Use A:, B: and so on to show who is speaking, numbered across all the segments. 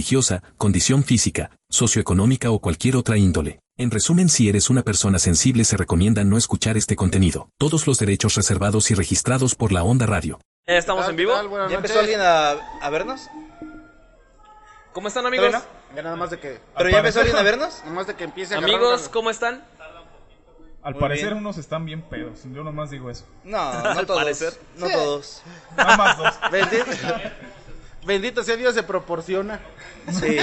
A: religiosa, condición física, socioeconómica o cualquier otra índole. En resumen, si eres una persona sensible se recomienda no escuchar este contenido. Todos los derechos reservados y registrados por la Onda Radio.
B: Eh, ¿Estamos
C: tal?
B: en vivo?
C: ¿Qué tal? Buenas
D: ¿Ya
C: noches.
D: empezó alguien a, a vernos?
B: ¿Cómo están amigos?
D: ¿Todavía
C: Ya nada más de que,
D: ¿Pero ya empezó alguien a vernos?
C: nada más de que empiece a agarrar-
B: Amigos, ¿cómo están?
E: Al
D: Muy
E: parecer
D: bien.
E: unos están bien pedos. Yo nomás digo eso.
D: No,
B: Al
D: no todos.
B: parecer.
D: No todos.
E: Nada más dos.
C: Bendito, bendito sea Dios se proporciona.
D: Sí.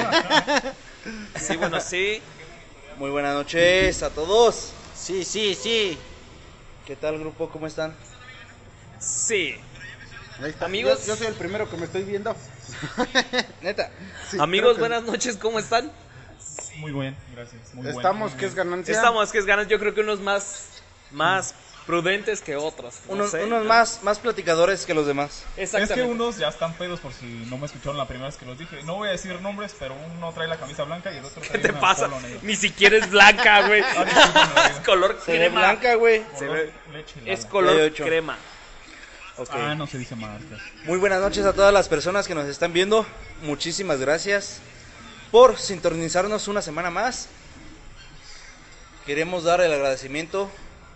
B: Sí, bueno, sí.
D: Muy buenas noches a todos.
F: Sí, sí, sí.
D: ¿Qué tal, grupo? ¿Cómo están?
B: Sí.
C: Ahí está.
B: Amigos.
C: yo, yo soy el primero que me estoy viendo.
D: Neta.
B: amigos, buenas noches, ¿cómo están?
E: Muy bien, gracias. Muy bueno.
C: Estamos que es ganancia.
B: Estamos, que es ganas, yo creo que unos más, más prudentes que otros. no
D: Unos,
B: sé.
D: unos más, más platicadores que los demás.
E: Es que
B: Exactamente.
E: unos ya están pedos por si no me escucharon la primera vez que los dije. No voy a decir nombres, pero uno trae la camisa blanca y el otro trae
B: ¿Qué te
E: una
B: pasa?
E: polo negro.
B: Ni siquiera es blanca, güey.
E: Ah, discúlpame, la
B: es
E: vida.
B: color
D: Se ve
B: crema.
D: blanca, güey.
E: Color
B: Se ve-
E: leche helada.
B: Es color
D: 38.
B: crema.
D: Ok.
E: Ah, no se dice marcas.
D: Muy buenas noches a todas las personas que nos están viendo. Muchísimas gracias por sintonizarnos una semana más. Queremos dar el agradecimiento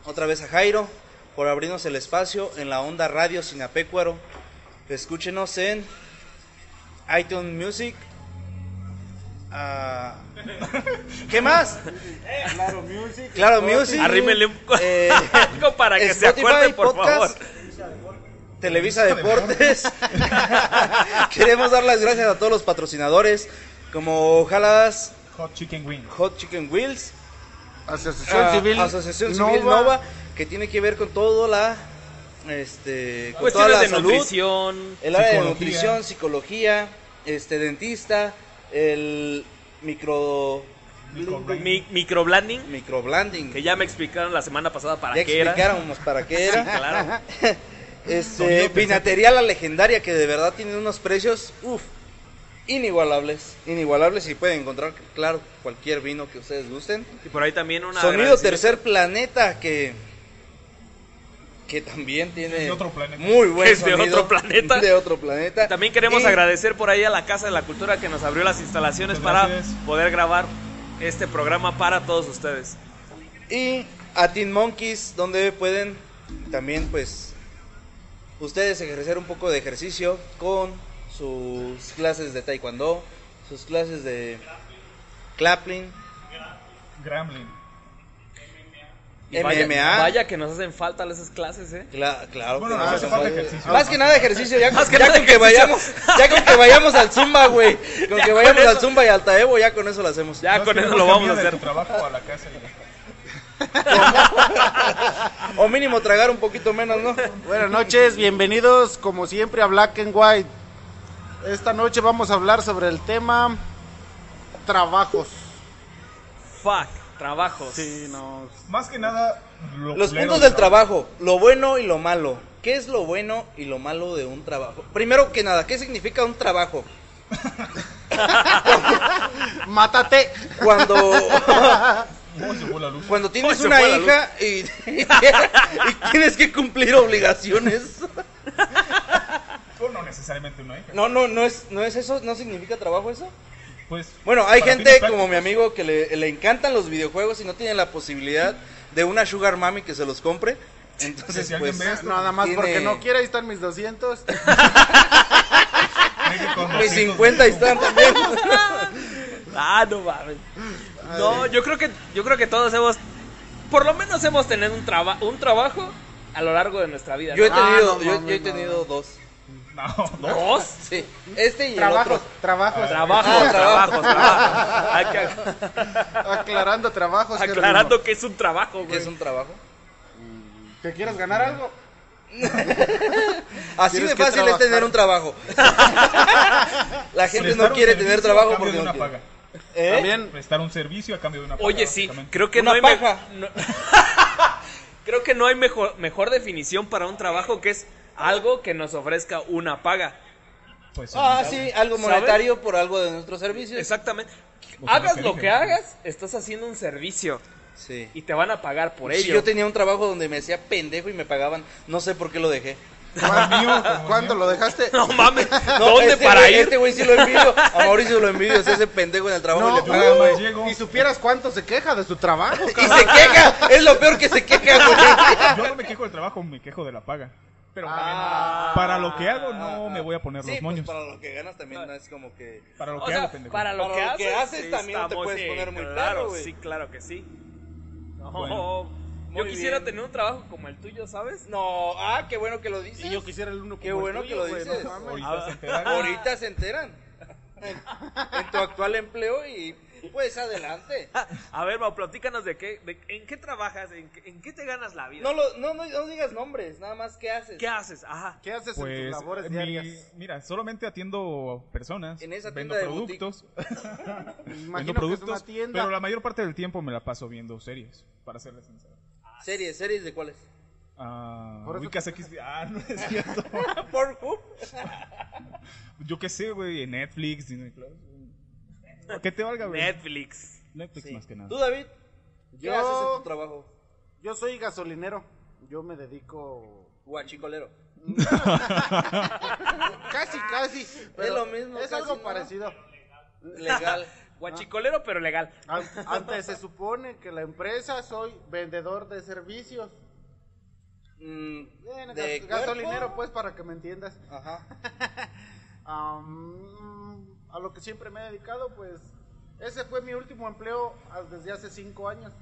D: otra vez a Jairo por abrirnos el espacio en la onda radio Sinapecuaro. Escúchenos en iTunes Music. Ah, ¿Qué más?
C: Eh, Claro, music.
D: Claro Music.
B: Arrímele un-
D: Eh,
B: algo para que se
D: Spotify,
B: acuerde, por favor.
D: podcast, Televisa Deportes. Queremos dar las gracias a todos los patrocinadores, como Jaladas,
E: Hot chicken wing.
D: Hot Chicken Wheels,
C: Asociación
D: ah,
C: Civil.
D: Asociación Civil Nova, que tiene que ver con todo la, este, con toda
B: Cuestiones
D: la
B: Pues de
D: salud,
B: nutrición.
D: el área de
E: Psicología.
D: nutrición, psicología, este, dentista, el micro,
E: Microblending.
B: Mi, microblanding,
D: microblending.
B: que ya me explicaron la semana pasada para
D: Ya
B: qué era.
D: explicáramos para qué
B: Sí,
D: era.
B: claro.
D: Este,
E: Sonido
D: vinatería la legendaria que de verdad tiene unos precios, uff, inigualables, inigualables y pueden encontrar, claro, cualquier vino que ustedes gusten.
B: Y por ahí también una.
D: Sonido
B: agradecimiento.
D: Tercer Planeta que que también tiene
E: Es de otro planeta.
D: muy buen
B: Que es de
D: sonido,
B: otro planeta.
D: de otro planeta.
B: También queremos
D: Y
B: agradecer por ahí a la Casa de la Cultura que nos abrió las instalaciones
E: Muchas
B: para
E: gracias.
B: poder grabar este programa para todos ustedes.
D: y a Teen Monkeys, donde pueden también, pues, ustedes ejercer un poco de ejercicio con sus clases de taekwondo, sus clases de clapping,
E: Gremlin.
B: Y
D: MMA.
B: Vaya, vaya que nos hacen falta esas clases, ¿eh?
D: Cla- claro.
E: Bueno,
D: que
E: no
D: no,
E: hace
D: no,
E: falta
D: no.
E: ejercicio.
D: Más que nada ejercicio, ya,
B: Más que
D: ya con
B: nada
D: que
B: ejercicio.
D: vayamos, ya con que vayamos al Zumba, güey. Con
B: Ya
D: que
B: con
D: vayamos al
B: eso.
D: Zumba y al Taebo, ya Ah, con eso lo hacemos.
B: Ya
E: No, es
B: con
E: que
B: eso
E: no
B: lo vamos
E: cambia
B: a
E: de
B: hacer.
E: tu trabajo a la casa. y-
D: O mínimo tragar un poquito menos, ¿no?
C: Buenas noches, bienvenidos como siempre a Black and White. Esta noche vamos a hablar sobre el tema trabajos.
B: Fuck, trabajos.
C: Sí, no.
E: Más que nada. lo
D: Los
E: culero
D: puntos del trabajo, lo bueno y lo malo. ¿Qué es lo bueno y lo malo de un trabajo? Primero que nada, ¿qué significa un trabajo?
C: Mátate.
D: Cuando
E: Uy, se fue la luz.
D: cuando
B: Hoy
D: tienes
B: se
D: una
B: fue la
D: hija y, y tienes que cumplir obligaciones.
E: Bueno, Pues, no necesariamente una hija.
D: No, no, no es no es eso, no significa trabajo eso.
E: Pues,
D: Bueno, hay
E: para
D: gente
E: fines
D: como mi
E: prácticos,
D: amigo que le, le encantan los videojuegos y no tiene la posibilidad de una sugar mami que se los compre. Entonces,
E: Si alguien
D: pues,
E: ve esto,
C: Nada más
D: tiene
C: porque no quiera, ahí están mis 200.
E: tiene que con
D: Mis
E: 200
D: 50
E: de-
D: están también.
B: Ah, no mames. No, yo creo que yo creo que todos hemos por lo menos hemos tenido un traba- un trabajo a lo largo de nuestra vida.
D: Yo he
B: ¿no?
C: Ah,
D: tenido,
C: no
D: yo,
C: mames,
D: yo he
C: no.
D: tenido dos.
E: No, no.
B: dos
D: Sí, este y el
C: Trabajos,
D: otro.
C: trabajos.
B: trabajos,
D: Ah,
B: trabajos, trabajos. Hay que-
C: Aclarando trabajos. Jerónimo.
B: Aclarando que es un trabajo,
D: que
B: güey.
D: es un trabajo.
C: ¿Te quieres ganar algo?
D: Así
C: Tienes
D: de
C: que
D: fácil es tener
C: trabajar.
D: un trabajo. La gente no
E: Prestar un
D: quiere
E: servicio
D: tener
E: a
D: trabajo
E: cambio
D: porque
E: de
D: no
E: una
D: quiere.
E: paga.
D: ¿Eh?
C: También,
E: Prestar un servicio a cambio de una paga.
B: Oye, sí,
E: básicamente.
B: creo que
D: Una
B: no hay
D: paja.
B: me- no- creo que no hay mejor, mejor definición para un trabajo que es algo que nos ofrezca una paga.
E: Pues,
D: Ah,
E: ¿sabes?
D: sí, algo
B: ¿Sabe?
D: monetario por algo de nuestros servicios.
B: Exactamente.
D: Pues
E: Lo que
B: Hagas
E: nos
B: lo
E: eligen.
B: que hagas, estás haciendo un servicio
D: Sí.
B: y te van a pagar por
D: Sí,
B: ello.
D: yo tenía un trabajo donde me hacía pendejo y me pagaban, no sé por qué lo dejé.
E: Como el mío, como el
C: ¿cuándo
E: mío.
C: lo dejaste?
B: No mames,
D: No,
B: ¿dónde
D: este
B: para
D: güey-
B: ir?
D: Este güey sí lo envidio, a Mauricio lo envidio, es ese pendejo en el trabajo
C: No,
D: y le
E: yo
D: pagan
E: nada más
D: más.
E: llego.
C: Y supieras cuánto se queja de su trabajo.
D: Y se queja, es lo peor que se queja, güey.
E: Yo no me quejo del trabajo, me quejo de la paga. Pero
C: Ah.
E: para lo que hago no me voy a poner
D: Sí,
E: los
D: pues,
E: moños.
D: para lo que ganas también no es como que...
E: para lo
B: O
E: que
B: sea,
E: hago, pendejo.
B: para lo
D: Para
B: que
D: lo que
B: haces,
D: haces
B: sí,
D: también te
B: estamos-
D: puedes poner muy perro,
B: claro,
D: güey.
B: sí, claro que sí. No,
E: Bueno.
B: yo
D: Muy
B: quisiera
D: bien.
B: tener un trabajo como el tuyo, ¿sabes?
D: No, ah, qué bueno que lo dices.
C: Y yo quisiera el uno
D: Qué
C: como el
D: bueno que
C: tuyo,
D: lo
C: güey,
D: dices.
C: no mames.
D: Ah.
E: Ahorita se enteran.
D: Ahorita se enteran. En, en tu actual empleo y pues adelante.
B: A ver, Mau, platícanos de qué, de- en qué trabajas, en qué, en qué te ganas la vida.
D: No, lo, no, no, no digas nombres, nada más qué haces.
B: ¿Qué haces? Ajá.
C: ¿Qué haces en tus
E: Pues,
C: labores
E: mi-
C: diarias?
E: mira, solamente atiendo personas,
D: En esa
E: vendo
D: tienda de
E: productos,
C: Imagino
E: vendo
C: que es una
E: productos,
C: tienda.
E: pero la mayor parte del tiempo me la paso viendo series, para serles sincero.
D: Series, series de cuáles?
E: Ah,
C: Por eso-
E: ubicas XD ah, no es cierto.
D: Pornhub.
E: Yo qué sé, güey, en Netflix, Disney Plus. Que te valga, güey.
B: Netflix.
E: Netflix
D: Sí.
E: más que
D: Tú,
E: nada.
D: David, ¿qué
C: Yo-
D: haces en tu trabajo?
C: Yo soy gasolinero. Yo me dedico.
D: Guachicolero.
C: Casi, casi. Pero
D: lo mismo,
C: Es
D: casi,
C: algo
D: ¿no?
C: parecido.
D: Legal.
B: Guachicolero, pero legal.
C: An- Antes se supone que la empresa soy vendedor de servicios.
D: Mm,
C: Bueno,
D: ¿de
C: gas- gasolinero,
D: cuerpo?
C: pues, para que me entiendas.
D: Ajá.
C: Am, a lo que siempre me he dedicado, pues. Ese fue mi último empleo ah, desde hace cinco años.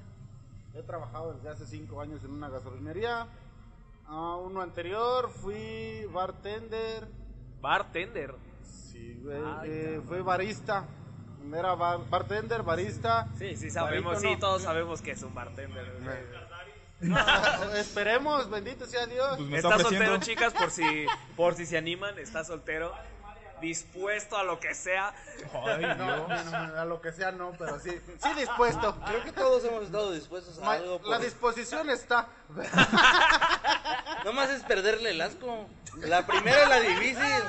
C: He trabajado desde hace cinco años en una gasolinería. Ah, uno anterior fui bartender.
B: Bartender.
C: Sí, güey.
B: Ay,
C: eh,
B: cabrón.
C: fui barista. Era bar- bartender, barista.
B: Sí, sí, sabemos,
C: Barito,
B: sí,
C: no.
B: todos sabemos que es un bartender.
C: No, esperemos, bendito sea Dios.
E: Pues me
B: Está
E: está
B: soltero,
E: ofreciendo.
B: chicas, por si, por si se animan, está soltero, dispuesto a lo que sea.
E: Ay,
C: No,
E: Dios.
C: no, no, a lo que sea, no, pero sí, sí dispuesto.
D: Creo que todos hemos estado dispuestos a
C: Ma-
D: algo.
C: La
D: por-
C: disposición está.
D: Nomás es perderle el asco. La primera es la difícil.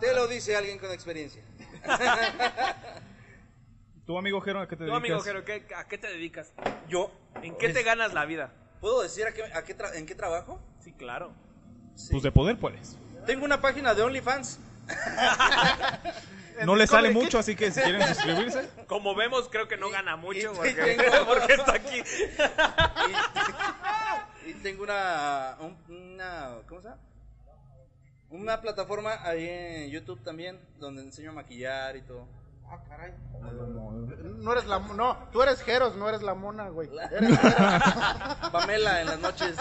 D: Te lo dice alguien con experiencia.
E: Tu amigo Jero, ¿a qué
B: Tú,
E: te dedicas?
B: amigo Jero, ¿qué- ¿a qué te dedicas?
D: Yo.
B: ¿En qué te ganas la vida?
D: ¿Puedo decir a qué, a qué tra- en qué trabajo?
B: Sí, claro.
E: Pues de poder puedes.
D: Tengo una página de OnlyFans.
E: No le sale
C: ¿Cómo?
E: mucho, así que si quieren suscribirse.
B: Como vemos, creo que no gana mucho
D: y-
B: porque,
D: tengo-
B: porque está aquí.
D: Y tengo una, un- una ¿cómo se llama? Una plataforma ahí en YouTube también donde enseño a maquillar y todo.
C: Ah, caray. No eres la mo- no, tú eres Jeros, no eres la mona, güey.
D: La-
C: Eres-
D: Pamela en las noches.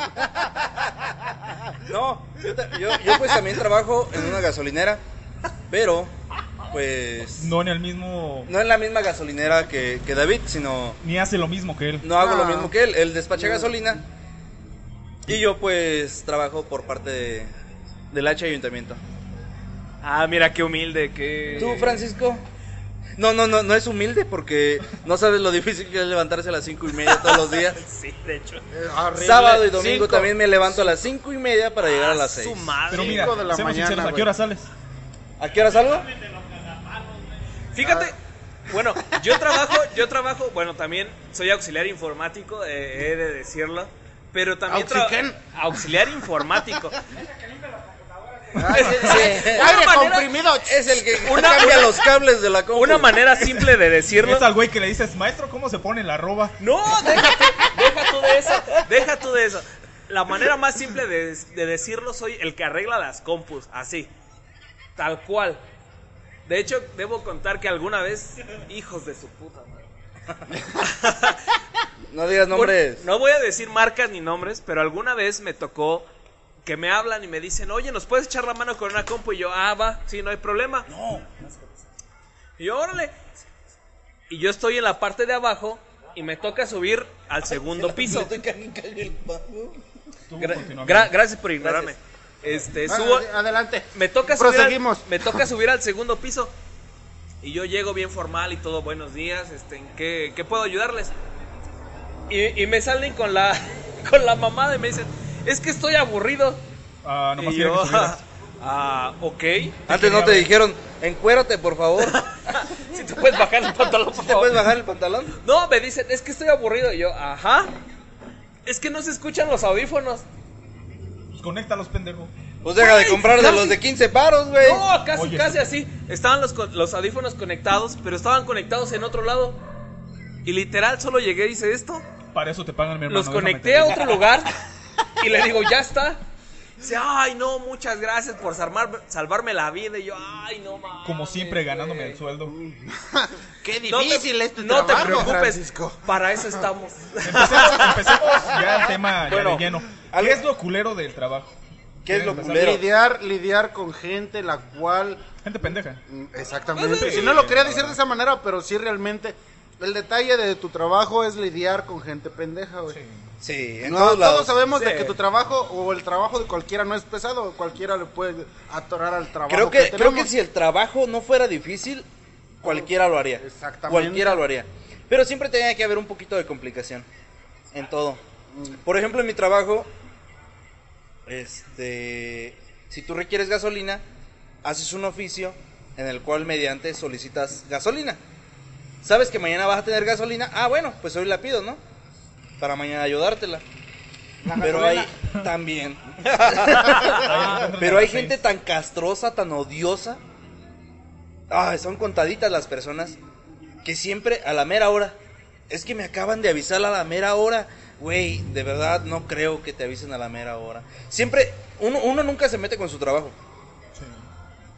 D: No, yo, ta- yo- yo, pues también trabajo en una gasolinera, pero pues no,
E: No en el mismo.
D: en la misma gasolinera que, que David, sino
E: Ni hace lo mismo que él.
D: no hago lo
C: Ah.
D: mismo que él, él despacha gasolina y yo pues trabajo por parte de- del H ayuntamiento.
B: Ah, mira qué humilde, qué.
D: ¿Tú, Francisco? No, no, no, no es humilde porque no sabes lo difícil que es levantarse a las cinco y media todos los días.
B: Sí, de hecho.
C: eh, horrible.
D: Sábado y domingo
C: Cinco.
D: también me levanto a las cinco y media para llegar a las
B: Ah, Su
D: seis.
B: madre.
E: Pero mira,
C: Cinco de la
E: seamos
C: mañana,
E: sinceros, ¿a qué
C: güey.
E: hora sales?
D: ¿A qué hora salgo?
B: Fíjate, bueno, yo trabajo, yo trabajo, bueno, también soy auxiliar informático, eh, he de decirlo, pero también tra-
C: ¿Auxiquén?
B: auxiliar informático.
C: Ay,
B: Sí.
C: ay,
B: Una
C: Aire
B: manera-
C: comprimido.
D: Es el que
B: Una-
D: cambia
B: una-
D: los cables de la compu.
B: Una manera simple de decirlo.
E: Es al güey que le dices, maestro, ¿cómo se pone la arroba?
B: No, déjate, deja tú de eso, deja tú de eso. La manera más simple de, de decirlo soy el que arregla las compus, así, tal cual. De hecho, debo contar que alguna vez, hijos de su puta madre.
D: No digas nombres.
B: Un- No voy a decir marcas ni nombres, pero alguna vez me tocó que me hablan y me dicen, oye, ¿nos puedes echar la mano con una compu? Y yo, ah, va, sí, no hay problema. No. Y yo, órale. Y yo estoy en la parte de abajo y me toca subir al segundo piso.
D: Estoy cagando el palo.
E: Tú
B: Gra-
E: continúa,
B: gra-
E: amigo.
B: gracias por ignorarme. Este,
C: Ah,
B: subo,
C: ade- adelante.
B: me toca subir al,
C: Proseguimos.
B: me toca subir al segundo piso y yo llego bien formal y todo buenos días este en qué, qué puedo ayudarles y, y me salen con la con la mamada y me dicen es que estoy aburrido
E: Ah, nomás
B: y
E: quiere
B: yo
E: que subieras.
B: ah ok
D: Antes no te dijeron, encuérate, por favor.
B: si te puedes bajar el pantalón por
D: ¿Te
B: favor.
D: puedes bajar el pantalón?
B: no me dicen es que estoy aburrido y yo ajá es que no se escuchan los audífonos
E: Pues conéctalos, pendejo.
D: Pues deja de
B: Güey,
D: comprar de
B: casi.
D: los de 15 paros, güey.
B: No, casi,
E: Oye.
B: casi así. Estaban los, co- los audífonos conectados, pero estaban conectados en otro lado. Y literal, solo llegué y hice esto.
E: Para eso te pagan, mi hermano.
B: Los
E: déjame
B: conecté
E: te
B: a
E: digo.
B: otro lugar y le digo, ya está. Dice, ay, no, muchas gracias por salvarme, salvarme la vida. Y yo, ay, no mames.
E: Como siempre, ganándome
B: güey".
E: el sueldo.
C: Qué
B: No te-
C: difícil este
B: No te
C: trabajo,
B: preocupes,
C: Francisco.
B: para eso estamos.
E: Empecemos, empecemos ya el tema ya
B: Bueno,
E: de lleno. ¿Qué es lo culero del trabajo?
D: ¿Qué es lo
E: Empezar.
D: culero?
C: Lidiar, lidiar con gente la cual
E: Gente pendeja.
C: Mm, Exactamente.
B: Pues,
C: Si no lo quería decir de esa manera, pero sí realmente el detalle de tu trabajo es lidiar con gente pendeja, güey.
D: Sí, en
C: No,
D: todos
C: todos
D: lados.
C: sabemos
B: Sí.
C: de que tu trabajo o el trabajo de cualquiera no es pesado, cualquiera le puede atorar al trabajo.
D: Creo que, creo que
C: tenemos.
D: si el trabajo no fuera difícil, cualquiera lo haría.
C: Exactamente.
D: Cualquiera lo haría. Pero siempre tenía que haber un poquito de complicación en todo.
C: Mm.
D: Por ejemplo, en mi trabajo, este, si tú requieres gasolina, haces un oficio en el cual mediante solicitas gasolina. Sabes que mañana vas a tener gasolina. Ah, bueno, pues hoy la pido, ¿no? Para mañana ayudártela. Pero hay también. Ah, Pero hay gente tan castrosa, tan odiosa. Ay, son contaditas las personas que siempre a la mera hora. Es que me acaban de avisar a la mera hora. Güey, de verdad no creo que te avisen a la mera hora. Siempre, uno, uno nunca se mete con su trabajo.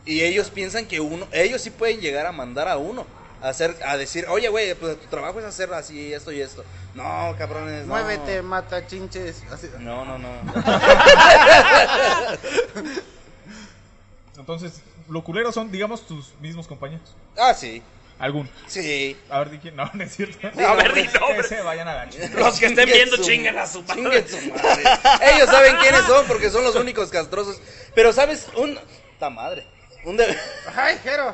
D: Y ellos piensan que uno, ellos sí pueden llegar a mandar a uno. A, hacer, a decir, oye, güey, pues tu trabajo es hacer así, esto y esto. No, cabrones, no.
C: Muévete, mata chinches. Así-
D: No, no, no.
E: Entonces, lo culero son, digamos, tus mismos compañeros.
D: Ah, sí.
E: Algún.
D: Sí.
E: A ver, di quién. No, no es cierto. pues,
D: A ver,
B: di
E: Que
B: nombres.
E: se vayan a la chingada.
B: Los que estén
D: Chinguen
B: viendo,
D: su-
B: chinguen a su madre.
D: chinguen su madre. Ellos saben quiénes son porque son los únicos castrosos. Pero, ¿sabes? Un. ¡Ta madre! Un de-
C: Ay, Jero.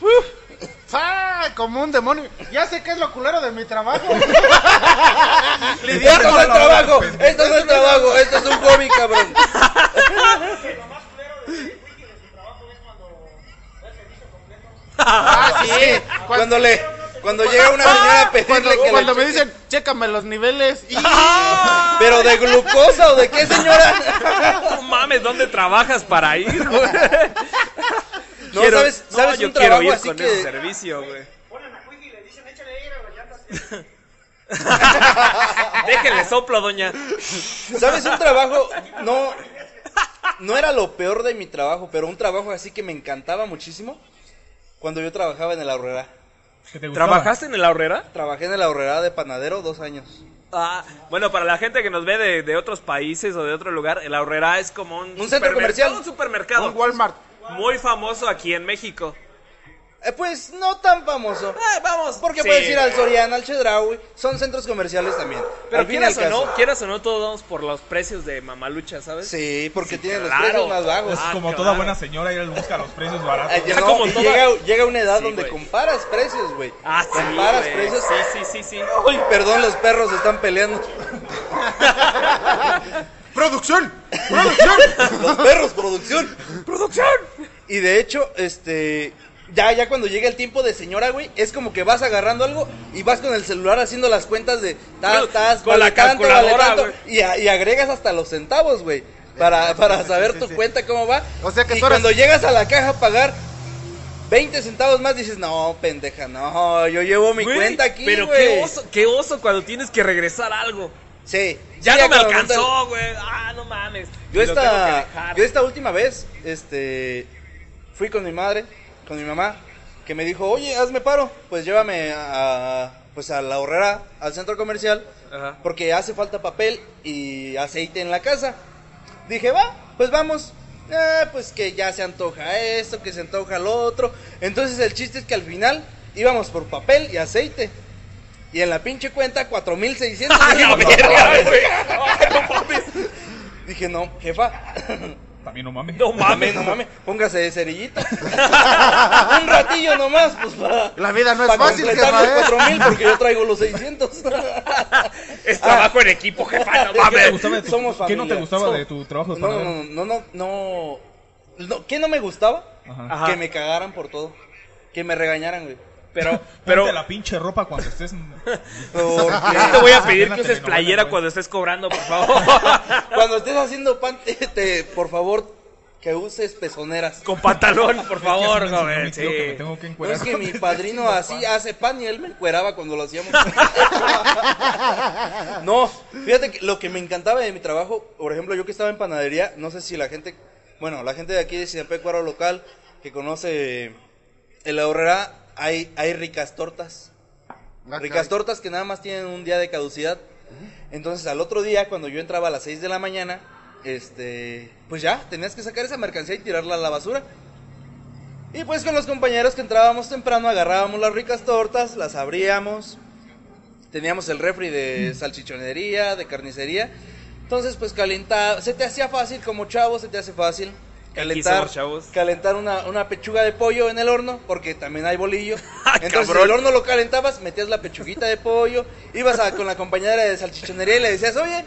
C: Uf. Ah, Como un demonio. Ya sé qué es lo culero de mi trabajo.
D: ¡Lidiar con el trabajo! ¡Esto no es trabajo! ¡Esto es un hobby, cabrón!
C: Ah, sí. Cuando, Ah,
D: Cuando le. Cuando llega una señora a pedirle
C: cuando-
D: que le
C: cuando me "Ah",
D: cheque.
C: dicen, chécame los niveles. Y...
D: ¿Pero de glucosa o de qué, señora?
B: No mames, ¿dónde trabajas para ir, güey?
D: No,
B: Quiero-
D: ¿sabes?
B: no,
D: ¿Sabes
B: yo
D: un
B: quiero
D: trabajo
B: ir
D: así
B: con
D: que-
B: ese servicio, güey. Déjenle soplo, doña.
D: ¿Sabes? Un trabajo, no, no era lo peor de mi trabajo, pero un trabajo así que me encantaba muchísimo cuando yo trabajaba en el ahorrera.
E: Que te gustaba.
B: ¿Trabajaste en la horrera?
D: Trabajé en el ahorrera de panadero dos años.
B: Ah, bueno, para la gente que nos ve de, de otros países o de otro lugar, el Aurrera es como un,
D: Un centro
B: supermer-
D: comercial.
B: Un supermercado.
C: Un Walmart.
B: Muy famoso aquí en México.
D: Eh, pues no tan famoso.
B: Ah, vamos.
D: Porque
B: Sí.
D: puedes ir al Soriana, al Chedraui, son centros comerciales también.
B: Pero
D: Al fin y
B: quieras
D: al
B: o, no,
D: caso.
B: quieras o no, todos vamos por los precios de Mamalucha, ¿sabes?
D: Sí, porque tienen
B: claro.
D: los precios más
E: Es
D: bajos.
B: Ah,
E: como toda
B: claro.
E: buena señora ir al busca los precios
D: Ay,
E: baratos.
B: sea,
D: no,
B: como
D: y
B: toda-
D: llega, llega una edad
B: Sí,
D: donde
B: güey.
D: comparas precios, güey.
B: Ah, sí.
D: comparas
B: güey.
D: precios.
B: Sí, sí, sí, sí.
D: Ay, perdón, los perros están peleando.
C: ¡Producción! ¡Producción!
D: Los perros, producción. ¡Producción! Y de hecho, este. Ya, ya cuando llega el tiempo de señora, güey, es como que vas agarrando algo y vas con el celular haciendo las cuentas de tas, tas,
B: Con la calculadora,
D: y, a- y agregas hasta los centavos, güey, para, para saber
C: sí,
D: tu
C: sí.
D: cuenta cómo va.
C: O sea que
D: y
C: tú eres-
D: cuando llegas a la caja a pagar 20 centavos más, dices, no, pendeja, no, yo llevo mi
B: Güey,
D: cuenta aquí,
B: Pero
D: güey".
B: qué oso, qué oso cuando tienes que regresar algo.
D: Sí.
B: Ya
D: sí,
B: no me
D: cuando juntas-
B: alcanzó, güey. Ah, no mames.
D: Yo
B: Y lo tengo que
D: esta,
B: dejar.
D: yo esta última vez, este, fui con mi madre, con mi mamá, que me dijo, oye, hazme paro, pues llévame a, pues a la horrera, al centro comercial,
B: Ajá.
D: porque hace falta papel y aceite en la casa. Dije, va, pues vamos. Ah, pues que ya se antoja esto, que se antoja lo otro. Entonces el chiste es que al final íbamos por papel y aceite. Y en la pinche cuenta, 4600.
B: ¡A la
D: Dije, "No,
B: verga,
D: mames".
B: güey! ¡Ay, no mames!
D: Dije, no, jefa.
E: También no mames.
B: ¡No mames!
D: no mames. Póngase de cerillita. Un ratillo nomás, pues para.
C: La vida no es
D: Para
C: fácil,
D: completar los
C: jefa, ¿eh?
D: 4000 porque yo traigo los 600.
B: Es trabajo
D: Ah.
B: en equipo, jefa, no
E: ¿Qué te
B: mames.
E: gustaba de tu,
D: Somos
E: ¿Qué no te
D: familia.
E: gustaba
D: Somos-
E: de tu trabajo de
D: No,
E: panadero?
D: no, no, no, no, no. ¿Qué no me gustaba?
E: Ajá.
B: Ajá.
D: Que me cagaran por todo. Que me regañaran, güey. Pero,
B: Pero-
E: Ponte la pinche ropa cuando estés.
D: porque
B: No te voy a pedir
E: Una
B: que uses
E: telenovela,
B: playera
E: güey.
B: cuando estés cobrando, por favor.
D: cuando estés haciendo pan, te- te- por favor, que uses pezoneras.
B: Con pantalón, por favor,
E: Es que así me
B: joven.
E: enseñó mi tío que me
B: Sí.
E: tengo que
D: No,
E: encuerar
D: Pues es que
E: cuando
D: mi
E: estés
D: padrino
E: haciendo
D: así
E: pan.
D: hace pan y él me encueraba cuando lo hacíamos. no, fíjate que lo que me encantaba de mi trabajo, por ejemplo, yo que estaba en panadería, no sé si la gente, bueno, la gente de aquí de Sinapé Cuaro Local, que conoce el ahorrera, hay, hay ricas tortas.
C: Ah,
D: Ricas
C: caray.
D: tortas que nada más tienen un día de caducidad. Entonces al otro día, cuando yo entraba a las 6 de la mañana, este, pues ya, tenías que sacar esa mercancía y tirarla a la basura. Y pues con los compañeros que entrábamos temprano, agarrábamos las ricas tortas, las abríamos. Teníamos el refri de
B: Mm.
D: salchichonería, de carnicería. Entonces pues calentaba, se te hacía fácil como chavo, se te hace fácil. Calentar,
B: somos chavos.
D: calentar una, una pechuga de pollo en el horno, porque también hay bolillo.
B: Ah,
D: Entonces
B: cabrón.
D: el horno lo calentabas, metías la pechuguita de pollo, ibas a- con la compañera de salchichonería y le decías, oye,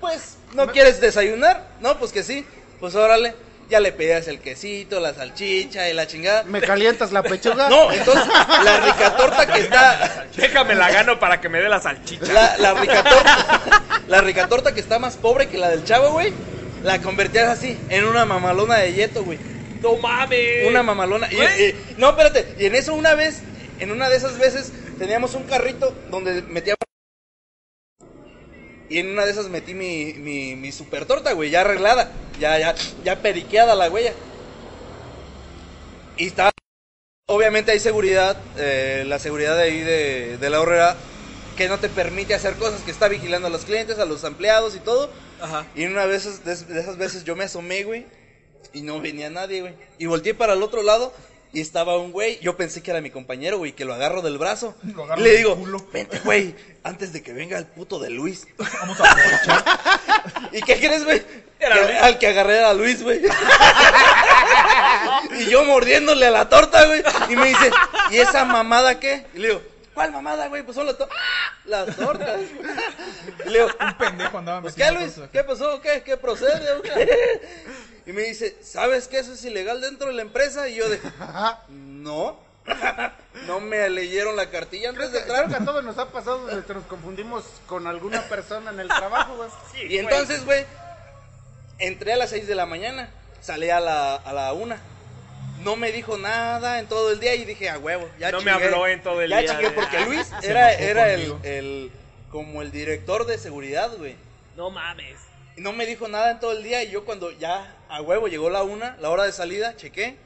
D: pues, ¿no quieres desayunar? No, pues que sí, pues órale. Ya le pedías el quesito, la salchicha y la chingada.
C: ¿Me calientas la pechuga?
D: No, entonces la ricatorta que está...
B: Déjame la gano para que me dé la salchicha.
D: La, la ricatorta... La ricatorta que está más pobre que la del chavo, güey, la convertías así, en una mamalona de yeto, güey.
B: ¡No mames!
D: Una mamalona. Y, eh,
B: Güey.
D: y- no, espérate. Y en eso una vez, en una de esas veces, teníamos un carrito donde metíamos... Y en una de esas metí mi, mi, mi super torta, güey, ya arreglada. Ya, ya, ya periqueada la huella. Y estaba... Obviamente hay seguridad, eh, la seguridad de ahí de, de la horrera, que no te permite hacer cosas, que está vigilando a los clientes, a los empleados y todo.
B: Ajá.
D: Y una vez es- de de esas veces yo me asomé, güey, y no venía nadie, güey. Y volteé para el otro lado y estaba un güey, yo pensé que era mi compañero, güey, que lo agarro del brazo.
E: Lo agarro
D: y le
E: del
D: digo,
E: culo.
D: vente, güey, antes de que venga el puto de Luis.
E: Vamos a aprovechar.
D: ¿Y qué crees, güey?
B: Era
D: Que-
B: Luis.
D: Al que agarré era Luis, güey. y yo mordiéndole a la torta, güey. Y me dice, ¿y esa mamada qué? Y le digo, ¿cuál mamada, güey? Pues son las tortas. Las tortas. Y le digo,
E: Un pendejo andaba
D: pues qué,
E: metiendo
D: Luis,
E: cosas.
D: ¿qué pasó? ¿Qué, qué procede? o qué? Y me dice, ¿sabes que eso es ilegal dentro de la empresa? Y yo de, no, no me leyeron la cartilla antes de
C: Creo que
D: entrar.
C: a todos nos ha pasado donde te nos confundimos con alguna persona en el trabajo, güey.
D: Y entonces, güey, entré a las 6 de la mañana, salí a la, a la 1. No me dijo nada en todo el día y dije, a huevo, ya
B: No me
D: chingué".
B: habló en todo el
D: ya
B: día, Ah,
D: chingué,
B: güey.
D: porque Luis
E: Se
D: era,
E: enojó
D: era el,
E: conmigo.
D: el, como el director de seguridad, güey.
B: No mames.
D: Y No me dijo nada en todo el día y yo cuando ya a huevo llegó la una, la hora de salida, chequé.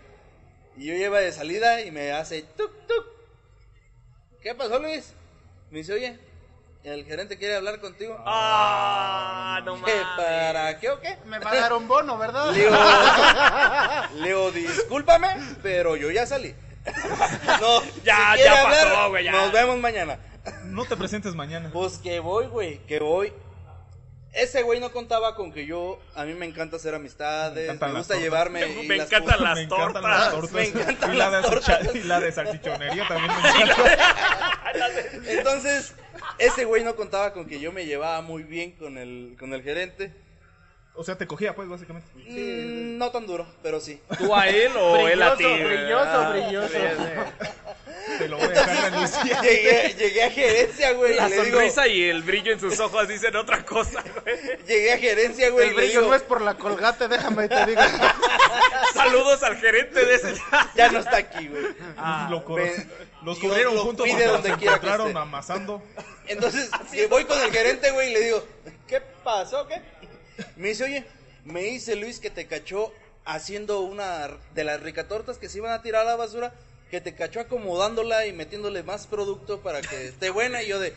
D: Y yo lleva de salida y me hace tuk tuk. ¿Qué pasó Luis? Me dice, oye, el gerente quiere hablar contigo.
B: Ah, no
D: ¿Qué,
B: mames.
D: ¿Para qué o qué?
C: Me va a dar un bono, ¿verdad?
D: Le digo, le digo, discúlpame, pero yo ya salí. no,
B: Ya,
D: quiere
B: ya pasó, güey, ya.
D: Nos vemos mañana.
E: No te presentes mañana.
D: Pues que voy, güey, que voy. Ese güey no contaba con que yo, a mí me encanta hacer
E: Me
D: amistades, me,
E: encantan las
D: gusta
E: tortas.
D: llevarme. y
B: Me
D: las
B: encantan
D: cosas.
B: las
E: me encantan las
B: tortas.
E: tortas.
D: Me encantan
E: y la
D: las
E: de salchicha-
D: tortas.
E: Y la de salchichonería también me encanta.
D: Entonces, ese güey no contaba con que yo me llevaba muy bien con el, con el gerente.
E: O sea, te cogía, pues, básicamente.
D: Mm, no tan duro, pero sí.
B: ¿Tú a él o él a ti?
C: Brilloso, brilloso,
B: Ah,
C: brilloso.
E: Te lo voy a dejar relucir.
D: Llegué, llegué a gerencia, güey.
B: La
D: y le digo-
B: sonrisa y el brillo en sus ojos dicen otra cosa, güey.
D: llegué a gerencia, güey.
C: El
D: y le
C: brillo
D: digo,
C: no es por la colgate, déjame te digo.
B: Saludos al gerente de ese.
D: Ya no está aquí, güey.
E: Lo cor-
D: Ah, ven.
E: los
D: Yo
E: corrieron
D: lo
E: juntos
D: fui de
E: porque
D: donde
E: los
D: quiera que
E: encontraron
D: esté.
E: amasando.
D: Entonces, que voy con el gerente, güey, y le digo, ¿qué pasó? ¿Qué? Me dice, oye, me dice Luis que te cachó haciendo una de las ricatortas que se iban a tirar a la basura, que te cachó acomodándola y metiéndole más producto para que esté buena. Y yo de,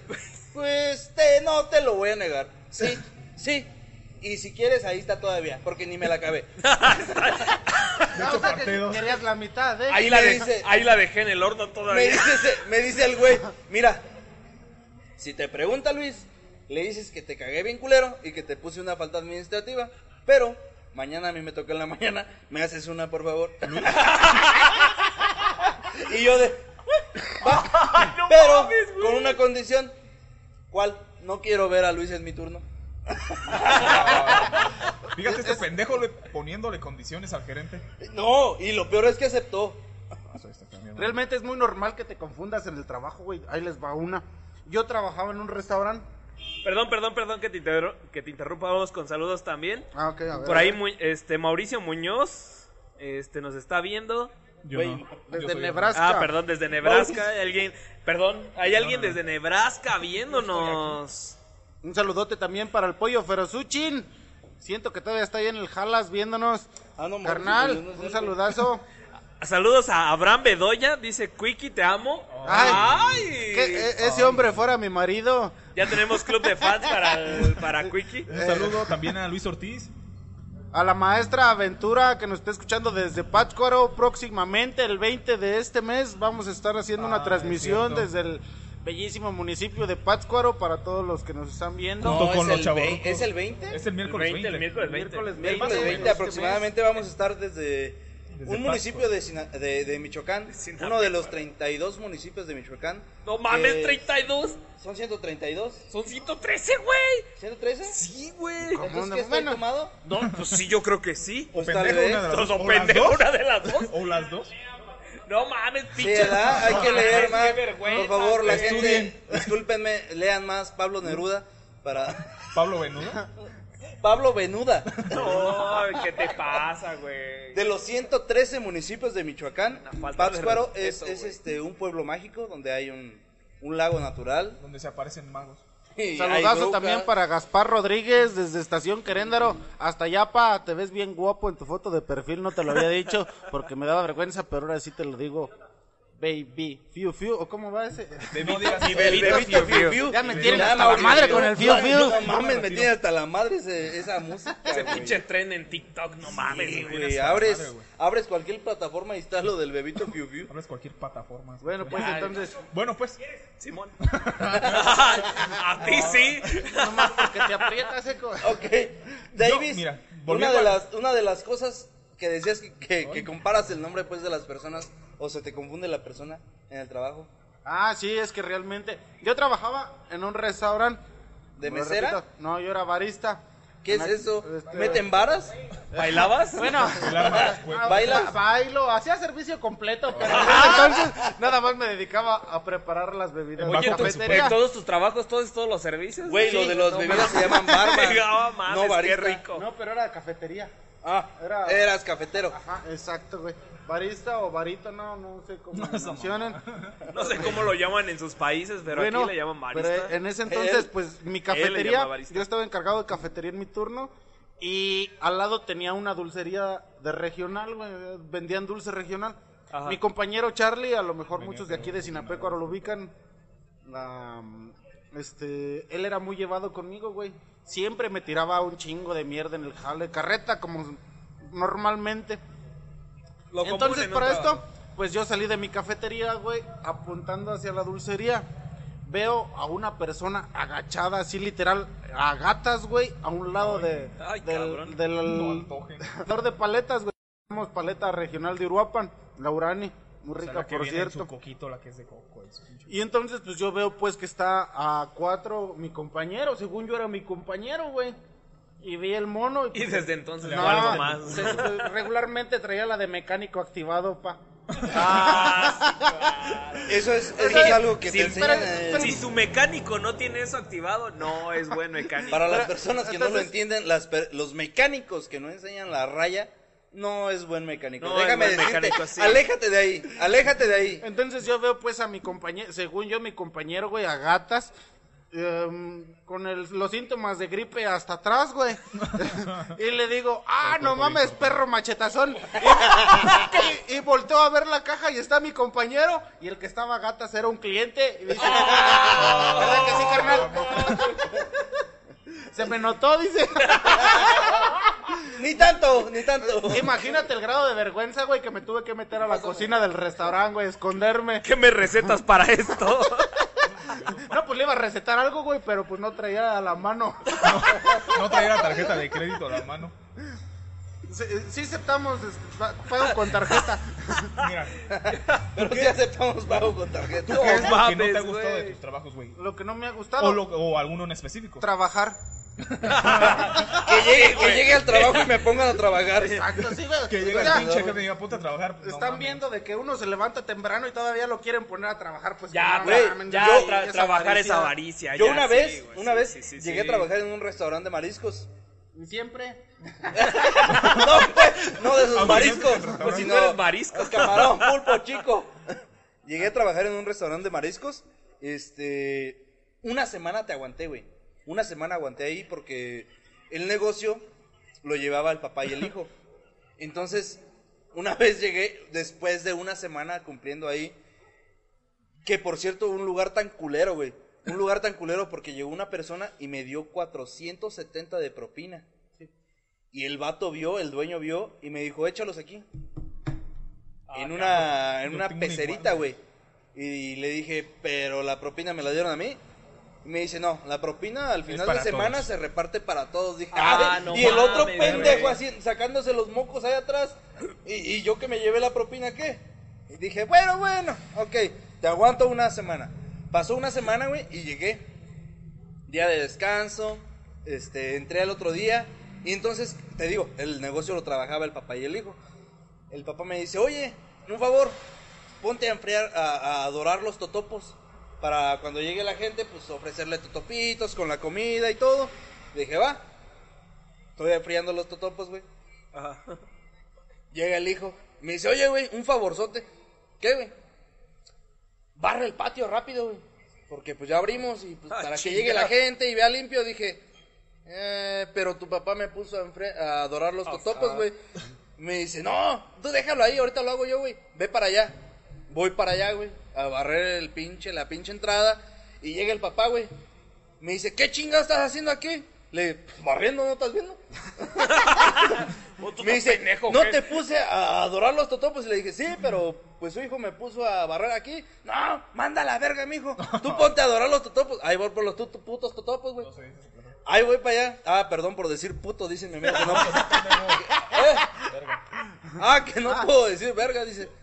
D: pues, te, no te lo voy a negar. Sí, sí. Y si quieres, ahí está todavía, porque ni me la acabé.
E: De hecho, partidos.
C: querías la mitad, ¿eh?
D: Ahí
B: Ahí la,
D: me
B: dej-
D: dice-
B: ahí la dejé en el horno
D: Me
B: todavía.
D: dice, ese- me dice el güey, mira, Si te pregunta Luis, le dices que te cagué bien culero y que te puse una falta administrativa, pero mañana a mí me toca en la mañana, me haces una por favor. y yo de... va,
B: no
D: pero
B: mames, güey.
D: con una condición, ¿cuál? No quiero ver a Luis en mi turno.
E: Fíjate este pendejo le- poniéndole condiciones al gerente. Este
D: No, y lo peor es que aceptó.
C: Realmente es muy normal que te confundas en el trabajo, güey. Ahí les va una. Yo trabajaba en un restaurante.
B: Perdón, perdón, perdón que te, interru- que te interrumpa. Vamos con saludos también.
C: Ah, ok, a ver.
B: Por ahí, Mu- este, Mauricio Muñoz este, nos está viendo.
E: Yo
D: Güey,
E: no. Yo
C: Desde
E: soy-
C: Nebraska.
B: Ah, perdón, desde Nebraska. hay alguien, perdón, hay alguien desde Nebraska viéndonos.
C: Un saludote también para el pollo Ferozuchin. Siento que todavía está ahí en el Jalas viéndonos.
D: Ah, no,
C: Carnal,
D: Mauricio, yo no sé,
C: un
D: güey.
C: saludazo.
B: Saludos a Abraham Bedoya. Dice, Quickie, te amo.
C: Ay.
B: Ay.
C: Que e- ese hombre fuera mi marido.
B: Ya tenemos club de fans para, el- para Quickie.
E: Un saludo también a Luis Ortiz.
C: A la maestra Aventura que nos está escuchando desde Pátzcuaro. Próximamente, el 20 de este mes, vamos a estar haciendo
E: Ah,
C: una
E: es
C: transmisión
E: cierto.
C: desde el bellísimo municipio de Pátzcuaro para todos los que nos están viendo.
E: Junto
D: No,
E: con
D: es,
E: los
D: el
E: chavos.
D: vei- ¿Es el 20?
E: Es el miércoles 20.
B: el miércoles 20.
C: Miércoles
D: El 20,
C: 20
D: 20 aproximadamente vamos a estar desde,
E: Desde
D: un
E: Pasco.
D: municipio de, Sina- de, de Michoacán,
B: Sinapec,
D: uno de los
B: güey.
D: 32 municipios de Michoacán.
B: No mames,
D: que
B: 32.
D: Son 132,
B: Son 113, güey.
D: 113.
B: Sí, güey.
C: ¿Cómo
D: Entonces,
C: no?
D: ¿qué estoy
C: Bueno.
D: tomado?
B: No, pues sí, yo creo que sí.
E: O
D: Pues tal
E: pendejo,
D: vez.
E: una de las
B: Todos
E: dos.
B: son
E: O las
B: pendejos,
E: dos.
B: una de las dos.
E: O las dos.
B: No mames,
D: Sí,
B: pinche.
D: ¿verdad? Hay que leer
B: Qué
D: más. Por
B: vergüenza,
D: favor, la
B: güey.
D: gente, discúlpenme, lean más Pablo Neruda para
E: Pablo Venuda.
D: Pablo Venuda.
B: No, ¿qué te pasa, güey?
D: De los 113 municipios de Michoacán,
B: Una falta de
D: Pátzcuaro es,
B: respeto,
D: es
B: güey.
D: este un pueblo mágico donde hay un, un lago natural.
E: Donde se aparecen magos.
D: y hay
C: Saludazo
D: brujas.
C: también para Gaspar Rodríguez desde Estación Queréndaro hasta Yapa. Te ves bien guapo en tu foto de perfil, no te lo había dicho porque me daba vergüenza, pero ahora sí te lo digo. Baby, fiu fiu, ¿o cómo va ese?
E: No digas
B: y bebida.
E: eso.
B: Fiu, fiu.
C: Ya me tienen
D: Ya,
C: hasta la
D: Mauricio,
C: madre con el fiu
D: no,
C: fiu.
D: No mames, me tiene hasta la madre ese- esa música.
B: Ese
D: güey.
B: pinche tren en TikTok, no mames,
D: Sí,
B: güey.
D: güey, abres, abres cualquier plataforma y está lo del bebito fiu fiu.
E: Abres cualquier plataforma.
C: Bueno, pues
B: Ay.
C: entonces,
E: Bueno, pues.
B: Simón. a ti sí.
C: nomás porque te aprietas, eco.
D: Ok, Davis,
E: Yo, mira,
D: una,
E: volviendo
D: de
E: a-
D: las, una de las cosas que decías que, que- que comparas el nombre pues de las personas o se te confunde la persona en el trabajo.
C: Ah, sí, es que realmente. Yo trabajaba en un restaurante.
D: ¿De
C: Lo
D: mesera?
C: repito, No, yo era barista.
D: ¿Qué es
C: Una-
D: eso?
C: este-
D: ¿Meten varas?
B: ¿Bailabas?
C: Bueno,
E: Bailar,
D: Baila.
C: baila, bailo, hacía servicio completo, pero en ese entonces nada más me dedicaba a preparar las bebidas.
B: Oye,
E: bajo
B: tú-
E: presupuesto.
B: de todos tus trabajos, todos, todos los servicios.
D: Güey, lo
B: Sí,
D: de los
B: no
D: bebidas
B: mames.
D: se llaman barman.
B: No mames,
D: no
B: qué
D: barista.
B: rico.
C: No, pero era de cafetería.
D: Ah,
C: Era-
D: eras cafetero.
C: Ajá, exacto, güey. Barista o barito, no, no sé cómo lo mencionan.
B: No sé cómo lo llaman en sus países, pero
C: Bueno,
B: aquí le llaman
C: pero,
B: barista.
C: eh, en ese entonces,
D: Él-
C: pues mi
B: llama
C: cafetería,
B: barista.
C: yo estaba encargado de cafetería en mi turno y al lado tenía una dulcería de regional, güey, vendían dulce regional.
B: Ajá.
C: Mi compañero Charlie, a lo mejor muchos de aquí de Sinapeco ahora lo ubican, la, este, él era muy llevado conmigo, güey. Siempre me tiraba un chingo de mierda en el jale, carreta como normalmente.
B: Lo común
C: Entonces,
B: en un
C: para
B: trabajo.
C: esto, pues yo salí de mi cafetería, güey, apuntando hacia la dulcería. Veo a una persona agachada, así literal, a gatas, güey, a un lado de,
B: ay,
C: del,
B: cabrón.
E: No
C: del
E: antojen.
C: vendedor de paletas, güey. Tenemos paleta regional de Uruapan, Laurani, muy rica,
E: La que
C: por
E: viene en su
C: cierto.
E: coquito, la que es de coco. es un chico.
C: Y entonces, pues yo veo, pues, que está a cuatro mi compañero, según yo era mi compañero, güey. Y vi el mono.
B: Y
C: pues,
B: desde entonces
E: No,
B: no, algo más.
C: se- se- regularmente traía la de mecánico activado, pa. Ah,
D: Eso es, eso es algo que
B: Sí,
D: te enseñan
C: espérate,
D: eh,
B: Si su mecánico no tiene eso activado, no es buen mecánico.
D: Para las
C: Pero,
D: personas que no lo
C: entonces-
D: entienden, las per- los mecánicos que no enseñan la raya, no es buen mecánico.
B: No es
D: Déjame
B: buen
D: decirte,
B: mecánico, sí.
D: aléjate de ahí, aléjate de ahí.
C: Entonces yo veo pues a mi compañero, según yo mi compañero, güey, a gatas, em, con el- los síntomas de gripe hasta atrás, güey. y le digo, ah, no mames, perro machetazón. y, y volteo a ver la caja y está mi compañero y el que estaba a gatas era un cliente. Y dice, ¿verdad que sí, carnal? Se me notó, dice.
D: Ni tanto, ni tanto.
C: Imagínate el grado de vergüenza, güey, que me tuve que meter a la cocina del restaurante, güey, esconderme.
B: ¿Qué me recetas para esto?
C: No, pues pues le iba a recetar algo, güey, pero pues no traía a la mano.
E: No traía la tarjeta de crédito a la mano.
C: Sí, eh, sí aceptamos este, pa- pago con tarjeta.
E: Mira,
D: Pero sí aceptamos pago con tarjeta.
E: ¿tú qué es lo que no
B: mames,
E: te ha gustado de
B: güey.
E: tus trabajos, güey?
C: Lo que no me ha
E: O,
C: gustado,
E: lo- o alguno en específico.
C: trabajar.
D: Que llegue, que llegue al trabajo y me pongan a trabajar.
C: Exacto, sí, güey.
E: Que llega
C: O
E: el
C: sea,
E: pinche jefe y me apunta a trabajar. pues, No
C: Están
E: mames.
C: viendo de que uno se levanta temprano y todavía lo quieren poner a trabajar, pues
B: Ya,
C: no,
D: güey,
C: mamen,
B: Ya,
C: güey,
B: tra-
C: esa
B: trabajar es
C: avaricia.
B: avaricia.
D: Yo
B: ya,
D: una
B: sí,
D: vez,
B: güey,
D: una
B: sí,
D: vez
B: sí, sí,
D: llegué
B: sí.
D: a trabajar en un restaurante de mariscos.
C: Y Siempre.
D: No, pues, no de sus
E: Aunque
D: mariscos.
E: siempre-
D: pues,
B: si
D: sino
B: no eres marisco.
D: Camarón, pulpo, chico. Llegué a trabajar en un restaurante de mariscos. Este. Una semana te aguanté, güey. Una semana aguanté ahí porque el negocio lo llevaba el papá y el hijo. Entonces, una vez llegué, después de una semana cumpliendo ahí, que por cierto, un lugar tan culero, güey. Un lugar tan culero porque llegó una persona y me dio 470 de propina. Y el vato vio, el dueño vio y me dijo, échalos aquí. en una, en
E: Ah, Yo
D: una
E: tengo un
D: pecerita,
E: igual,
D: güey. Y le dije, pero la propina me la dieron a mí. Y me dice, no, la propina al final de
E: para
D: semana
E: todos.
D: se reparte para todos. Dije,
B: Ah,
D: "Ay".
B: no
D: y el otro
B: mames,
D: pendejo
B: güey.
D: así sacándose los mocos ahí atrás. Y, y yo que me llevé la propina, ¿qué? Y dije, bueno, bueno, ok, te aguanto una semana. Pasó una semana, güey, y llegué. Día de descanso, este, entré al otro día. Y entonces, te digo, el negocio lo trabajaba el papá y el hijo. El papá me dice, oye, un favor, ponte a enfriar, a, a dorar los totopos. Para cuando llegue la gente, pues ofrecerle totopitos con la comida y todo. Dije, va. Estoy enfriando los totopos, güey.
B: Ajá.
D: Llega el hijo. Me dice, oye, güey, un favorzote. ¿Qué, güey? Barre el patio rápido, güey. Porque pues ya abrimos y pues,
B: Ah,
D: para
B: chinga.
D: que llegue la gente y vea limpio, dije, "Eh, pero tu papá me puso a, enfre- a adorar los totopos, güey. Me dice, no, tú déjalo ahí, ahorita lo hago yo, güey. Ve para allá. Voy para allá, güey. A barrer el pinche, la pinche entrada. Y llega el papá, güey. Me dice, ¿qué chingado estás haciendo aquí? Le, "Pues, barriendo, ¿no estás viendo? me dice, no te puse a adorar los totopos. Y le dije, sí, pero pues su hijo me puso a barrer aquí. No, manda la verga, mijo. Tú ponte a adorar los totopos. Ahí voy por los tut- putos totopos, güey. Ahí voy para allá. Ah, perdón por decir puto, dice mi amigo. Que no, ¿Eh? Ah, que no puedo decir verga, dice.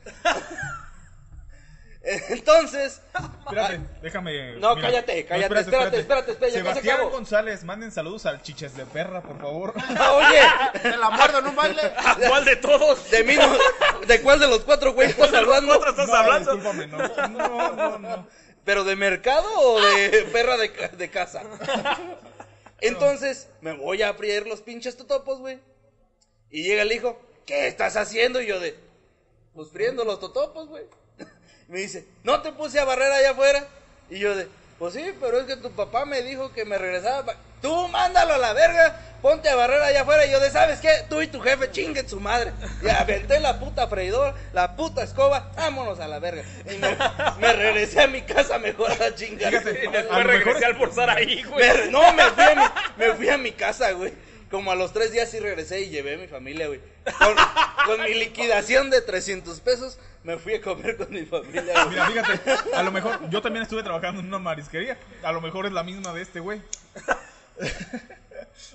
D: Entonces,
E: Espérate, déjame.
D: No, cállate, cállate, espérate, espérate, espérate, ya casi
E: Sebastián
D: acabo.
E: González, manden saludos al chiches de perra, por favor.
D: ah, oye,
C: Te la muerdo en un baile.
B: Ah, ¿Cuál de todos?
D: de mí no- ¿de cuál de los cuatro güeyes estás hablando?
B: ¿Cuánto estás
E: No,
B: hablando?
E: discúlpame, no. No, no, no.
D: ¿Pero de mercado o de perra de, ca- de casa? Entonces, me voy a abrir los pinches totopos, güey. Y llega el hijo, ¿qué estás haciendo? Y yo de, pues friendo los totopos, güey. Me dice, ¿no te puse a barrer allá afuera? Y yo de, pues sí, pero es que tu papá me dijo que me regresaba. pa- Tú mándalo a la verga, ponte a barrer allá afuera. Y yo de, ¿sabes qué? Tú y tu jefe chinguen su madre. Y aventé la puta freidora, la puta escoba, vámonos a la verga. Y me, me regresé a mi casa mejor a chingar.
E: Fíjate,
B: Y
E: A
B: después
E: lo mejor
B: regresé
E: es-
B: al forzar ahí, güey.
D: Me- no, me fui, a mi, me fui a mi casa, güey. Como a los tres días sí regresé y llevé a mi familia, güey. Con, con mi liquidación de 300 pesos, me fui a comer con mi familia, güey.
E: Mira, fíjate, a lo mejor yo también estuve trabajando en una marisquería. A lo mejor es la misma de este güey.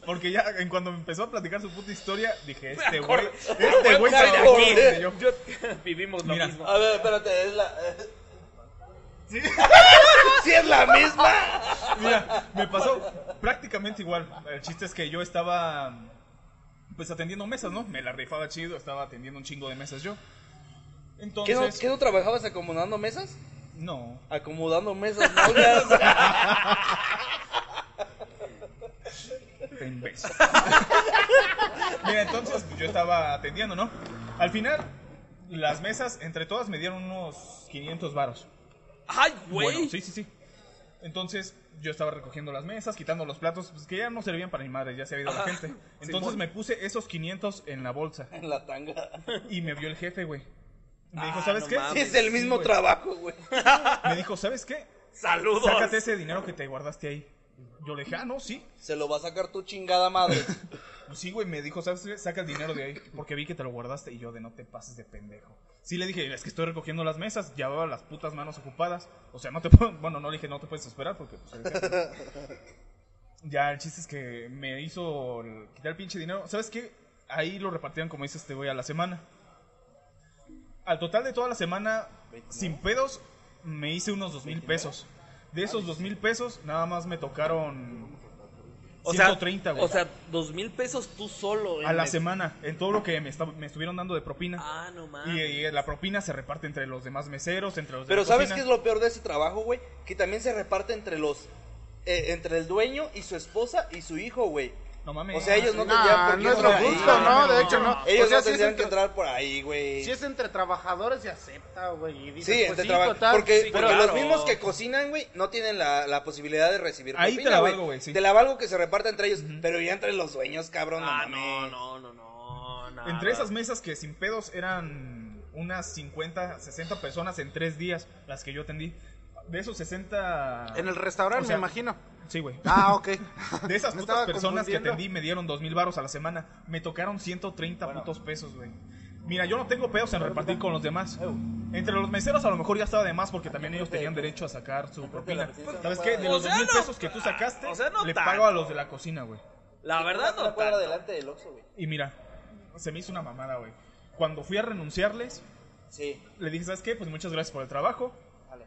E: Porque ya en cuando me empezó a platicar su puta historia, dije, este güey,
B: acordé.
E: este güey
D: Me
E: trabajó
D: acordé.
E: donde yo.
B: Yo- vivimos lo
E: Mira.
B: mismo.
D: A ver, espérate, es la... eh,
E: Sí,
D: ¡Sí es la misma!
E: mira, me pasó prácticamente igual. El chiste es que yo estaba pues atendiendo mesas, ¿no? Me la rifaba chido, estaba atendiendo un chingo de mesas yo.
D: ¿Qué no,
E: Entonces,
D: qué no trabajabas acomodando mesas?
E: no.
D: Acomodando mesas, nalgas.
E: Te imbécil. Mira, entonces pues, yo estaba atendiendo, ¿no? Al final, las mesas, entre todas, me dieron unos 500 varos.
B: Ay,
E: Bueno,
B: güey.
E: sí, sí, sí. Entonces, yo estaba recogiendo las mesas, quitando los platos, pues, que ya no servían para mi madre, ya se había ido la gente. Entonces me puse esos 500 en la bolsa
D: En la tanga.
E: y me vio el jefe, güey. Me dijo,
B: Ah,
E: ¿sabes
B: no
E: qué?
D: Sí,
B: mames.
D: es el mismo
E: güey.
D: trabajo, güey.
E: Me dijo, ¿sabes qué?
B: Saludos.
E: Sácate ese dinero que te guardaste ahí. Yo le dije, ah, no, sí.
D: Se lo va a sacar tu chingada madre.
E: Pues Sí, güey, me dijo, ¿sabes qué? Saca el dinero de ahí, porque vi que te lo guardaste y yo de no te pases de pendejo. Sí le dije, es que estoy recogiendo las mesas, llevaba las putas manos ocupadas. O sea, no te puedo, bueno, no le dije, no te puedes esperar porque pues, eres jefe. ya el chiste es que me hizo el- quitar el pinche dinero. ¿Sabes qué? Ahí lo repartían como dices, te voy a la semana. Al total de toda la semana, sin pedos, me hice unos dos mil pesos. De esos dos mil pesos, nada más me tocaron
B: O sea,
E: 130, güey.
B: O sea, dos mil pesos tú solo.
E: a
B: en
E: la
B: el-
E: semana, en todo lo que me, esta- me estuvieron dando de propina.
B: Ah, no mames.
E: Y, y la propina se reparte entre los demás meseros, entre los de
D: Pero
E: la
D: ¿sabes
E: cocina.
D: qué es lo peor de ese trabajo, güey? Que también se reparte entre los... eh, entre el dueño y su esposa y su hijo, güey.
E: No mames.
D: O sea, ellos no
C: Nah,
D: tendrían por qué
C: no es
D: entrar
C: lo
D: ahí,
C: justo,
D: güey.
C: ¿no? De hecho, no.
D: Ellos
C: O sea,
D: no
C: si es
D: tendrían que
C: entre-
D: entrar por ahí, güey.
C: Si es entre trabajadores, se acepta, güey. y dices,
D: Sí,
C: pues
D: entre
C: sí,
D: traba-
C: total.
D: Porque,
B: Sí,
D: porque
B: claro.
D: los mismos que cocinan, güey, no tienen la, la posibilidad de recibir
E: Ahí te la valgo, güey, sí.
D: Te la valgo que se reparta entre ellos, pero ya entre los dueños, cabrón,
B: Ah,
D: no
B: no,
D: mames.
B: no, no, no. nada.
E: Entre esas mesas que sin pedos eran unas 50, 60 personas en tres días, las que yo atendí. De esos 60...
C: En el restaurante,
E: O sea,
C: me imagino.
E: Sí, güey.
C: Ah, ok.
E: De esas
C: Me
E: putas
C: estaba
E: personas que
C: confundiendo.
E: atendí me dieron dos mil baros a la semana. Me tocaron 130 putos pesos, güey. Mira, yo no tengo pedos en repartir con los demás. Entre los meseros a lo mejor ya estaba de más porque también ellos tenían derecho a sacar su propina. ¿Sabes qué? De
B: O
E: los
B: sea,
E: dos mil
B: no-
E: pesos que tú sacaste,
B: o sea, no
E: le
B: tanto.
E: pago a los de la cocina, güey.
B: La verdad no tanto.
D: del Oxxo, güey.
E: Y mira, se me hizo una mamada, güey. Cuando fui a renunciarles,
D: Sí,
E: le dije, ¿sabes qué? Pues muchas gracias por el trabajo.
D: vale.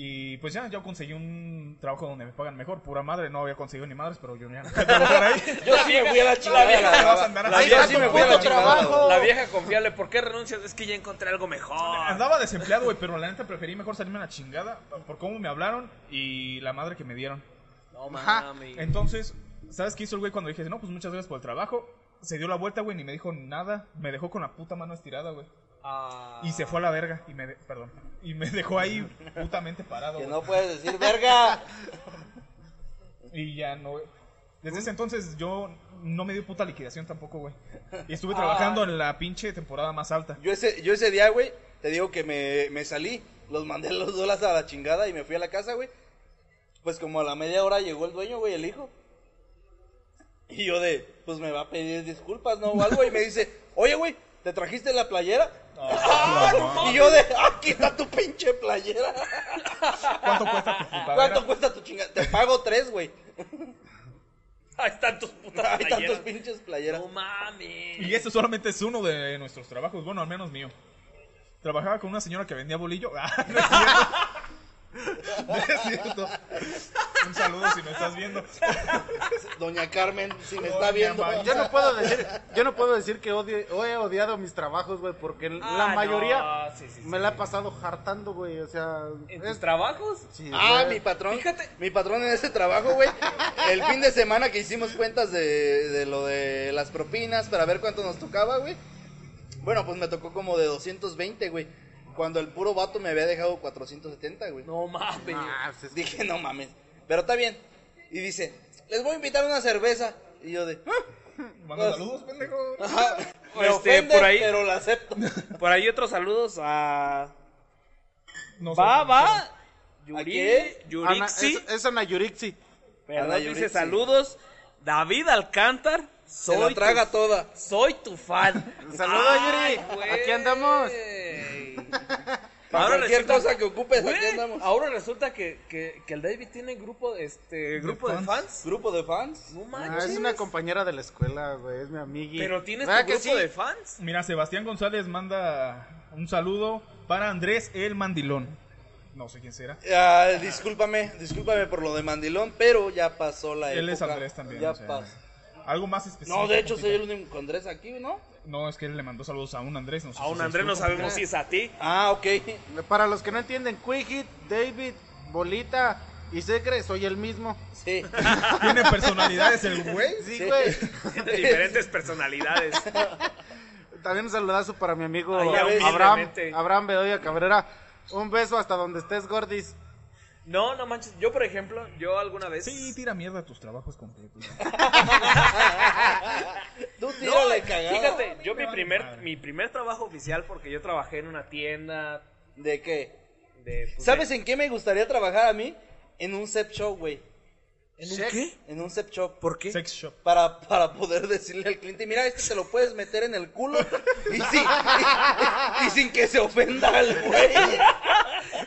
E: Y pues ya, yo conseguí un trabajo donde me pagan mejor. Pura madre, no había conseguido ni madres, pero yo ya no voy a trabajar ahí.
D: Yo sí me voy a la chingada.
B: vieja
D: la
E: vas a
D: verdad.
E: andar
D: La
E: así.
D: vieja
E: Ahí
D: sí
E: está
D: me
E: tu
D: voy a la
E: puto
D: chingada.
C: trabajo.
D: güey.
B: La vieja confiable, ¿por qué renuncias? Es que ya encontré algo mejor.
E: Andaba desempleado, güey, pero la neta preferí mejor salirme a la chingada por cómo me hablaron y la madre que me dieron.
B: No
C: Ajá.
B: mames.
E: Entonces, ¿sabes qué hizo el güey cuando dije, no, pues muchas gracias por el trabajo? Se dio la vuelta, güey, ni me dijo nada. Me dejó con la puta mano estirada, güey.
B: Ah.
E: Y se fue a la verga. Y me, de- perdón. Y me dejó ahí putamente parado,
D: Que
E: güey.
D: no puedes decir, verga.
E: Y ya no. Desde ese entonces yo no me dio puta liquidación tampoco, güey. Y estuve
D: Ah.
E: trabajando en la pinche temporada más alta.
D: Yo ese, yo ese día, güey, te digo que me, me salí, los mandé los dólares a la chingada y me fui a la casa, güey. Pues como a la media hora llegó el dueño, güey, el hijo. Y yo de, pues me va a pedir disculpas, ¿no? O algo, y me dice, oye, güey, ¿te trajiste la playera? ¡Ah, no mames! y yo de, aquí está tu pinche playera.
E: ¿Cuánto cuesta tu puta
D: ¿Cuánto cuesta tu chingada? Te pago tres, güey.
B: Ahí están tus putas
D: Ahí están tus
B: playeras.
D: pinches playeras.
B: No mames.
E: Y eso solamente es uno de nuestros trabajos, bueno, al menos mío. Trabajaba con una señora que vendía bolillo. Ah, no es cierto. No es cierto. Un saludo si me estás viendo.
D: Doña Carmen, si me
E: Doña
D: está viendo.
E: María.
C: Yo no puedo decir, yo no puedo decir que odie- o he odiado mis trabajos, güey, porque
B: Ah,
C: la mayoría
B: no, sí, sí, sí.
C: me la he pasado hartando, güey. O sea,
B: ¿En
C: es-
B: tus trabajos?
C: sí,
D: Ah,
C: güey.
D: mi patrón.
B: Fíjate.
D: Mi patrón en ese trabajo, güey. El fin de semana que hicimos cuentas de, de lo de las propinas para ver cuánto nos tocaba, güey. Bueno, pues me tocó como de 220, güey. Cuando el puro vato me había dejado 470, güey.
B: No mames.
C: Ah, pues es-
D: Dije, no mames. Pero está bien. Y dice, les voy a invitar una cerveza. Y yo de, "Ah,
E: Manda saludos, pendejo.
D: ajá,
B: Este,
D: me ofende,
B: por ahí-
D: pero la acepto.
B: Por ahí otros saludos a.
E: No sé.
B: Va, va.
D: ¿A
B: Yuri,
D: qué?
C: Ana-
B: Yurixi.
C: es, es Ana Yurixi.
B: Perdón,
D: eh, Ana
B: dice
D: Yurixi.
B: saludos. David Alcántar.
D: Se
B: Soy
D: la traga
B: tu,
D: toda.
B: soy tu fan.
C: Saludos,
B: Ay,
C: Yuri.
B: güey.
C: Aquí andamos.
D: Para
B: Ahora
D: cualquier
B: resulta-
D: cosa que ocupes, aquí
B: Güey,
D: andamos.
B: Ahora resulta que, que, que el David tiene grupo, este, grupo de
E: fans.
B: fans.
D: Grupo de fans.
B: No
C: Ah,
B: manches.
C: es una compañera de la escuela, güey, es mi amigui.
B: Pero tienes tu
C: ¿Verdad que
B: grupo
C: sí?
B: de fans.
E: Mira, Sebastián González manda un saludo para Andrés el Mandilón. No sé quién será.
D: Ah, discúlpame, discúlpame por lo de Mandilón, pero ya pasó la época.
E: Él es Andrés también.
D: Ya
E: o sea,
D: pasó.
E: Algo más específico.
D: No, de hecho soy el
E: compita.
D: único Andrés aquí, ¿no?
E: No, es que él le mandó saludos a un Andrés. No sé
B: A
E: si
B: un
E: se
B: Andrés no
E: escucha.
B: sabemos si es a ti.
D: Ah, ok.
C: Para los que no entienden, Quigit, David, Bolita y Secre, soy el mismo.
D: Sí.
E: Tiene personalidades el güey.
C: Sí,
D: Sí.
C: güey.
B: Tiene diferentes personalidades.
C: También un saludazo para mi amigo
B: Ay, ya ves.
C: Abraham,
B: Humildemente.
C: Abraham Bedoya Cabrera. Un beso hasta donde estés, Gordis.
B: No, no manches. Yo, por ejemplo, yo alguna vez.
E: Sí, tira mierda a tus trabajos completos.
D: Tú
B: No,
D: tírale cagada.
B: fíjate, yo
E: me
B: mi
E: vale
B: primer,
E: madre.
B: mi primer trabajo oficial, porque yo trabajé en una tienda
D: ¿De qué?
B: de. pues,
D: ¿Sabes
B: de-
D: en qué me gustaría trabajar a mí? En un set show, güey.
F: ¿En un
B: ¿Sex?
F: qué?
D: En un sex shop.
F: ¿Por qué?
E: Sex shop.
D: Para, para poder decirle al cliente, mira, este se lo puedes meter en el culo y, sin- y sin que se ofenda al güey.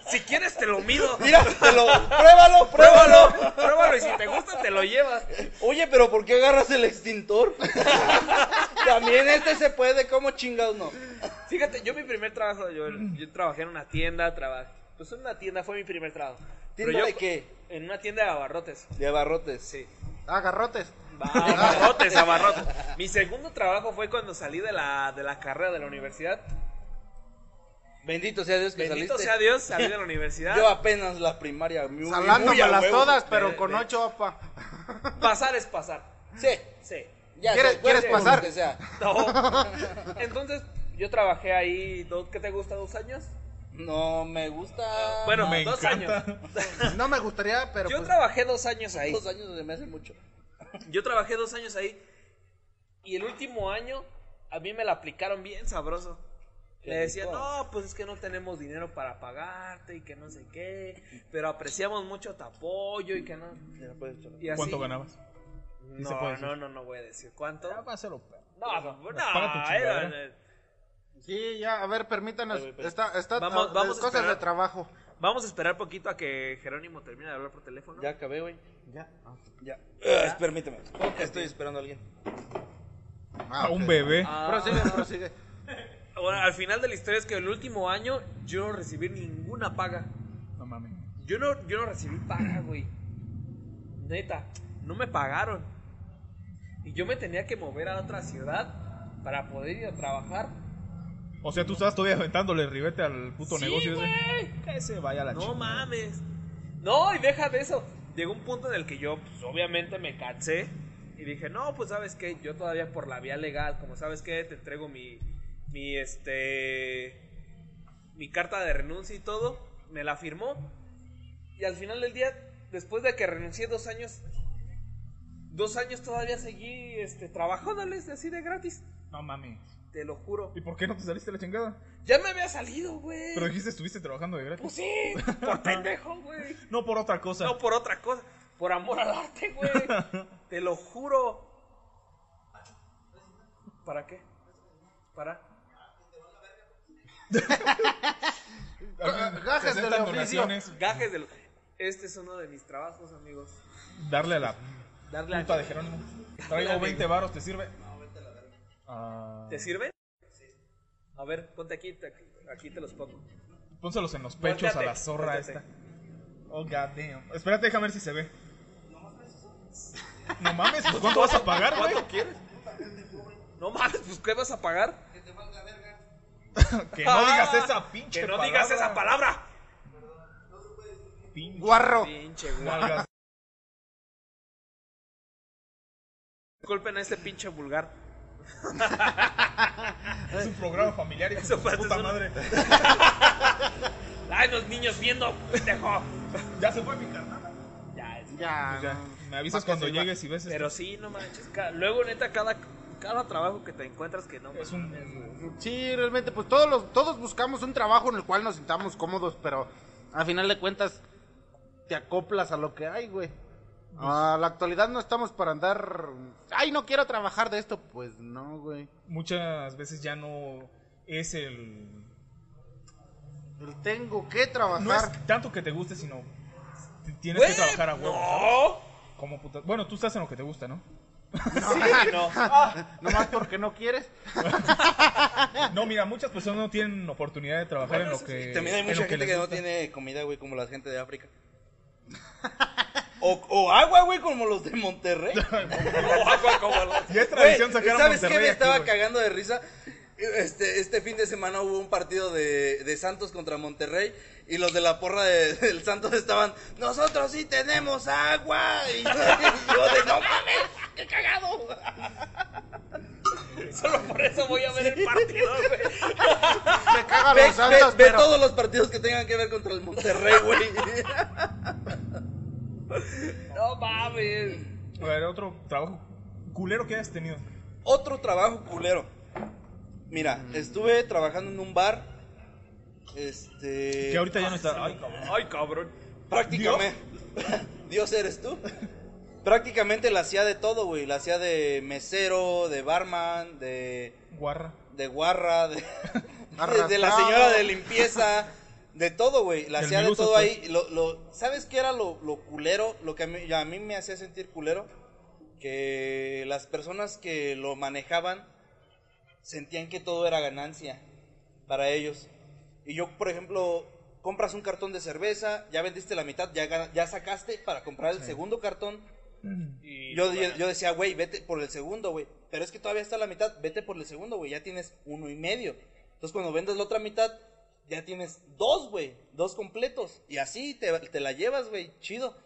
B: Si quieres, te lo mido.
D: Mira, te lo, pruébalo, pruébalo.
B: Pruébalo, pruébalo y si te gusta, te lo llevas.
D: Oye, pero ¿por qué agarras el extintor? También este se puede, ¿cómo chingados no?
B: Fíjate, yo mi primer trabajo, yo, yo trabajé en una tienda, trabajé. Pues en una tienda fue mi primer trabajo.
D: ¿Tienda
B: yo-
D: de qué?
B: En una tienda de abarrotes.
D: De abarrotes.
B: Sí.
C: Agarrotes.
D: Ah.
B: Abarrotes, abarrotes. Mi segundo trabajo fue cuando salí de la, de la carrera de la universidad.
D: Bendito sea Dios que
B: Bendito
D: saliste.
B: sea Dios, salí de la universidad.
D: Yo apenas la primaria. muy- muy a
C: Salándomelas
D: huevo.
C: todas, pero con
B: de-
C: ocho, apa.
B: Pasar es pasar.
D: Sí,
B: Sí.
D: ya.
C: ¿Quieres-
D: se puede,
C: quieres pasar?
D: lo que sea.
B: No. Entonces, yo trabajé ahí, do- ¿qué te gusta? ¿Dos años?
D: No, me gusta.
B: Bueno,
E: Me
B: dos
E: encanta.
B: años.
C: No me gustaría, pero
B: Yo
C: pues,
B: trabajé dos años ahí.
D: Dos años se me hace mucho.
B: Yo trabajé dos años ahí. Y el último año, a mí me la aplicaron bien sabroso.
D: Qué
B: Le decía,
D: rico.
B: no, pues es que no tenemos dinero para pagarte y que no sé qué, pero apreciamos mucho tu apoyo y que no.
D: Mira, pues, chaval.
B: Y así.
E: ¿Cuánto ganabas?
B: No,
E: se puede decir.
B: no, no, no voy a decir cuánto.
E: Ya, pásalo, perro.
B: No, no, no,
E: Paga tu
B: era- eh,
E: chingadera.
C: sí, ya, a ver, permítanos. Está, está,
B: Vamos-
C: ah,
B: vamos a
C: cosas de
B: esperar.
C: trabajo.
B: Vamos a esperar poquito a que Jerónimo termine de hablar por teléfono.
D: Ya acabé, güey.
C: Ya.
D: Ya. Ah, permíteme. Estoy esperando a alguien.
E: A
C: Ah, ok.
E: un bebé.
B: Ah,
C: Prosigue, prosigue.
B: bueno, al final de la historia es que el último año yo no recibí ninguna paga.
E: No mames.
B: Yo no, yo no recibí paga, güey. Neta, no me pagaron. Y yo me tenía que mover a otra ciudad para poder ir a trabajar.
E: O sea, tú estabas todavía aventándole ribete al puto
B: Sí,
E: negocio ese.
B: güey.
E: Que se vaya a la
B: No
E: chingada.
B: mames. No, y deja de eso. Llegó un punto en el que yo, pues, obviamente me cansé. Y dije, no, pues, ¿sabes qué? Yo todavía por la vía legal, como sabes qué, te entrego mi, mi, este, mi carta de renuncia y todo. Me la firmó. Y al final del día, después de que renuncié dos años, dos años todavía seguí, este, trabajándoles así de gratis.
E: No mames.
B: Te lo juro.
E: ¿Y por qué no te saliste a la chingada?
B: Ya me había salido, güey.
E: Pero dijiste estuviste trabajando de gratis.
B: Pues sí, por pendejo, güey.
E: No por otra cosa.
B: No por otra cosa, por amor al arte, güey. Te lo juro. ¿Para qué? ¿Para? ah,
C: Gajes del
E: Presentan
C: oficio.
E: donaciones,
B: Gajes de lo- Este es uno de mis trabajos, amigos.
E: Darle a la
B: Darle
E: puta
B: a...
E: de Jerónimo. Traigo 20 varos, ¿te sirve? Ah,
B: ¿Te sirve? A ver, ponte aquí, te- aquí, te los pongo.
E: pónselos en los pechos a
B: Volteate,
E: la zorra
B: volteate.
E: esta. Oh, goddamn. Espérate, déjame ver si se ve. No mames, pues ¿cuánto vas a pagar, güey?
B: ¿Cuánto quieres? No mames, pues ¿qué vas a pagar?
E: Que no digas
B: Ah,
E: esa pinche
B: Que no digas esa palabra.
E: Pinche
C: Guarro.
B: Pinche güey.
E: nalgas.
B: Disculpen a este pinche vulgar.
E: Es un programa familiar, hijo de
B: Eso
E: su
B: fue-
E: puta
B: eso-
E: madre.
B: Ay, los niños viendo, pendejo.
E: Ya se fue mi carnal.
B: Ya, es-
C: Ah, Ya.
E: Pues Ya,
C: no.
E: me avisas
C: Pa' que
E: cuando
C: se va.
E: llegues y ves esto.
B: Pero sí, no manches. ca- Luego, neta, cada, cada trabajo que te encuentras que no
E: Es un...
C: Sí, realmente, pues todos los, todos buscamos un trabajo en el cual nos sintamos cómodos, pero al final de cuentas te acoplas a lo que hay, güey.
E: Pues
C: A la actualidad no estamos para andar. Ay, no quiero trabajar de esto. Pues no, güey.
E: muchas veces ya no es el
C: Pero tengo que trabajar.
E: no es tanto que te guste sino t- tienes
B: Güey,
E: que trabajar a huevo ¿sabes?
B: No.
E: como puta bueno tú estás en lo que te gusta no
B: Sí, no.
C: Nomás porque no quieres.
E: no mira muchas personas no tienen oportunidad de trabajar en lo que
D: También hay
E: en
D: mucha
E: lo
D: gente
E: les
D: que no
E: gusta.
D: tiene comida, güey, como la gente de África. O, o agua, güey, como los de Monterrey.
B: No, agua como la-
E: ya es tradición
D: Güey,
E: sacar a
D: ¿Sabes qué?
E: Monterrey
D: Me
E: aquí,
D: estaba
E: güey.
D: cagando de risa. Este, este fin de semana hubo un partido de, de Santos contra Monterrey y los de la porra de- del Santos estaban, nosotros sí tenemos agua. Y yo, de, no mames, qué cagado.
B: Solo por eso voy a ver el partido, güey.
C: Me cagan
D: Ve,
C: los santos,
D: ve- ve
C: pero.
D: todos los partidos que tengan que ver contra el Monterrey, güey.
B: No mames.
E: a ver otro trabajo culero que hayas tenido
D: Otro trabajo culero. Mira, estuve trabajando en un bar. Este.
B: Ah,
E: que ahorita ya no está ay cabrón
B: Ay, cabrón.
D: Prácticamente. Dios eres tú. Prácticamente la hacía de todo, güey. La hacía de mesero, de barman, de,
E: Guarra.
D: de guarra, de,
C: Arrastrado.
D: de la señora de limpieza, de todo, güey. La
E: Del
D: hacía de
E: meluso,
D: todo
E: pues.
D: ahí. Lo, lo- ¿Sabes qué era lo, lo culero? Lo que a mí, a mí me hacía sentir culero. Que las personas que lo manejaban sentían que todo era ganancia para ellos. Y yo, por ejemplo, compras un cartón de cerveza, ya vendiste la mitad, ya, gana- ya sacaste para comprar el segundo cartón.
B: Y
D: Yo, yo, yo decía, güey, vete por el segundo, güey. Pero es que todavía está la mitad, vete por el segundo, güey. Ya tienes uno y medio. Entonces, cuando vendes la otra mitad, ya tienes dos, güey. Dos completos. Y así te, te la llevas, güey. Chido.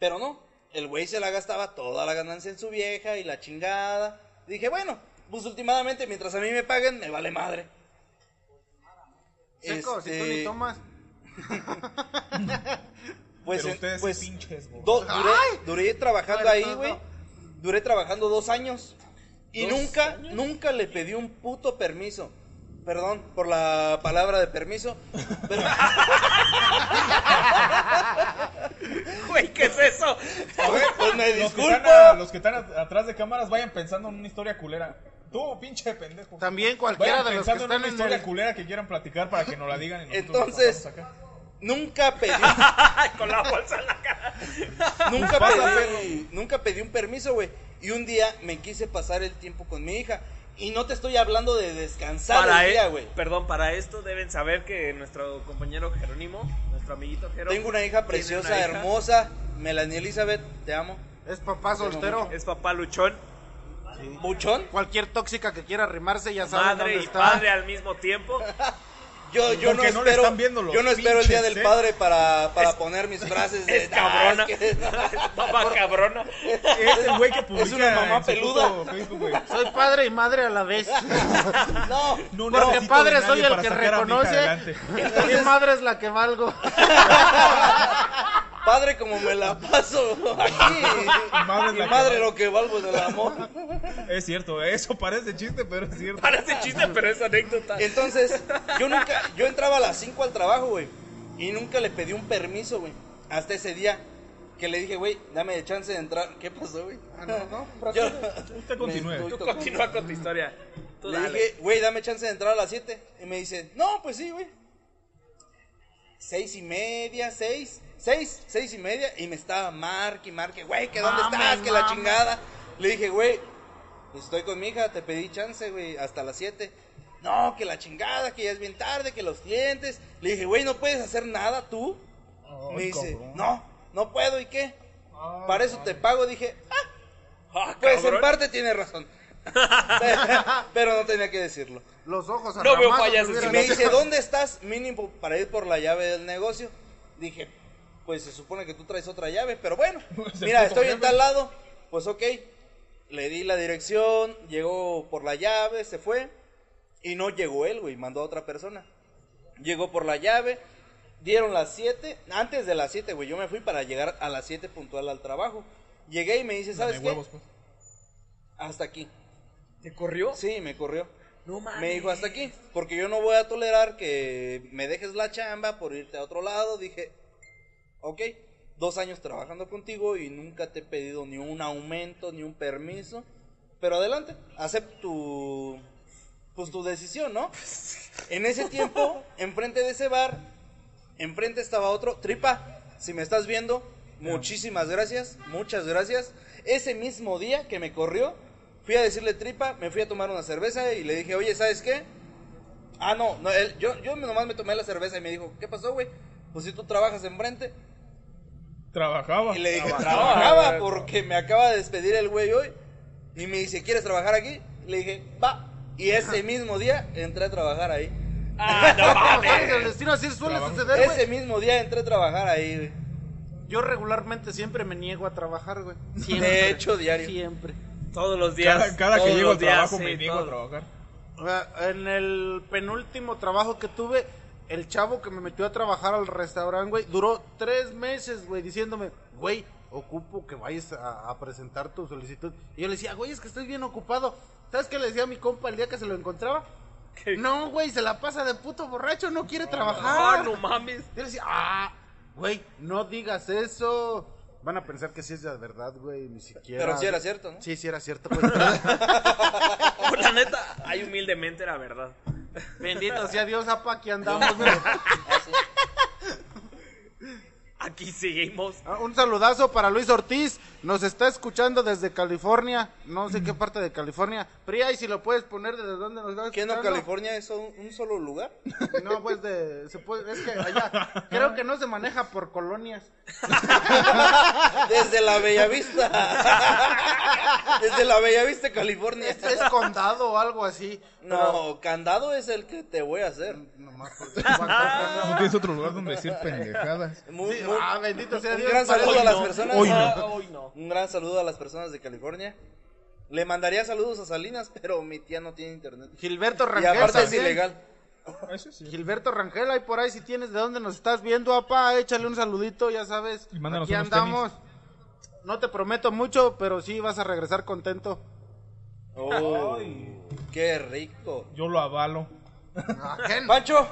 D: Pero no, el güey se la gastaba toda la ganancia en su vieja y la chingada. Dije, bueno, pues últimamente, mientras a mí me paguen, me vale madre.
C: Seco, si tú
D: Este,
C: ni tomas.
D: pues,
E: Pero
D: en-
E: ustedes
D: pues,
E: sí pinches, güey.
D: Do- duré, duré trabajando
C: Bueno,
D: ahí,
C: no,
D: güey.
C: no.
D: Duré trabajando dos años. Y
B: ¿Dos
D: nunca, nunca le pedí un puto permiso. Perdón por la palabra de permiso. Pero,
B: Güey, ¿qué es eso?
D: pues me
E: Los que, están a-
D: disculpo.
E: los que están a- atrás de cámaras vayan pensando en una historia culera. Tú, pinche pendejo.
C: También cualquiera
E: Vayan
C: de los que
E: pensando
C: están
E: en una
C: en
E: historia
C: el...
E: culera que quieran platicar para que nos la digan. y nosotros
D: Entonces-
E: la pasamos acá.
D: Nunca pedí,
B: Con la bolsa en la cara.
D: nunca
E: pasa,
D: pedí, nunca pedí un permiso, güey. Y un día me quise pasar el tiempo con mi hija. Y no te estoy hablando de descansar
B: Para
D: el día,
B: e-
D: güey.
B: Perdón, para esto deben saber que nuestro compañero Jerónimo, nuestro amiguito Jerónimo.
D: Tengo una hija
B: tiene
D: preciosa,
B: una hija,
D: hermosa. Melanie Elizabeth, te amo.
C: Es papá soltero.
B: Es papá luchón,
D: Buchón.
C: Cualquier tóxica que quiera arrimarse ya sabe
B: madre
C: dónde
B: y
C: está.
B: padre al mismo tiempo.
D: Yo, yo no
E: Porque
D: espero,
E: no le están viendo los
D: yo no espero el día
E: pinches,
D: del
E: ¿eh?
D: padre para, para poner mis frases de
B: Es cabrona.
D: "Ah, es que-".
B: Papá cabrona.
E: Es el güey que publica
D: una mamá
E: en su
D: peluda.
E: puto Facebook, güey.
C: Soy padre y madre a la vez.
D: No,
E: No
C: Porque
E: necesito de
C: padre
E: nadie
C: soy el
E: para
C: que
E: sacar a mi hija
C: reconoce.
E: adelante.
C: Mi madre es la que valgo.
D: padre como me la paso aquí.
E: Mi madre es
D: Mi
E: la que
D: madre
E: valgo.
D: lo que valgo del amor.
E: Es cierto, eso parece chiste, pero es cierto.
B: Parece chiste, pero es anécdota.
D: Entonces, yo nunca, yo entraba a las 5 al trabajo, güey. Y nunca le pedí un permiso, güey. Hasta ese día que le dije, güey, dame chance de entrar. ¿Qué pasó, güey? Yo-
E: Usted continúe.
D: Me estoy
B: Tú
D: tocando.
B: continúa con tu historia. Tú
D: Le
B: dale.
D: dije, güey, dame chance de entrar a las 7. Y me dice, no, pues sí, güey. Seis y media, seis, seis, seis y media. Y me estaba marque y marque, güey, que dónde
C: Mames,
D: estás, que la
C: mames.
D: chingada. Le dije, güey, estoy con mi hija, te pedí chance, güey, hasta las 7. No, que la chingada, que ya es bien tarde, que los clientes. Le dije, güey, no puedes hacer nada tú.
E: Ay,
D: me dice,
E: cabrón.
D: no, no puedo, ¿y qué?
E: Ay,
D: Para eso te pago. Dije, ah,
B: Ah,
D: pues en
B: cabrón.
D: parte tiene razón. Pero no tenía que decirlo.
C: Los ojos
B: No veo
C: arramados
B: fallas en
C: hubieran
B: su
D: Me
B: Sí.
D: dice, ¿dónde estás? Mínimo para ir por la llave del negocio. Dije, pues se supone que tú traes otra llave, pero bueno,
E: Pues el
D: mira,
E: puto
D: estoy en
E: jefe.
D: tal lado. Pues ok, le di la dirección, llegó por la llave, se fue. Y no llegó él, güey, mandó a otra persona. Llegó por la llave, dieron las 7, antes de las 7, güey, yo me fui para llegar a las 7 puntual al trabajo. Llegué y me dice,
E: Dame
D: ¿sabes qué?
E: huevos, pues.
D: Hasta aquí.
B: ¿Te corrió?
D: Sí, me corrió.
B: No mames.
D: Me dijo hasta aquí, porque yo no voy a tolerar que me dejes la chamba por irte a otro lado. Dije, ok, dos años trabajando contigo y nunca te he pedido ni un aumento, ni un permiso. Pero adelante, acepto tu, pues, tu decisión, ¿no? En ese tiempo, enfrente de ese bar, enfrente estaba otro. Tripa, si me estás viendo, muchísimas gracias, muchas gracias. Ese mismo día que me corrió, fui a decirle Tripa, me fui a tomar una cerveza y le dije, oye, ¿sabes qué? Ah, no, no él- yo, yo nomás me tomé la cerveza y me dijo, ¿qué pasó, güey? Pues si tú trabajas enfrente.
E: Trabajaba.
D: Y le dije,
B: Trabajaba,
D: trabajaba
B: güey.
D: porque me acaba de despedir el güey hoy. Y me dice, ¿quieres trabajar aquí? Le dije, va. Y ese mismo día entré a trabajar ahí.
B: Ah, no
C: Como sabes, el
B: mames.
C: destino así suele
E: Trabajo.
C: suceder, güey.
D: Ese mismo día entré a trabajar ahí, güey.
C: Yo regularmente siempre me niego a trabajar, güey.
D: De hecho, diario.
C: Siempre.
B: Todos los días.
E: Cada, cada que
B: todos
E: llego al
B: los días,
E: trabajo
B: sí,
E: me niego a
B: todos.
E: trabajar.
C: O sea, En el penúltimo trabajo que tuve, el chavo que me metió a trabajar al restaurante, güey, duró tres meses, güey, diciéndome, güey, ocupo que vayas a, a presentar tu solicitud. Y yo le decía, güey, es que estoy bien ocupado. ¿Sabes qué le decía a mi compa el día que se lo encontraba?
B: ¿Qué?
C: No, güey, se la pasa de puto borracho, no Ah. quiere trabajar.
B: Ah, no mames.
C: Yo le decía, ah, güey, no digas eso. Van a pensar que sí es de verdad, güey, ni siquiera.
D: Pero sí era cierto, ¿no?
C: Sí, sí era cierto, pues. güey.
B: Por Oh, la neta, ay, humildemente era verdad. Bendito sea.
C: Gracias a Dios, apa, aquí andamos, güey.
B: Aquí seguimos.
C: Ah, Un saludazo para Luis Ortiz, nos está escuchando desde California, no sé qué parte de California. Pría, y si lo puedes poner desde dónde nos está
D: ¿Qué no,
C: escuchando.
D: California es un, un solo lugar?
C: No, pues de, se puede, es que allá, creo que no se maneja por colonias.
D: Desde la Bellavista. Desde la Bellavista, California.
C: Es, Este es condado o algo así.
D: No, candado es el que te voy a hacer.
C: pero pues, nomás porque se van cortando.
E: No tienes otro lugar donde decir pendejadas.
D: Muy,
C: Sí,
D: muy-
C: ah, bendito sea
D: un
C: Dios.
D: gran saludo
B: Hoy
D: a las
B: no,
D: personas.
E: hoy no.
D: Ah,
B: Hoy no.
D: Un gran saludo a las personas de California. Le mandaría saludos a Salinas, pero mi tía no tiene internet.
C: Gilberto
D: Y
C: Rangel.
D: aparte es
C: también.
D: ilegal.
E: Eso sí.
C: Gilberto Rangel, ahí por ahí, si tienes de dónde nos estás viendo, apa, échale un saludito, ya sabes.
E: Y mándanos
C: Aquí
E: unos
C: andamos. No te prometo mucho, pero sí vas a regresar contento.
D: Oh, qué rico.
E: Yo lo avalo.
D: Ah, Pancho,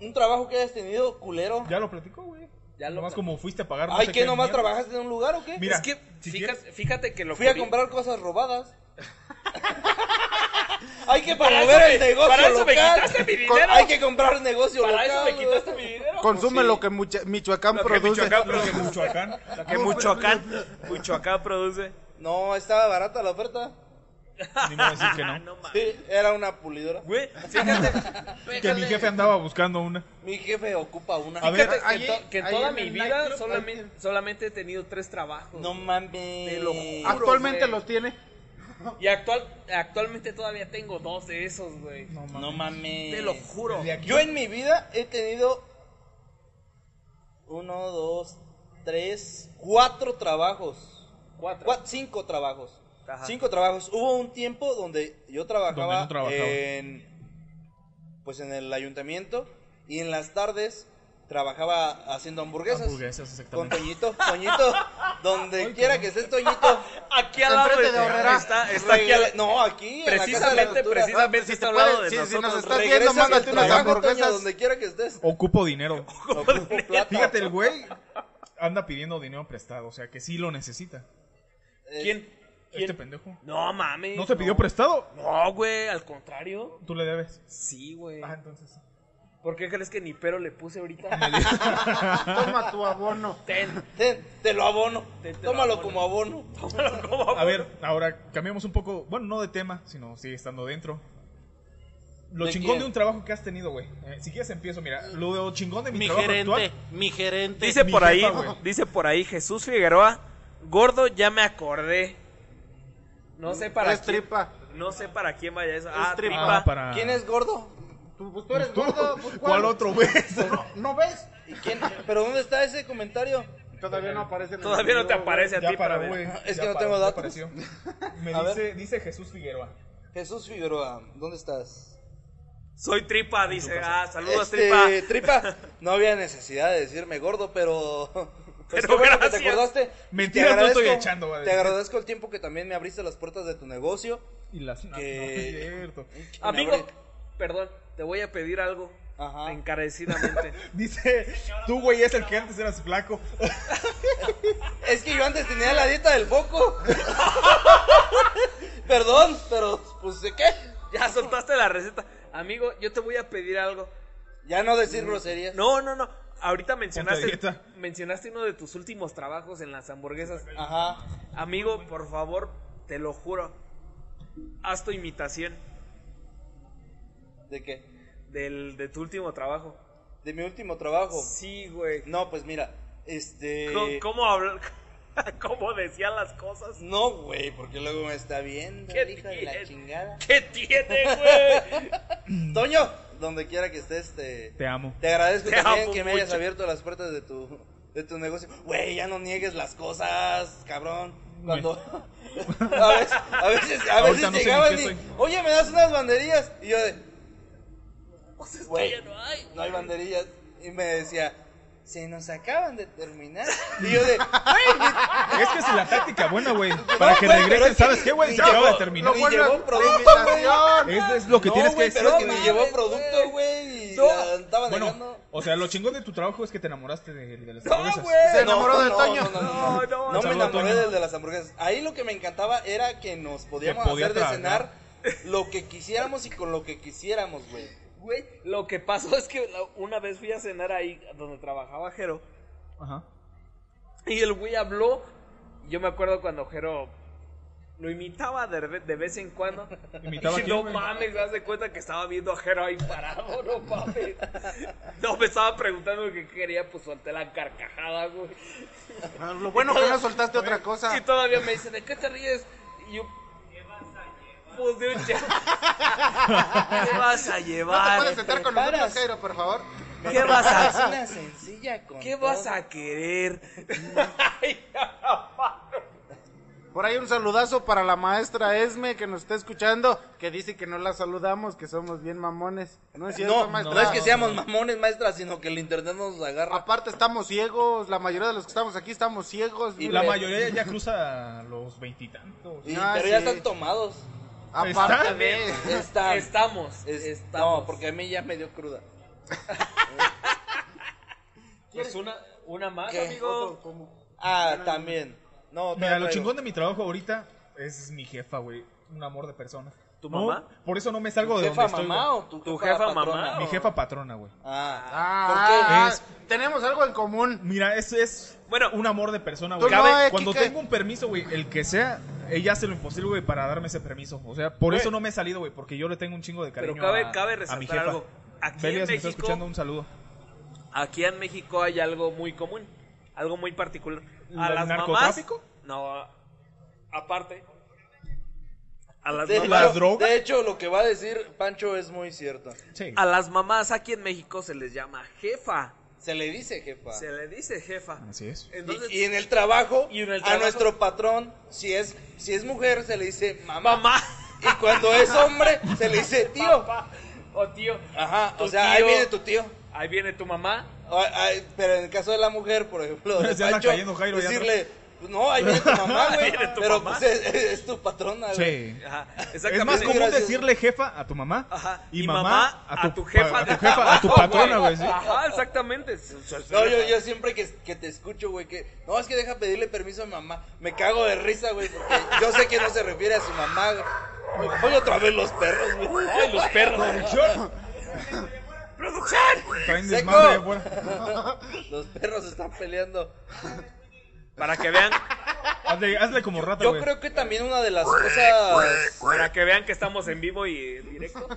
D: un trabajo que hayas tenido, culero.
E: Ya lo platicó, güey.
D: Ya lo
E: Nomás
D: platicó.
E: como fuiste a pagar. no
D: Ay,
E: sé
D: ¿qué
E: qué
D: nomás
E: mierda.
D: trabajaste en un lugar o qué?
E: Mira,
B: es que,
E: si
B: fíjate, fíjate que lo
D: Fui a
B: curi-
D: comprar cosas robadas. Hay que
B: Para
D: promover
B: eso
D: el
B: me-
D: negocio
B: para eso me
D: local.
B: quitaste mi
D: Con-
B: dinero.
D: Hay que comprar el negocio
B: Para
D: local.
B: eso me
D: güey.
B: quitaste mi dinero.
C: Consume
D: sí.
C: lo que Mucha- Michoacán
B: Lo que
C: produce.
B: Michoacán-
E: Lo que Michoacán.
B: Lo que Michoacán, Michoacán produce.
D: No, estaba barata la oferta.
E: Ni me voy a decir que
B: Ah,
E: no.
B: no mames.
D: Sí, era una pulidora.
B: Güey, fíjate,
E: Que mi jefe andaba buscando una.
D: Mi jefe ocupa una.
E: A ver.
B: fíjate que,
C: Allí-
B: en to- que en
C: ahí
B: toda
C: en
B: mi
C: el
B: vida
C: nightclub,
B: solamente, solamente he tenido tres trabajos.
D: No mames. Te
B: lo juro.
C: Actualmente
B: güey.
C: los tiene.
B: Y actual, actualmente todavía tengo dos de esos, güey.
E: No mames.
D: No mames.
B: Te lo juro.
E: Desde aquí.
D: Yo en mi vida he tenido uno, dos, tres, cuatro trabajos.
B: Cuatro.
D: Cua- cinco trabajos.
B: Ajá.
D: Cinco trabajos. Hubo un tiempo donde yo trabajaba,
E: Donde no trabajaba.
D: en pues en el ayuntamiento y en las tardes trabajaba haciendo hamburguesas.
E: Hamburguesas,
D: Con
E: exactamente.
D: Toñito, Toñito, donde quiera que estés Toñito.
B: Aquí al lado
C: Enfrente
B: de
C: de Herrera.
B: Está, está aquí
D: regala-
B: al-
D: No, aquí. en la Casa de la
B: Precisamente,
D: Cultura.
B: precisamente
C: pues, si
B: está
C: se
B: al lado
C: puede,
B: de
C: si- si nos
B: nosotros.
C: estás-
D: Regresa
C: viendo,
D: a tu
C: mándate unas
D: trabajo, Toño,
C: hamburguesas.
D: donde quiera que estés.
E: Ocupo dinero.
D: Ocupo plata.
E: Fíjate, el güey anda pidiendo dinero prestado. O sea, que sí lo necesita.
D: Eh,
B: ¿Quién?
E: Este
B: ¿Quién?
E: pendejo.
B: No mames.
E: ¿No te pidió prestado?
B: No, güey, al contrario.
E: Tú le debes.
B: Sí, güey.
E: Ah, entonces.
B: ¿Por qué crees que ni pero le puse ahorita?
C: Toma tu abono.
B: Ten.
D: Ten, te lo abono.
B: Ten, te lo
D: Tómalo
B: abono.
D: como abono.
E: A ver, ahora cambiamos un poco. Bueno, no de tema, sino sigue estando dentro. Lo
D: ¿De
E: chingón
D: quién?
E: de un trabajo que has tenido, güey. Eh, si quieres empiezo, mira. Lo chingón de mi,
C: Mi
E: trabajo
C: gerente,
E: actual.
C: mi gerente.
B: Dice
E: Mi
B: por ahí,
E: jefa, güey.
B: dice por ahí Jesús Figueroa, gordo ya me acordé. No sé para
C: Es
B: quién.
C: tripa.
B: No sé para quién vaya eso. Ah,
C: tripa.
B: tripa.
E: Ah, para...
D: ¿Quién es gordo?
C: Tú, pues, tú eres
E: ¿Tú?
C: gordo, pues,
E: ¿Cuál otro, güey?
C: No, ¿no ves?
D: ¿Y quién? ¿Pero dónde está ese comentario?
C: Todavía no aparece. en el
B: Todavía no te
C: video, güey.
B: aparece a
E: Ya
B: ti para ver.
E: para, güey.
D: Es
E: Ya
D: que no
E: paró,
D: tengo
E: ya
D: datos.
E: apareció. Me
D: A
E: dice, dice Jesús Figueroa.
D: Jesús Figueroa, ¿dónde estás?
B: Soy tripa, dice. Ah, saludos
D: Este,
B: tripa.
D: tripa. No había necesidad de decirme gordo, pero. Pues
B: Pero
D: qué bueno que te
B: gracias.
D: acordaste.
E: Mentiras
D: Te
E: no estoy
D: agradezco-
E: echando, va a
D: Te
E: decir.
D: agradezco el tiempo que también me abriste las puertas de tu negocio.
E: Y las... No, no es
D: Que-
E: cierto.
D: Me
B: Amigo,
D: abrí-
B: perdón, te voy a pedir algo.
D: Ajá.
B: Encarecidamente.
E: Dice, tú, güey, es el que antes eras flaco.
D: Es que yo antes tenía la dieta del foco. Perdón, pero pues de qué?
B: ya soltaste la receta. Amigo, yo te voy a pedir algo.
D: Ya no decir groserías.
B: No, no, no. Ahorita mencionaste,
E: Ponte a dieta.
B: mencionaste uno de tus últimos trabajos en las hamburguesas.
D: Ajá.
B: Amigo, por favor, te lo juro. Haz tu imitación
D: ¿De qué?
B: del, de tu último trabajo.
D: De mi último trabajo.
B: Sí, güey.
D: No, pues mira, este.
B: ¿Cómo, cómo habla- cómo decía las cosas?
D: No, güey, porque luego me está viendo,
B: ¿Qué
D: hija de la
B: tiene?
D: chingada.
B: ¿Qué tiene, güey?
D: Toño, donde quiera que estés, te,
E: Te amo.
D: te agradezco
B: Te
D: también
B: amo
D: que me hayas
B: mucho.
D: abierto las puertas de tu, de tu negocio. Güey, ya no niegues las cosas, cabrón. Cuando. a veces, a veces, a
E: Ahorita
D: veces
E: no sé ni
D: llegaban
E: qué
D: y.
E: soy.
D: Oye, me das unas banderillas. Y yo de.
B: Pues es que
D: Güey,
B: ya no hay.
D: no hay banderillas. Y me decía, se nos acaban de terminar. Y yo de, güey,
E: Es que es la táctica buena, güey. Para que
D: güey, pero es
E: regresen,
D: que
E: ¿sabes
D: ni-
E: qué, güey?
D: ni
E: Se acaba
D: llevo-
E: de terminar.
D: ni
C: vuelve
D: llevó
C: a-
D: producto,
C: ¡Invitación!
E: Es, es lo que
D: No,
E: tienes
D: güey,
E: que decir.
D: pero es que
E: güey.
D: ni llevó
B: mames,
D: producto,
B: güey.
D: güey. y- no. la andaba
E: Bueno,
D: negando.
E: o sea, lo chingón de tu trabajo es que te enamoraste de, de las
B: ¡No,
E: hamburguesas.
B: güey!
C: Se enamoró de Toño.
D: No, no,
B: No, no,
D: no me
E: saludo,
D: enamoré
E: Toño.
D: del de las hamburguesas. Ahí lo que me encantaba era que nos podíamos
E: podía
D: hacer de
E: tragar.
D: cenar lo que quisiéramos y con lo que quisiéramos, güey.
B: Güey, lo que pasó es que la- una vez fui a cenar ahí donde trabajaba Jero
E: Ajá.
B: y el güey habló. Yo me acuerdo cuando Jero lo imitaba de, re- de vez en cuando.
E: ¿Imitaba
B: y
E: a quién,
B: no
E: güey?
B: mames, haz de cuenta que estaba viendo a Jero ahí parado, no mames. No, me estaba preguntando qué quería, pues solté la carcajada, güey.
C: Ah, Lo bueno que no soltaste otra cosa.
B: Y todavía me dice, ¿de qué te ríes? Y yo... Pues de un ch- ¿Qué vas a
C: ¿No te
B: llevar?
C: puedes sentar con nosotros,
D: preparas.
C: Jairo, por favor?
B: ¿Qué vas
E: Ah.
B: a
D: Es una sencilla con
B: ¿Qué
D: todo.
B: vas a querer?
C: Por ahí un saludazo para la maestra Esme que nos está escuchando, que dice que no la saludamos, que somos bien mamones. No es cierto,
D: No,
C: maestra.
D: no es que seamos mamones, maestra, sino que el internet nos
E: Ah,
D: agarra.
C: Aparte estamos ciegos, la mayoría de los que estamos aquí estamos ciegos.
D: Y
E: La
D: le-
E: mayoría ya cruza los veintitantos.
D: Y-
C: Ah,
D: pero
C: sí.
D: ya están tomados.
C: Aparte
E: ¿Está?
C: de...
D: Están.
B: Estamos.
D: Es-
B: estamos.
D: No, porque a mí ya me dio cruda.
B: Pues una, una más,
D: ¿Qué?
B: amigo.
D: Ah, también. No,
E: Mira,
D: todavía
E: lo
D: traigo.
E: chingón de mi trabajo ahorita es mi jefa, güey. Un amor de persona.
B: ¿Tu
E: No,
B: mamá?
E: por eso no me salgo de donde
D: ¿Jefa
E: estoy.
D: mamá
E: güey.
D: o tu,
B: ¿Tu
D: jefa,
B: jefa mamá
D: patrona?
B: o-
E: Mi jefa patrona, güey.
D: Ah,
C: Ah,
E: ¿Por
C: tenemos algo en común.
E: Mira, es, es
B: Bueno,
E: un amor de persona,
C: Tú
E: güey.
C: no, eh,
E: Cuando
C: Quique.
E: tengo un permiso, güey, el que sea, ella hace lo imposible, güey, para darme ese permiso. O sea, por
D: Güey.
E: eso no me he salido, güey, porque yo le tengo un chingo de cariño
B: Pero cabe-
E: a,
B: cabe
E: a
B: resaltar
E: mi jefa.
B: algo. Aquí en
E: Belia, si me
B: México-
E: está escuchando, un saludo.
B: Aquí en México hay algo muy común, algo muy particular. A
E: ¿El
B: las mamás.
E: narcotráfico?
B: No, a- aparte. A las,
D: de,
B: mamás,
E: ¿Las
D: hecho,
E: drogas?
D: de hecho, lo que va a decir Pancho es muy cierto.
E: Sí.
B: a las mamás aquí en México se les llama jefa.
D: Se le dice jefa.
B: Se le dice jefa.
E: Así es.
B: Entonces,
D: y, y en el trabajo,
B: Y en el
D: a
B: trabajo-
D: nuestro patrón, si es, si es mujer, se le dice mamá.
B: mamá
D: Y cuando es hombre, se le dice tío.
B: papá, o tío.
D: Ajá,
B: Tu
D: o sea, ahí
B: tío.
D: viene tu tío.
B: Ahí viene tu mamá.
D: Ah, ah, pero en el caso de la mujer, por ejemplo, de
E: Se anda
D: Pancho,
E: cayendo Jairo allá
D: decirle, "Pues no, ahí viene tu mamá, güey.
B: viene tu
D: pero
B: mamá.
D: pues es, es tu patrona, güey.
E: Sí.
B: Ajá,
E: Es más
B: exactamente.
E: común
D: Gracias.
E: decirle jefa a tu mamá
B: Ajá,
E: y, mamá, a, tu, jefa, a tu,
B: de
E: jefa, a tu
B: trabajo,
E: patrona, güey. sí.
B: Ajá, exactamente. Se- se-
D: No, yo, yo siempre que, que te escucho, güey, que no, es que deja pedirle permiso a mi mamá. Me cago de risa, güey, porque yo sé que no se refiere a su mamá. güey. Voy otra vez los perros, güey.
B: Ay, los perros. ¡Producción!
E: Traen
D: Seco.
E: desmadre allá afuera.
D: Los perros están peleando.
B: Para que vean,
E: Hazle, hazle como rata,
D: Yo
E: Ah, güey.
D: creo que también una de las cosas.
B: para que vean que estamos en vivo y en directo.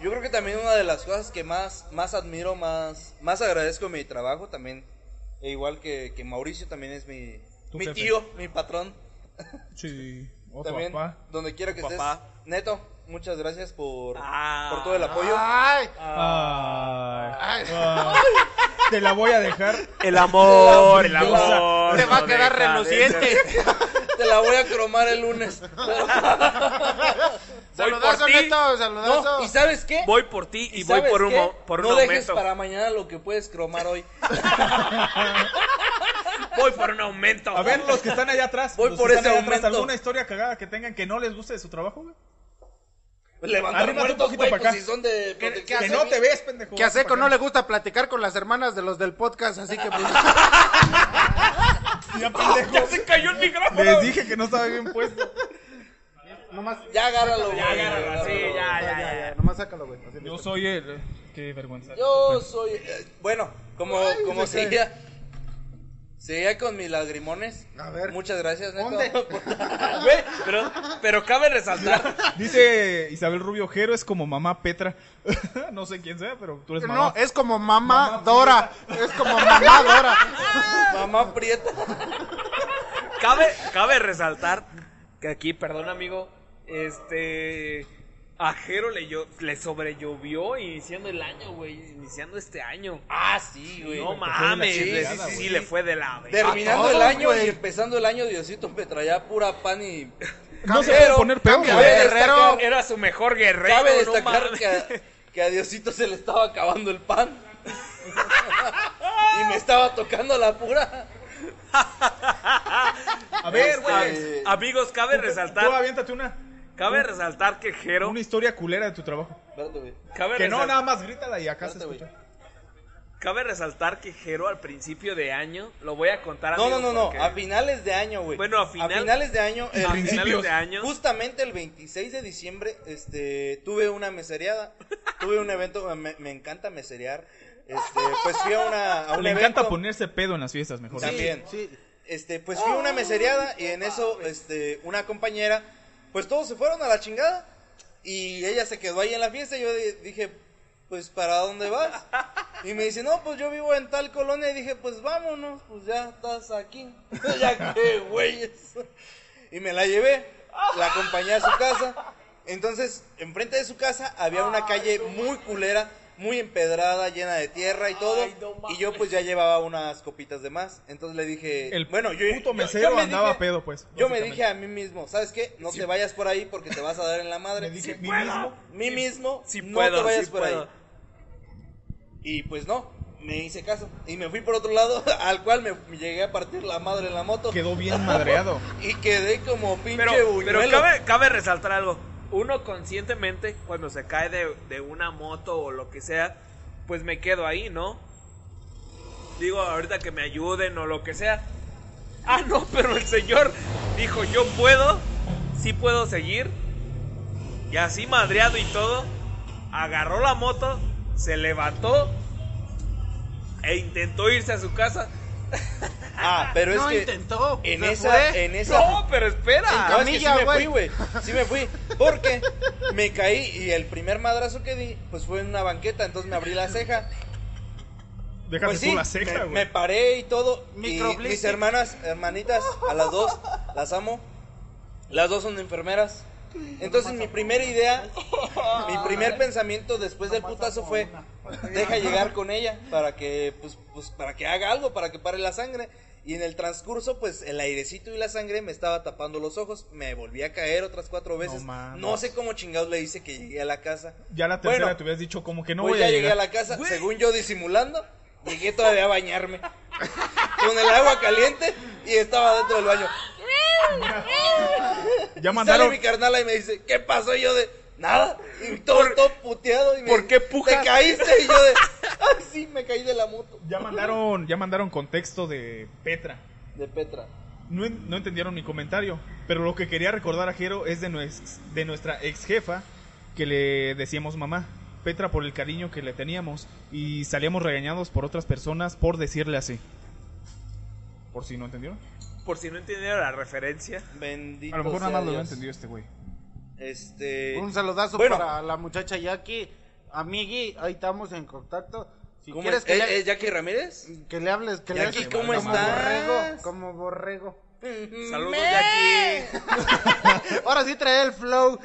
D: Yo creo que también una de las cosas que más, más admiro, más, más agradezco de mi trabajo también. e igual que, que Mauricio también es mi,
E: Tu
D: mi
E: jefe.
D: tío, mi patrón.
E: Sí. O tu
D: también,
E: papá.
D: donde quiera que estés.
B: papá.
D: Neto, muchas gracias por,
B: Ah.
D: por todo el apoyo.
C: Ay,
E: Ay, ay. Te la voy a dejar.
B: El amor, el amor.
E: amor,
C: te va a quedar reluciente.
D: Te la voy a cromar el lunes.
B: Voy
C: Saludazo,
B: por ti.
C: Neto,
D: No,
C: saludazo.
D: ¿Y sabes qué?
B: Voy por ti y,
D: ¿Y
B: voy
D: sabes
B: por un,
D: qué?
B: mo- por un
D: No dejes
B: aumento.
D: para mañana lo que puedes cromar hoy.
B: Voy por un aumento.
E: A ver, los que están allá atrás.
D: Voy
E: los
D: por
E: que están
D: ese
E: allá atrás,
D: aumento.
E: ¿Alguna historia cagada que tengan que no les guste de su trabajo, güey?
D: Levantar
E: Arrímate un
D: muertos,
E: poquito
D: güey,
E: para
D: pues,
E: acá.
D: si son de
C: Que- que
D: protección.
E: Que
C: hace-
E: no te ves, pendejo.
C: Que a Seco no
E: Para
C: le gusta platicar con las hermanas de los del podcast, así que pues,
E: acá. Ya, pendejo.
B: Ya se cayó el micrófono.
E: Les dije que no estaba bien puesto.
C: nomás,
D: Ya agárralo, güey.
B: Ya, agárralo, sí, ya, ya, ya.
C: nomás sácalo, güey. Así,
E: Yo
C: listo.
E: soy el. Qué vergüenza.
D: Yo soy. eh, bueno, como, como
E: se cae.
D: seguía. Seguía con mis lagrimones.
C: A ver.
D: Muchas gracias, Neto.
C: ¿Dónde?
B: Güey, pero, pero cabe resaltar.
E: Dice Isabel Rubio Ojero, es como mamá Petra. no sé quién sea, pero tú eres mamá.
C: No, es como mamá Dora. Es como mamá Dora.
D: Mamá Prieta.
B: Cabe, cabe resaltar que aquí, perdón amigo, este ajero le, llo- le sobrellovió iniciando el año, güey, iniciando este año.
D: Ah, sí, güey.
B: No
E: fue de la
B: mames, le- sí,
E: chingada,
B: sí,
E: güey.
B: le fue de la
D: Terminando
C: A todos,
D: el año
C: güey.
D: y empezando el año, Diosito me traía pura pan y.
E: No se puede
D: Pero-
E: poner peor,
D: cambia
E: güey.
D: de-
B: Guerrero
D: destacar-
B: era su mejor guerrero.
D: Cabe
B: no
D: destacar
B: mames.
D: que, a, que a Diosito se le estaba acabando el pan. y me estaba tocando la pura.
E: A ver,
D: Este,
E: güey.
B: Este, Amigos, cabe
E: Tú
B: resaltar
E: aviéntate una.
B: Cabe resaltar que Jero.
E: Una historia culera de tu trabajo.
D: Espérate, güey.
B: Cabe,
E: Que no,
B: resal-
E: nada más grítala y acá se
D: Espérate,
E: escucha.
B: cabe resaltar que Jero al principio de año. Lo voy a contar
D: No, no,
B: amigos,
D: no, no.
B: porque-
D: A finales de año, güey.
B: Bueno, a final-
D: finales de año. el-
B: a
D: el-
B: finales
E: principios.
B: de año.
D: Justamente el 26 de diciembre, este, tuve una mesereada, tuve un evento, me, me encanta meserear, este, pues fui a una, a un
E: Le encanta
D: evento,
E: ponerse pedo en las fiestas, mejor.
D: Sí.
E: dicho.
D: Bien.
C: Sí,
D: este, pues fui a una mesereada y en eso, este, una compañera, pues todos se fueron a la chingada y ella se quedó ahí en la fiesta y yo di- dije, pues, ¿para dónde vas? Y me dice, no, pues yo vivo en tal colonia y dije, pues vámonos, pues ya estás aquí, ya que güeyes. Y me la llevé, la acompañé a su casa. Entonces, enfrente de su casa había una calle muy culera, muy empedrada, llena de tierra y todo. y yo pues ya llevaba unas copitas de más. Entonces le dije,
E: El
D: bueno, yo
E: puto
D: yo-
E: mesero
D: yo me
E: andaba
D: dije-
E: pedo, pues,
D: Yo me
E: básicamente.
D: dije a mí mismo, ¿sabes qué? No te vayas por ahí porque te vas a dar en la madre.
E: Me dije,
D: Sí,
E: "Mi mismo".
D: mí mismo,
B: Sí
D: no
B: puedo,
D: te vayas
B: sí
D: por
B: puedo.
D: ahí. Y pues no, me hice caso. Y me fui por otro lado, al cual me me llegué a partir la madre en la moto.
E: Quedó bien madreado.
D: Y quedé como pinche
B: Pero, pero
D: buñuelo.
B: cabe, cabe resaltar algo. Uno conscientemente, cuando se cae de, de una moto o lo que sea, pues me quedo ahí, ¿no? Digo, ahorita que me ayuden o lo que sea. Ah, no, pero el señor dijo, yo puedo, sí puedo seguir. Y así madreado y todo, agarró la moto, se levantó e intentó irse a su casa.
D: Ah, pero es
C: no
D: que
C: intentó.
D: en
C: se
D: esa,
C: fue.
D: en esa
B: No, pero espera.
D: No, es que sí
C: Camilla,
D: me
C: güey.
D: fui, güey. Sí me fui. Porque me caí y el primer madrazo que di, pues fue en una banqueta, entonces me abrí la ceja.
E: Déjate
D: Pues sí,
E: tú la ceja,
D: me,
E: güey.
D: me paré y todo. Y
C: Microblistering.
D: mis hermanas, hermanitas, a las dos, las amo. Las dos son enfermeras. Entonces mi primera idea, mi primer pensamiento después del putazo fue, deja llegar con ella para que, pues, pues, para que haga algo, para que pare la sangre. Y en el transcurso, pues el airecito y la sangre me estaba tapando los ojos. Me volví a caer otras cuatro veces. No,
E: mames.
D: sé cómo chingados le hice que llegué a la casa.
E: Ya la tercera
D: Bueno,
E: te hubieras dicho como que no
D: pues
E: voy
D: ya
E: a
D: llegué
E: llegar.
D: a la casa, según yo disimulando, llegué todavía a bañarme con el agua caliente y estaba dentro del baño.
E: Ya
D: Y
E: mandaron,
D: Sale mi carnala y me dice, ¿qué pasó? Y yo de, nada, y todo, todo puteado. Y me
B: por
D: dice,
B: qué pujas?
D: Te caíste y yo de, ay sí, me caí de la moto.
E: ya mandaron, ya mandaron contexto de Petra.
D: De Petra.
E: No, en- no entendieron mi comentario, pero lo que quería recordar a Jero es de, nues- de nuestra ex jefa que le decíamos mamá. Petra por el cariño que le teníamos y salíamos regañados por otras personas por decirle así. Por si no entendieron.
B: Por si no entendieron la referencia.
D: Bendito
E: A lo mejor
D: sea
E: nada más lo
D: Dios.
E: entendió este güey.
D: Este...
C: Un saludazo
D: Bueno.
C: para la muchacha Jackie. Amigui, ahí estamos en contacto. Si
D: ¿Cómo
C: quieres
D: es?
C: que,
D: ¿Eh,
C: le,
D: eh, Jackie Ramírez?
C: que le hables, que
D: Jackie,
C: le hables
D: ¿cómo
C: como
D: estás?
C: borrego, como borrego. Mm,
B: Saludos, Jackie.
C: Ahora sí trae el flow.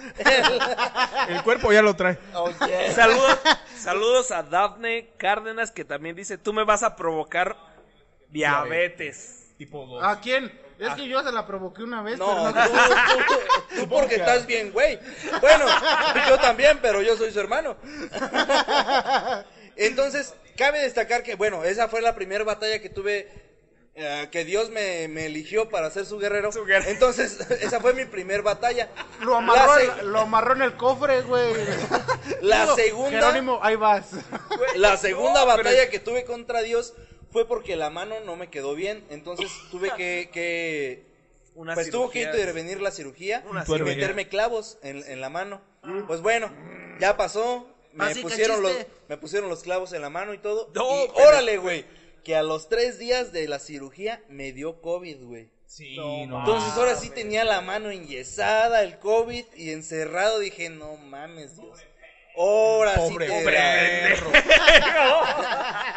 E: El cuerpo ya lo trae.
D: Oh, Oye.
B: Saludos, saludos a Dafne Cárdenas que también dice, tú me vas a provocar diabetes.
E: Tipo dos.
C: ¿A quién? Es que yo se la provoqué una vez, pero
D: No,
C: no
D: tú, tú- tú porque estás bien, güey. Bueno, yo también, pero yo soy su hermano. Entonces, cabe destacar que, bueno, esa fue la primera batalla que tuve, eh, que Dios me, me eligió para ser su guerrero.
B: Su guerrero.
D: Entonces, esa fue mi primer batalla.
C: Lo amarró,
D: La
C: en-
D: se-
C: lo amarró en el cofre, güey.
D: La
C: Digo,
D: segunda-
C: Jerónimo, ahí vas.
D: La segunda
B: No, pero-
D: batalla que tuve contra Dios fue porque la mano no me quedó bien, entonces tuve que... que
B: Una
D: pues tuvo que
B: cirugía.
D: intervenir la cirugía
B: Una
D: y
E: cirugía.
D: meterme clavos en, en la mano. Pues bueno, ya pasó.
B: Ah,
D: Me
C: Así
D: pusieron los,
C: cachiste.
D: me pusieron los clavos en la mano y todo.
B: No,
D: y
B: pero-
D: órale, güey. Que a los tres días de la cirugía me dio COVID, güey.
E: Sí, no,
D: Entonces ahora
B: Ah,
D: sí tenía la mano enyesada, el COVID y encerrado. Dije, no mames, Dios. Ahora
E: Pobre
D: sí te,
E: perro.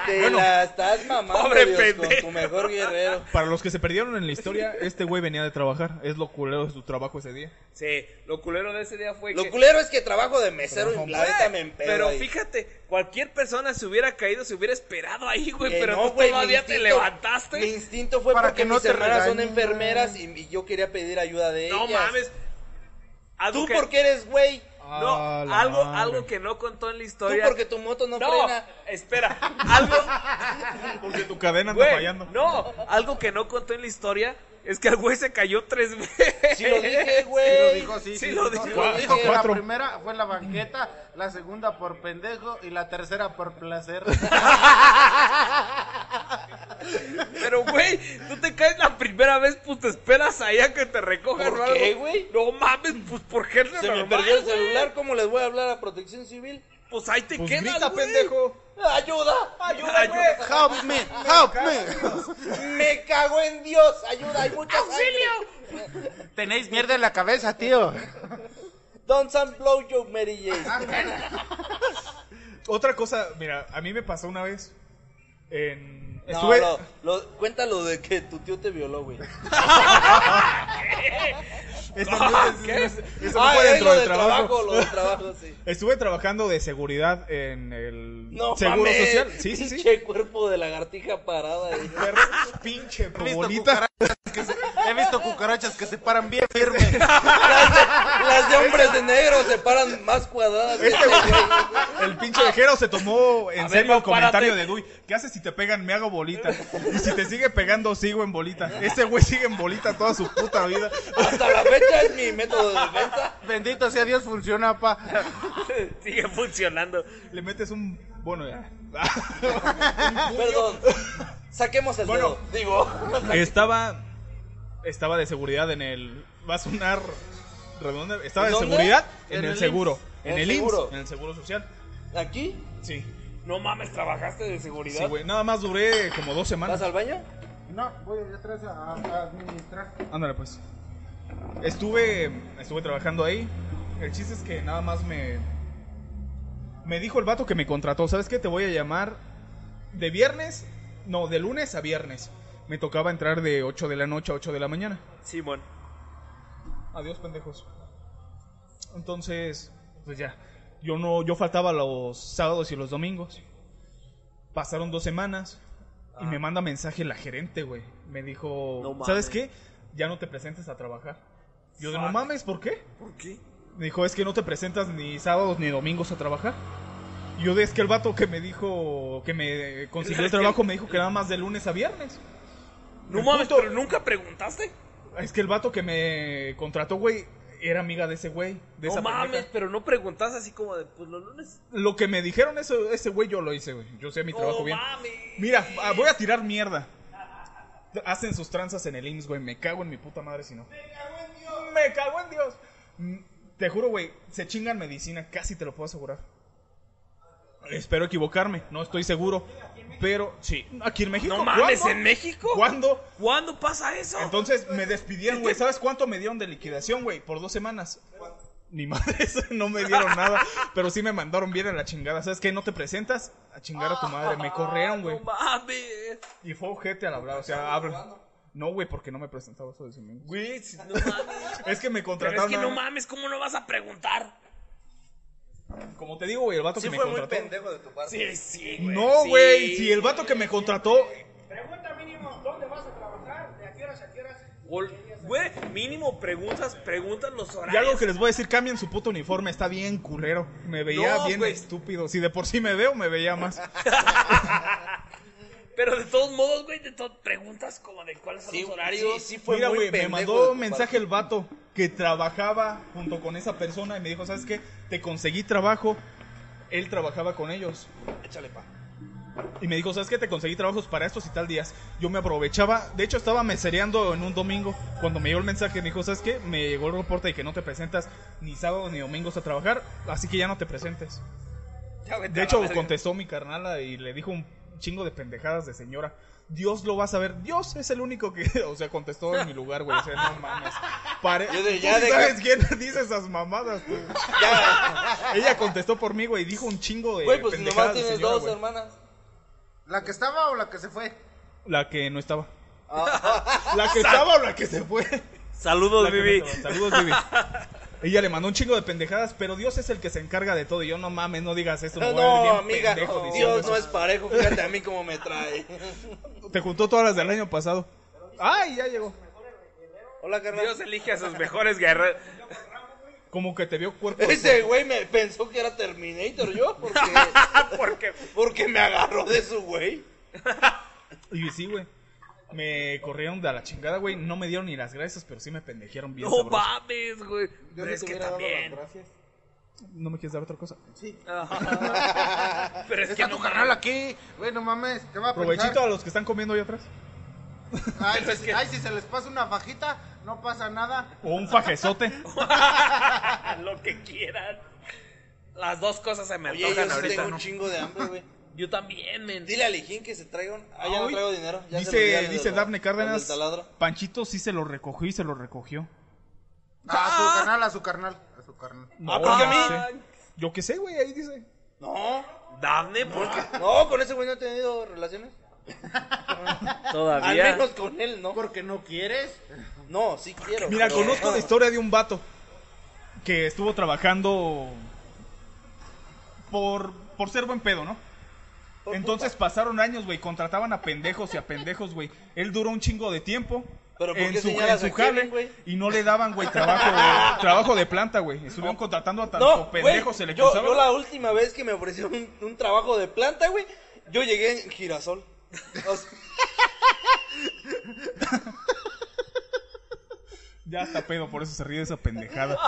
D: te la estás mamando,
B: Pobre
D: Dios, con
B: pendejo.
D: tu mejor guerrero.
E: Para los que se perdieron en la historia, este güey venía de trabajar. Es lo culero de su trabajo ese día.
B: Sí, lo culero de ese día fue
D: Lo
B: que...
D: culero es que trabajo de mesero y la neta me empedo
B: pero
D: ahí.
B: fíjate, cualquier persona se hubiera caído, se hubiera esperado ahí, güey,
D: Que
B: pero
D: no,
B: tú
D: güey, mi
B: todavía te
D: instinto-
B: levantaste.
D: Mi instinto fue
C: Para
D: porque
C: que no
D: mis
C: te
D: hermanas son
C: regañen.
D: enfermeras y, y yo quería pedir ayuda de
B: No
D: ellas.
B: mames. Algo
D: Tú
B: que-
D: porque eres güey.
B: No,
E: Ah, la
B: algo,
E: madre.
B: algo que no contó en la
D: Tú
B: historia.
D: porque tu moto no,
B: No,
D: frena.
B: espera, algo...
E: Porque tu cadena anda
B: Güey,
E: fallando.
B: No, algo que no contó en la historia Es que el güey se cayó tres veces.
D: Sí lo dije,
C: Sí lo
D: güey.
C: dijo, sí,
B: Sí lo dijo.
E: Cuatro,
C: dijo. La
E: cuatro.
C: primera fue en la banqueta, la segunda por pendejo y la tercera por placer.
B: Pero, güey, tú te caes la primera vez, pues te esperas ahí a que te recojan
D: ¿Por
B: o algo.
D: qué, güey?
B: No mames, pues porque es
D: Se me
B: normal,
D: perdió el
B: güey.
D: celular, ¿cómo les voy a hablar a Protección Civil?
B: Pues ahí te
E: Pues
B: quedas,
E: grita,
B: güey.
E: pendejo.
D: ¡Ayuda! ¡Ayuda,
B: Ayuda.
D: güey!
C: Help me, help me.
D: ¡Me cago en Dios! ¡Ayuda! ¡Hay mucha
B: ¡Auxilio!
D: sangre!
C: Tenéis mierda en la cabeza, tío.
D: Don't and blow you, Mary
E: Ah,
D: Jane.
E: Otra cosa, mira, a mí me pasó una vez. En...
D: No,
E: Estuve.
D: no, lo- cuéntalo de que tu tío te violó, güey.
E: Eso,
B: ¿Qué?
E: eso no fue
D: Ah, es
E: dentro
D: lo
E: del trabajo.
D: Lo del trabajo, sí.
E: Estuve trabajando de seguridad en el
D: No,
E: Seguro
D: mames.
E: Social. Sí, sí, sí.
D: Pinche cuerpo de lagartija parada. güey.
E: Perro, pinche
C: He visto,
E: bonita.
C: cucarachas que se- he visto cucarachas que se paran bien firme.
D: Las de, las de hombres de negro se paran más cuadradas. que este güey.
E: El pinche vejero se tomó en
B: ver,
E: serio el
B: no,
E: comentario
B: párate.
E: de Dui. ¿Qué haces si te pegan? Me hago bolita. Y si te sigue pegando, sigo en bolita. Este güey sigue en bolita toda su puta vida.
D: Hasta la fecha es mi método de defensa.
C: Bendito sea Dios, funciona, pa.
B: Sigue funcionando.
E: Le metes un. Bueno, ya.
D: Perdón. Saquemos el
E: Bueno.
D: dedo. Digo.
E: Estaba. Estaba de seguridad en el. Va a sonar redondo. Estaba
D: ¿En
E: de
D: dónde?
E: seguridad
C: En
E: en
C: el
E: el
C: IMSS.
E: seguro. En el IMSS.
D: seguro.
E: En el seguro social.
D: ¿Aquí?
E: Sí.
B: No mames, trabajaste de
E: Sí,
B: seguridad.
E: güey. Nada más duré como dos
D: ¿Vas
E: semanas.
D: al baño?
C: No, voy atrás a, a administrar.
E: Ándale, pues. Estuve. Estuve trabajando ahí. El chiste es que nada más me. Me dijo el vato que me contrató. ¿Sabes qué? Te voy a llamar de viernes. No, de lunes a viernes. Me tocaba entrar de 8 de la noche a 8 de la mañana.
B: Simón.
E: Adiós, pendejos. Entonces, pues ya. Yo no, yo faltaba los sábados y los domingos. Pasaron dos semanas y me manda mensaje la gerente, güey. Me dijo,
B: Ah. No mames.
E: ¿sabes qué? Ya no te presentes a trabajar. Yo de no
B: Fuck.
E: mames, ¿por qué?
B: ¿Por qué?
E: Me dijo, es que no te presentas ni sábados ni domingos a trabajar. Y yo de es que el vato que me dijo, que me consiguió el trabajo, me dijo que nada más de lunes a viernes.
B: No
E: El
B: mames,
E: punto-
B: pero nunca preguntaste.
E: Es que el vato que me contrató, güey, era amiga de ese güey. De
B: No
E: esa
B: mames,
E: pendeja.
B: pero no preguntaste así como de, pues los lunes.
E: Lo que me dijeron eso, ese güey yo lo hice, güey. Yo sé mi trabajo
B: no
E: bien.
B: mames.
E: Mira, ah, voy a tirar mierda. Hacen sus tranzas en el IMSS, güey. Me cago en mi puta madre si no. Me cago en Dios. Me cago en Dios. Mm, Te juro, güey, se chingan medicina, casi te lo puedo asegurar. Espero equivocarme, no estoy seguro. Pero, sí, aquí en México.
B: No mames,
E: ¿cuándo?
B: ¿en México?
E: ¿Cuándo?
B: ¿Cuándo pasa eso?
E: Entonces
B: Pues,
E: me despidieron, güey. ¿Sabes cuánto me dieron de liquidación, güey? Por dos semanas. Ni madres, no me dieron nada. Pero sí me mandaron bien a la chingada. ¿Sabes qué? No te presentas a chingar a tu madre. Me corrieron, güey.
B: No mames.
E: Y fue ojete al hablar. O sea, habla. No, güey, porque no me presentaba eso de ese mismo.
B: Güey, si- no mames.
E: Es que me
B: Pero es
E: contrataron.
B: que no
E: a-
B: mames, ¿cómo no vas a preguntar?
E: Como te digo, güey, el vato que me contrató.
D: de tu
B: Sí,
D: parte.
B: sí, güey.
E: No,
B: sí.
E: güey. Si el vato que me contrató.
B: Gol- Güey, mínimo preguntas, preguntas los
E: Y algo
B: horarios.
E: que les voy a decir, cambien su puto uniforme, está bien culero. Me veía
B: No, pues.
E: bien
B: güey.
E: estúpido. Si de por sí me veo, me veía más.
B: Pero de todos modos, güey, de todas preguntas como de cuáles son
D: Sí,
B: los horarios.
D: sí, sí fue
E: Mira,
D: muy
E: güey, me
D: pendejo
E: mandó
D: de
E: un
D: tu
E: mensaje
D: parte.
E: el vato que trabajaba junto con esa persona y me dijo, ¿sabes qué? Te conseguí trabajo. Él trabajaba con ellos.
D: Échale pa.
E: Y me dijo, ¿sabes qué? Te conseguí trabajos para estos y tal días. Yo me aprovechaba. De hecho, estaba mesereando en un domingo. Cuando me llegó el mensaje, me dijo, ¿sabes qué? Me llegó el reporte de que no te presentas ni sábado ni domingos a trabajar. Así que ya no te presentes.
B: Ya, vete
E: De
B: a
E: hecho,
B: la verga.
E: contestó mi carnala y le dijo un chingo de pendejadas de señora. Dios lo va a saber. Dios es el único que, o sea, contestó en mi lugar, güey. O sea, no mames. Pare...
D: Yo de-
E: ¿Tú
D: ya
E: sí
D: de-
E: ¿Sabes quién dice esas mamadas? tú? Ella contestó por mí, güey, y dijo un chingo de
D: Güey, pues nomás
E: pendejadas de
D: tienes
E: señora,
D: dos
E: güey.
D: hermanas.
C: ¿La que estaba o la que se fue?
E: La que no estaba.
D: Ah.
E: La que estaba o la que se fue.
B: Saludos,
E: La que no
B: Vivi.
E: estaba. Saludos, Vivi. Ella le mandó un chingo de pendejadas, pero Dios es el que se encarga de todo. Y yo, no mames, no digas eso. me
D: No,
E: voy a ver bien
D: amiga,
E: pendejo diciendo
D: Dios
E: eso.
D: no es parejo, fíjate a mí cómo me trae.
E: Te juntó todas las del año pasado. Ay, ya llegó.
D: Hola, carnal.
B: Dios elige a sus mejores guerreros.
E: Como que te vio cuerpo. de
D: Ese güey me pensó que era Terminator yo, porque,
E: Ah,
B: Porque
D: porque me agarró de su güey.
E: Y sí, güey. Me corrieron de a la chingada, güey. No me dieron ni las gracias, pero sí me pendejearon bien.
B: No
E: sabroso.
B: mames, güey.
C: Yo
B: Pero
C: les
B: es que
C: hubiera dado las
B: también.
C: gracias.
E: ¿No me quieres dar otra cosa?
C: Sí.
B: Ajá. Pero es
C: Está
B: que
C: tu
B: no
C: carnal
B: mames.
C: aquí. Güey, no mames, ¿qué va a
E: Provechito a
C: pensar?
E: los que están comiendo ahí atrás.
C: Ay,
B: Pero es
C: si,
B: que-
C: ay, si se les pasa una fajita, no pasa nada.
E: O un fajezote.
B: Lo que quieran. Las dos cosas se me
D: Oye, yo
B: antojan
D: sí
B: ahorita.
D: tengo
B: ¿no?
D: un chingo de hambre, güey.
B: Yo también, men.
D: Dile a Lejín que se traiga un... Ah, ya no
E: Ay,
D: traigo dinero. Ya se lo di
E: dice
D: al-
E: dice
D: al-
E: Dafne
D: al
E: Cárdenas.
D: del taladro.
E: Panchito sí se lo recogió y se lo recogió.
C: A su carnal, a su carnal, a su carnal.
B: Ah, porque a
E: no
B: mí.
E: sé. Yo qué sé, güey, ahí dice.
D: No,
B: Dame, porque
D: no, con ese güey no he tenido relaciones. Al
B: todavía.
D: menos con él, ¿no?
C: Porque no quieres.
D: No, sí quiero.
E: Mira,
D: pero-
E: conozco la historia de un vato que estuvo trabajando por, por ser buen pedo, ¿no? Entonces pasaron años, güey, contrataban a pendejos y a pendejos, güey. Él duró un chingo de tiempo
D: Pero ¿por
E: en
D: qué
E: su, en
D: señalas
E: su
D: a
E: jale
D: Kevin, güey?
E: y no le daban, güey, trabajo, trabajo de planta, güey. Estuvieron contratando a tanto
D: No,
E: pendejo,
D: güey,
E: se le
D: yo,
E: cruzaba.
D: yo la última vez que me ofrecieron un, un trabajo de planta, güey, yo llegué en girasol. O sea,
E: Ya está pedo, por eso se ríe de esa pendejada.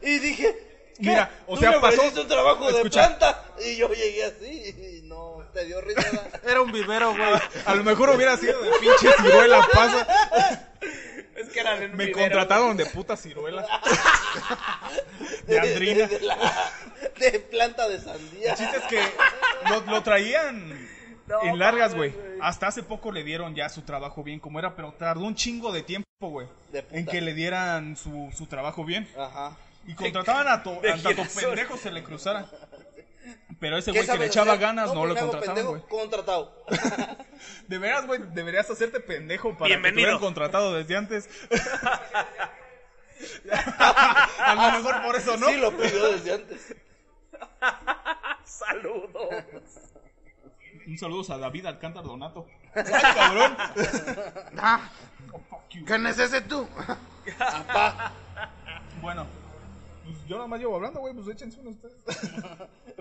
D: y dije, ¿qué?
E: Mira, o
D: Tú
E: sea,
D: me
E: pasó-
D: ofreciste un trabajo
E: Escucha.
D: de planta y yo llegué así y no, te dio risa.
C: Era un vivero,
B: Ah,
C: güey.
E: A lo mejor hubiera sido de pinche ciruela pasa.
B: Es que eran en un
E: Me
B: vivero,
E: contrataron de puta ciruela. De Andrina.
D: De, la- de planta de sandía.
E: El chiste es que lo, lo traían
B: No,
E: en largas, güey.
B: mames, güey.
E: Hasta hace poco le dieron ya su trabajo bien como era, pero tardó un chingo de tiempo, güey.
D: De puta.
E: En que le dieran su, su trabajo bien.
D: Ajá.
E: Y contrataban a to,
B: de
E: a tanto
B: girasol.
E: pendejo se le cruzara. Pero ese
D: ¿Qué
E: güey que le
D: sabes
E: echaba
D: hacer?
E: ganas no,
D: pues
E: lo
D: me hago
E: contrataban,
D: pendejo,
E: güey.
D: Contratado.
E: De veras, güey, deberías hacerte pendejo para que te
B: Bienvenido.
E: hubieran contratado desde antes. a lo mejor por eso, ¿no?
D: Sí, lo pidió desde antes.
B: Saludos.
E: Un saludo a David Alcántar Donato. ¡Ay, cabrón!
C: Ah, ¿Qué necesitas tú?
E: Bueno, pues yo nada más llevo hablando, güey, pues échense uno ustedes.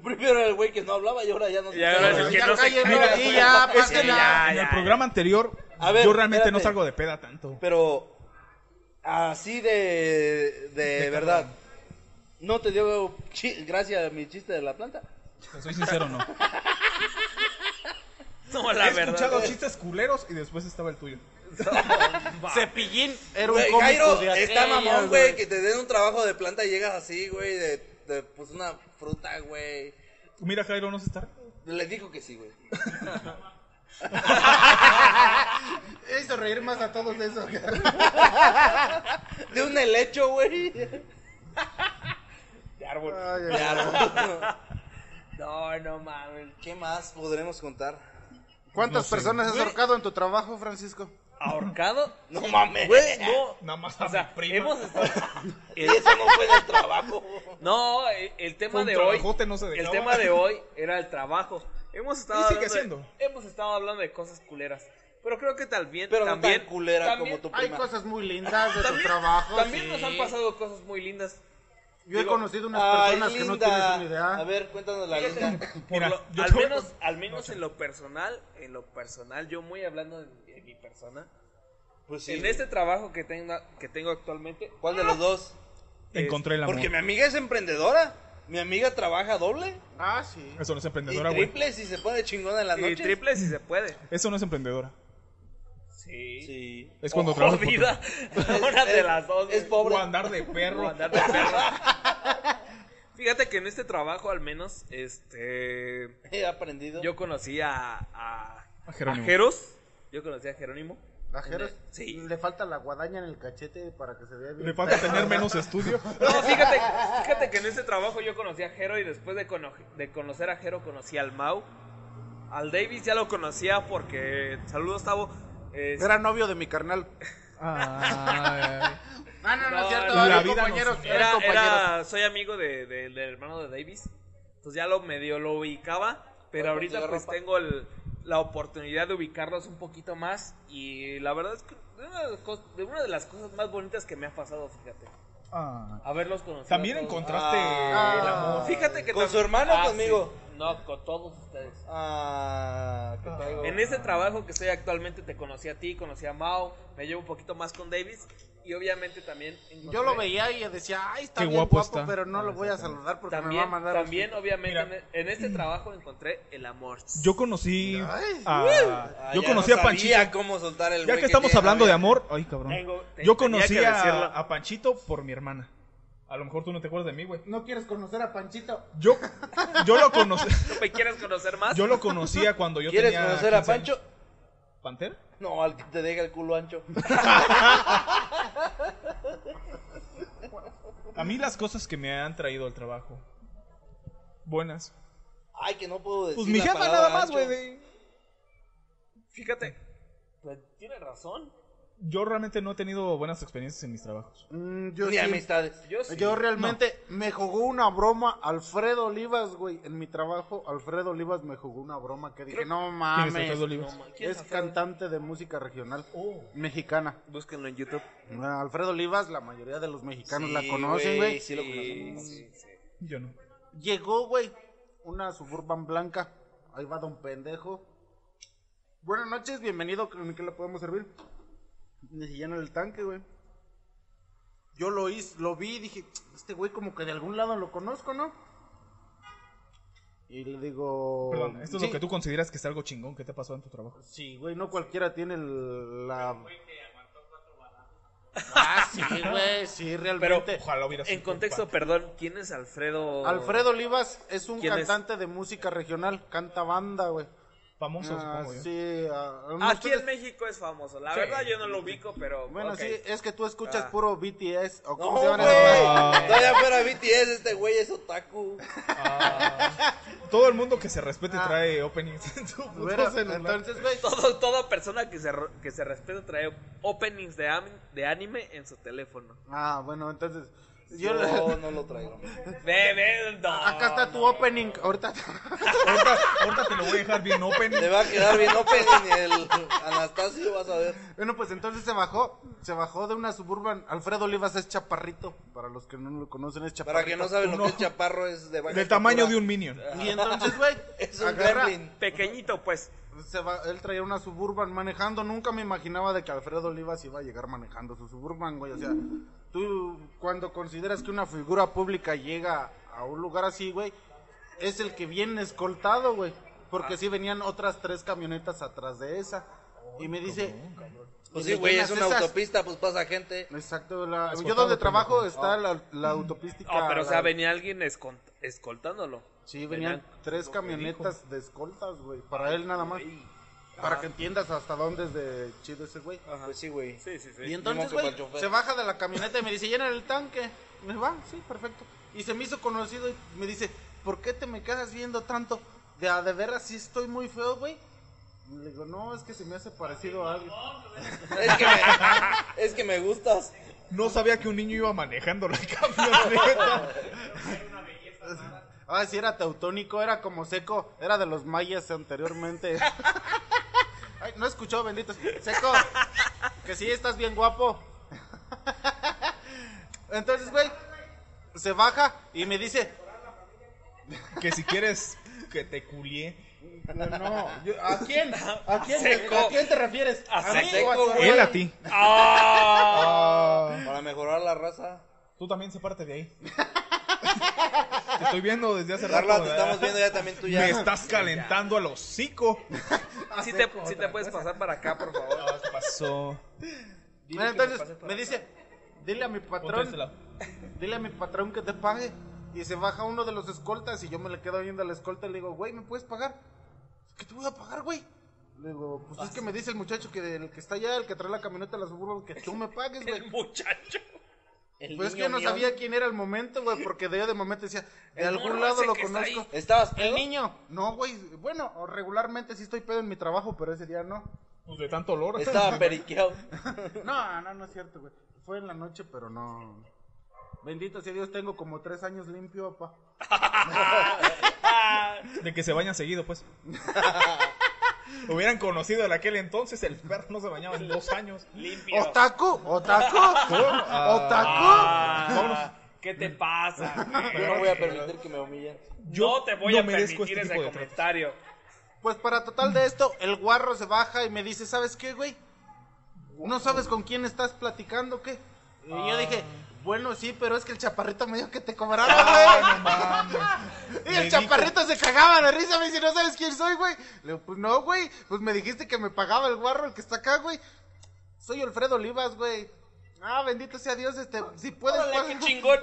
D: Primero era el güey que no hablaba y ahora ya no.
B: Y ahora
D: Pero
B: sí que
C: Ya
B: no se
C: cállenlo
B: calla,
C: aquí,
B: güey.
C: ya,
B: Es que
C: pásenla.
B: ya,
E: en el
B: Ah, ya,
E: programa anterior,
D: A ver,
E: yo realmente no
D: espérate.
E: salgo de peda tanto.
D: Pero así de, de, verdad. No te dio chi- gracias a mi chiste de la planta.
E: Te soy sincero, no.
B: ya. No, la
E: He escuchado
B: verdad.
E: chistes culeros y después estaba el tuyo.
B: Cepillín.
C: Era un
D: Güey,
C: cómico
D: Jairo,
C: de
D: está
C: aquellas,
D: mamón, güey, que te den un trabajo de planta y llegas así, güey, de, de, pues una fruta, güey.
E: Mira, Jairo, no se está.
D: Le dijo que sí, güey.
C: Hizo reír más a todos de eso.
D: De un helecho, güey. De árbol.
C: Ay, ay,
D: De árbol.
B: No, no mames.
D: ¿Qué más podremos contar?
C: ¿Cuántas
E: No sé.
C: personas has
B: Güey.
C: ahorcado en tu trabajo, Francisco?
B: ¿Ahorcado?
D: No mames.
B: Güey, no.
E: Nada más a
B: O sea,
E: mi prima.
B: hemos estado.
D: Y eso no fue del trabajo.
B: No, el, el
E: Fue
B: tema
E: un
B: de hoy.
E: trabajote, no se
B: el
E: dejaba.
B: tema de hoy era el trabajo. Hemos estado
E: Y sigue
B: hablando de-
E: siendo.
B: hemos estado hablando de cosas culeras. Pero creo que tal bien-
D: Pero no
B: también
D: tan culera
B: también-
D: como tu
C: Hay
D: prima.
C: cosas muy lindas de tu
B: también-
C: trabajo.
B: También
C: sí.
B: nos han pasado cosas muy lindas.
C: Yo he
B: digo,
C: conocido unas
D: Ay,
C: personas que no
D: linda.
C: tienes una idea.
D: A ver, cuéntanos la linda.
B: Por
E: Mira,
B: lo-
E: yo
B: al
E: te voy a
B: menos,
E: con-
B: al menos en lo personal, en lo personal, yo muy hablando de, de mi persona.
D: Pues sí.
B: En este trabajo que tengo, que tengo actualmente,
D: ¿Cuál de los dos?
E: Encontré el amor.
D: Porque mi amiga es emprendedora. Mi amiga trabaja doble
C: Ah, sí.
E: Eso no es
D: y
E: emprendedora, güey.
D: triple si se pone chingona en la
B: y
D: noche.
B: triple si se puede.
E: Eso no es emprendedora.
B: Sí.
D: Sí.
E: Es cuando
B: O
E: trabajas por tu-
B: jodida. Una de las dos.
D: Es
B: güey.
E: O
D: pobre.
E: andar de perro.
B: O andar de perro. Fíjate que en este trabajo, al menos, este.
D: He aprendido.
B: Yo conocí a. A,
E: A Jerónimo.
B: a Jeros. Yo conocí a Jerónimo.
C: Ajeros.
B: Sí.
C: Le falta la guadaña en el cachete para que se vea bien.
E: Le falta tener menos estudio.
B: No, fíjate, fíjate que en este trabajo yo conocí a Jero y después de, cono- de conocer a Jero conocí al Mau. Al Davis ya lo conocía porque. Saludos, Tavo. Eh,
C: Era novio de mi carnal.
E: Ay.
C: Ah, no, no,
B: No,
C: es cierto.
E: la
C: eran
E: vida nos
C: compañeros.
E: unió.
C: eran
B: era,
C: compañeros.
B: era- soy amigo de, de- del hermano de Davis. Entonces ya lo medio lo ubicaba. Pero
D: Oye,
B: ahorita
D: contigo,
B: pues
D: ropa.
B: tengo el- la oportunidad de ubicarlos un poquito más. Y la verdad es que de una de las cos- de, una de las cosas más bonitas que me ha pasado, fíjate.
E: Ay.
B: Haberlos conocido.
E: También
B: a todos.
E: encontraste
D: Ah.
E: el amor.
B: Fíjate que
D: ¿Con
B: tam-
E: Ah,
D: su hermano o
B: sí.
D: conmigo?
B: No, con todos ustedes.
D: Ah, que traigo.
B: En ese trabajo que estoy actualmente te conocí a ti, conocí a Mao, me llevo un poquito más con Davis y obviamente también... encontré-
C: Yo lo veía y decía, ay, está
E: Qué
C: bien
E: guapo
C: guapo,
E: está.
C: pero no lo voy a saludar porque me va a
B: También,
C: mandar.
B: también obviamente,
E: Mira.
B: en, en este trabajo encontré el amor.
E: Yo conocí
C: Ay.
E: a,
D: Ah,
E: yo
D: ya
E: conocí
D: no
E: a
D: sabía
E: Panchito.
D: cómo soltar el
E: Ya
D: güey
E: que estamos
D: tiene,
E: hablando
D: a
E: de
D: ver.
E: amor, ay cabrón.
B: Tengo- te- tenía
E: Yo conocí
B: que
E: a,
B: decirlo.
E: a Panchito por mi hermana. A lo mejor tú no te acuerdas de mí, güey.
C: No quieres conocer a Panchito.
E: Yo, yo lo conocí,
B: ¿Tú me quieres conocer más?
E: yo lo conocía cuando yo
D: ¿Quieres
E: tenía
D: conocer a
E: 15
D: Pancho?
E: años. ¿Pantera?
D: No, al que te deja el culo ancho.
E: A mí las cosas que me han traído al trabajo. Buenas.
D: Ay, que no puedo decir.
E: Pues mi
D: la
E: jefa
D: palabra
E: nada más,
D: ancho.
E: güey. de-
B: Fíjate, pues, tienes razón.
E: Yo realmente no he tenido buenas experiencias en mis trabajos.
C: Mm, yo
D: Ni
C: sí.
D: amistades.
B: Yo sí.
C: Yo realmente me jugó una broma Alfredo Olivas, güey. En mi trabajo, Alfredo Olivas me jugó una broma que dije, no
E: ¿Quién es Alfredo
C: mames.
E: Olivas?
B: ¿Quién es
C: Es
B: Alfredo? Oh.
C: cantante de música regional mexicana.
B: Búsquenlo en YouTube.
C: Ah, Alfredo Olivas, la mayoría de los mexicanos
D: Sí,
C: la conocen, güey.
D: Sí, lo conocen.
E: Yo no.
C: Llegó, güey, una suburban blanca. Ahí va don pendejo. Buenas noches, bienvenido. ¿En qué le podemos servir? Me llena el tanque, güey. Yo lo hice, lo vi y dije, este güey como que de algún lado lo conozco, ¿no? Y le
D: Oh,
C: digo...
E: Perdón, esto es
C: "Sí".
E: lo que tú consideras que es algo chingón que te ha pasado en tu trabajo.
C: Sí, güey, no cualquiera tiene el- la... Ah, sí, güey, sí, realmente.
E: Ojalá hubiera sido
B: En contexto,
E: compa-
B: perdón, ¿quién es Alfredo?
C: Alfredo Olivas es un
B: ¿Quién es?
C: cantante de música regional, canta banda, güey.
E: famoso,
C: Ah,
E: supongo yo.
C: sí, ah, no,
B: Aquí
C: ustedes-
B: en México es famoso. La
E: Sí.
B: verdad yo no lo ubico, pero...
C: Bueno,
B: ok.
C: sí, es que tú escuchas
B: Ah.
C: puro BTS o cómo
D: No,
C: se
D: güey.
C: llaman esas bandas.
E: Ah.
D: Todavía fuera BTS, este güey es otaku.
E: Ah, todo el mundo que se respete
C: Ah.
E: trae openings en su puto
C: Bueno,
E: celular.
C: entonces, güey,
B: Todo, toda persona que se, ro- que se respeta trae openings de, am- de anime en su teléfono.
C: Ah, bueno, entonces yo
D: Yo
C: le-
D: no lo traigo.
B: Ve, ve, no,
C: Ah, acá está tu
B: no.
C: opening ahorita.
E: Ahorita, ahorita te lo voy a dejar bien open.
D: Le va a quedar bien open en el Anastasio, vas a ver.
C: bueno, pues entonces se bajó, se bajó de una Suburban. Alfredo Olivas es chaparrito, para los que no lo conocen es chaparrito.
D: Para que no saben lo
E: Uno.
D: que es chaparro, es de baja
E: Del tamaño de
D: estatura.
E: un minion.
C: Y entonces, güey,
D: Es un
C: agarra-
D: gremlin.
B: Pequeñito, pues.
C: se va- él traía una Suburban manejando. Nunca me imaginaba de que Alfredo Olivas iba a llegar manejando su Suburban, güey. O sea, tú cuando consideras que una figura pública llega a un lugar así, güey, es el que viene escoltado, güey.
B: Ah.
C: Porque sí venían otras tres camionetas atrás de esa. Y me dice... y
D: Pues sí,
C: le
D: güey, es
C: llenas
D: una
C: esas-
D: autopista, pues pasa gente.
C: Exacto, la- yo
E: Escoltado,
C: donde trabajo
E: pendejo.
C: está la, la autopista.
B: Ah, pero o
C: la-
B: sea, venía alguien escon- escoltándolo.
C: Sí, venían tres camionetas de escoltas, güey. Para él nada más. Para que entiendas hasta dónde es de chido ese güey.
D: Pues sí, güey.
B: Sí, sí, sí.
C: Y entonces,
D: que
C: güey,
D: para el chofer.
C: se baja de la camioneta y me dice, llena el tanque. Me va, sí, perfecto. Y se me hizo conocido y me dice, ¿por qué te me quedas viendo tanto? De, a de veras, sí estoy muy feo, güey. Y Le digo, no, es que se me hace parecido a alguien.
D: Es que me, es que me gustas.
E: No sabía que un niño iba manejando la camioneta.
C: Ah, sí, era teutónico, era como seco, era de los mayas anteriormente. Ay, no escuchó, bendito. Seco, que sí, estás bien guapo. Entonces, güey, se baja y me dice,
E: Que si quieres que te culié.
C: No, no. Yo- ¿A quién? ¿A quién,
B: Seco.
C: te, ¿A quién te refieres?
B: A
C: mí
B: seco,
C: o tu
E: Él
C: abuela?
E: a ti.
B: ¡Ah!
D: Para mejorar la raza.
E: Tú también sepárate de ahí. Te estoy viendo desde hace rato.
D: Carla, te
E: ¿verdad?
D: estamos viendo ya también tú ya.
E: Me estás calentando al hocico.
B: Si te, sí te puedes pasar para acá, por favor.
E: ¿Qué pasó?
C: Bueno, entonces me dice, dile a mi
E: Ponte de
C: patrón,
E: este lado.
C: dile a mi patrón que te pague. Y se baja uno de los escoltas y yo me le quedo viendo al escolta y le digo, güey, ¿me puedes pagar? ¿Qué te voy a pagar, güey? Le digo, pues es que me dice el muchacho que el que está allá, el que trae la camioneta a la suburban, que tú me pagues, güey.
B: El muchacho.
D: El
C: Pues es que
D: niño
C: yo no
D: mío.
C: sabía quién era el momento, güey, porque de, de momento decía, de
B: El
C: algún
B: morro
C: lado
B: ese
C: lo
B: que está ahí.
C: conozco.
D: ¿Estabas pedo?
C: El niño. No, güey. Bueno, regularmente sí estoy pedo en mi trabajo, pero ese día no.
E: Pues de tanto olor.
D: Estaba periqueado.
C: No, no, no es cierto, güey. Fue en la noche, pero no. Bendito sea Dios, tengo como tres años limpio, papá.
E: De que se bañan seguido, pues. Hubieran conocido en aquel entonces, el perro no se bañaba en dos años.
B: Limpio.
C: ¡Otaku! ¡Otaku! ¡Otaku!
B: Ah.
E: Vámonos.
B: ¿Qué te pasa? güey?
D: Yo no voy a permitir que me humillen.
B: Yo te voy
F: no
B: a
F: merezco
B: permitir
F: este
B: ese
F: tipo de tratos.
B: comentario.
C: Pues para total de esto, el guarro se baja y me dice, ¿sabes qué, güey? ¿No sabes con quién estás platicando, qué? Y yo dije, bueno, sí, pero es que el chaparrito me dijo que te
E: Ah,
C: cobraba, güey. y
F: Me
C: el
F: dijo-
C: chaparrito se cagaba de risa, me dice, ¿no sabes quién soy, güey? Le digo, pues no, güey, pues me dijiste que me pagaba el guarro, el que está acá, güey. Soy Alfredo Olivas, güey. Ah, bendito sea Dios, este, si puedes...
B: Órale,
C: pasa-
B: qué chingón.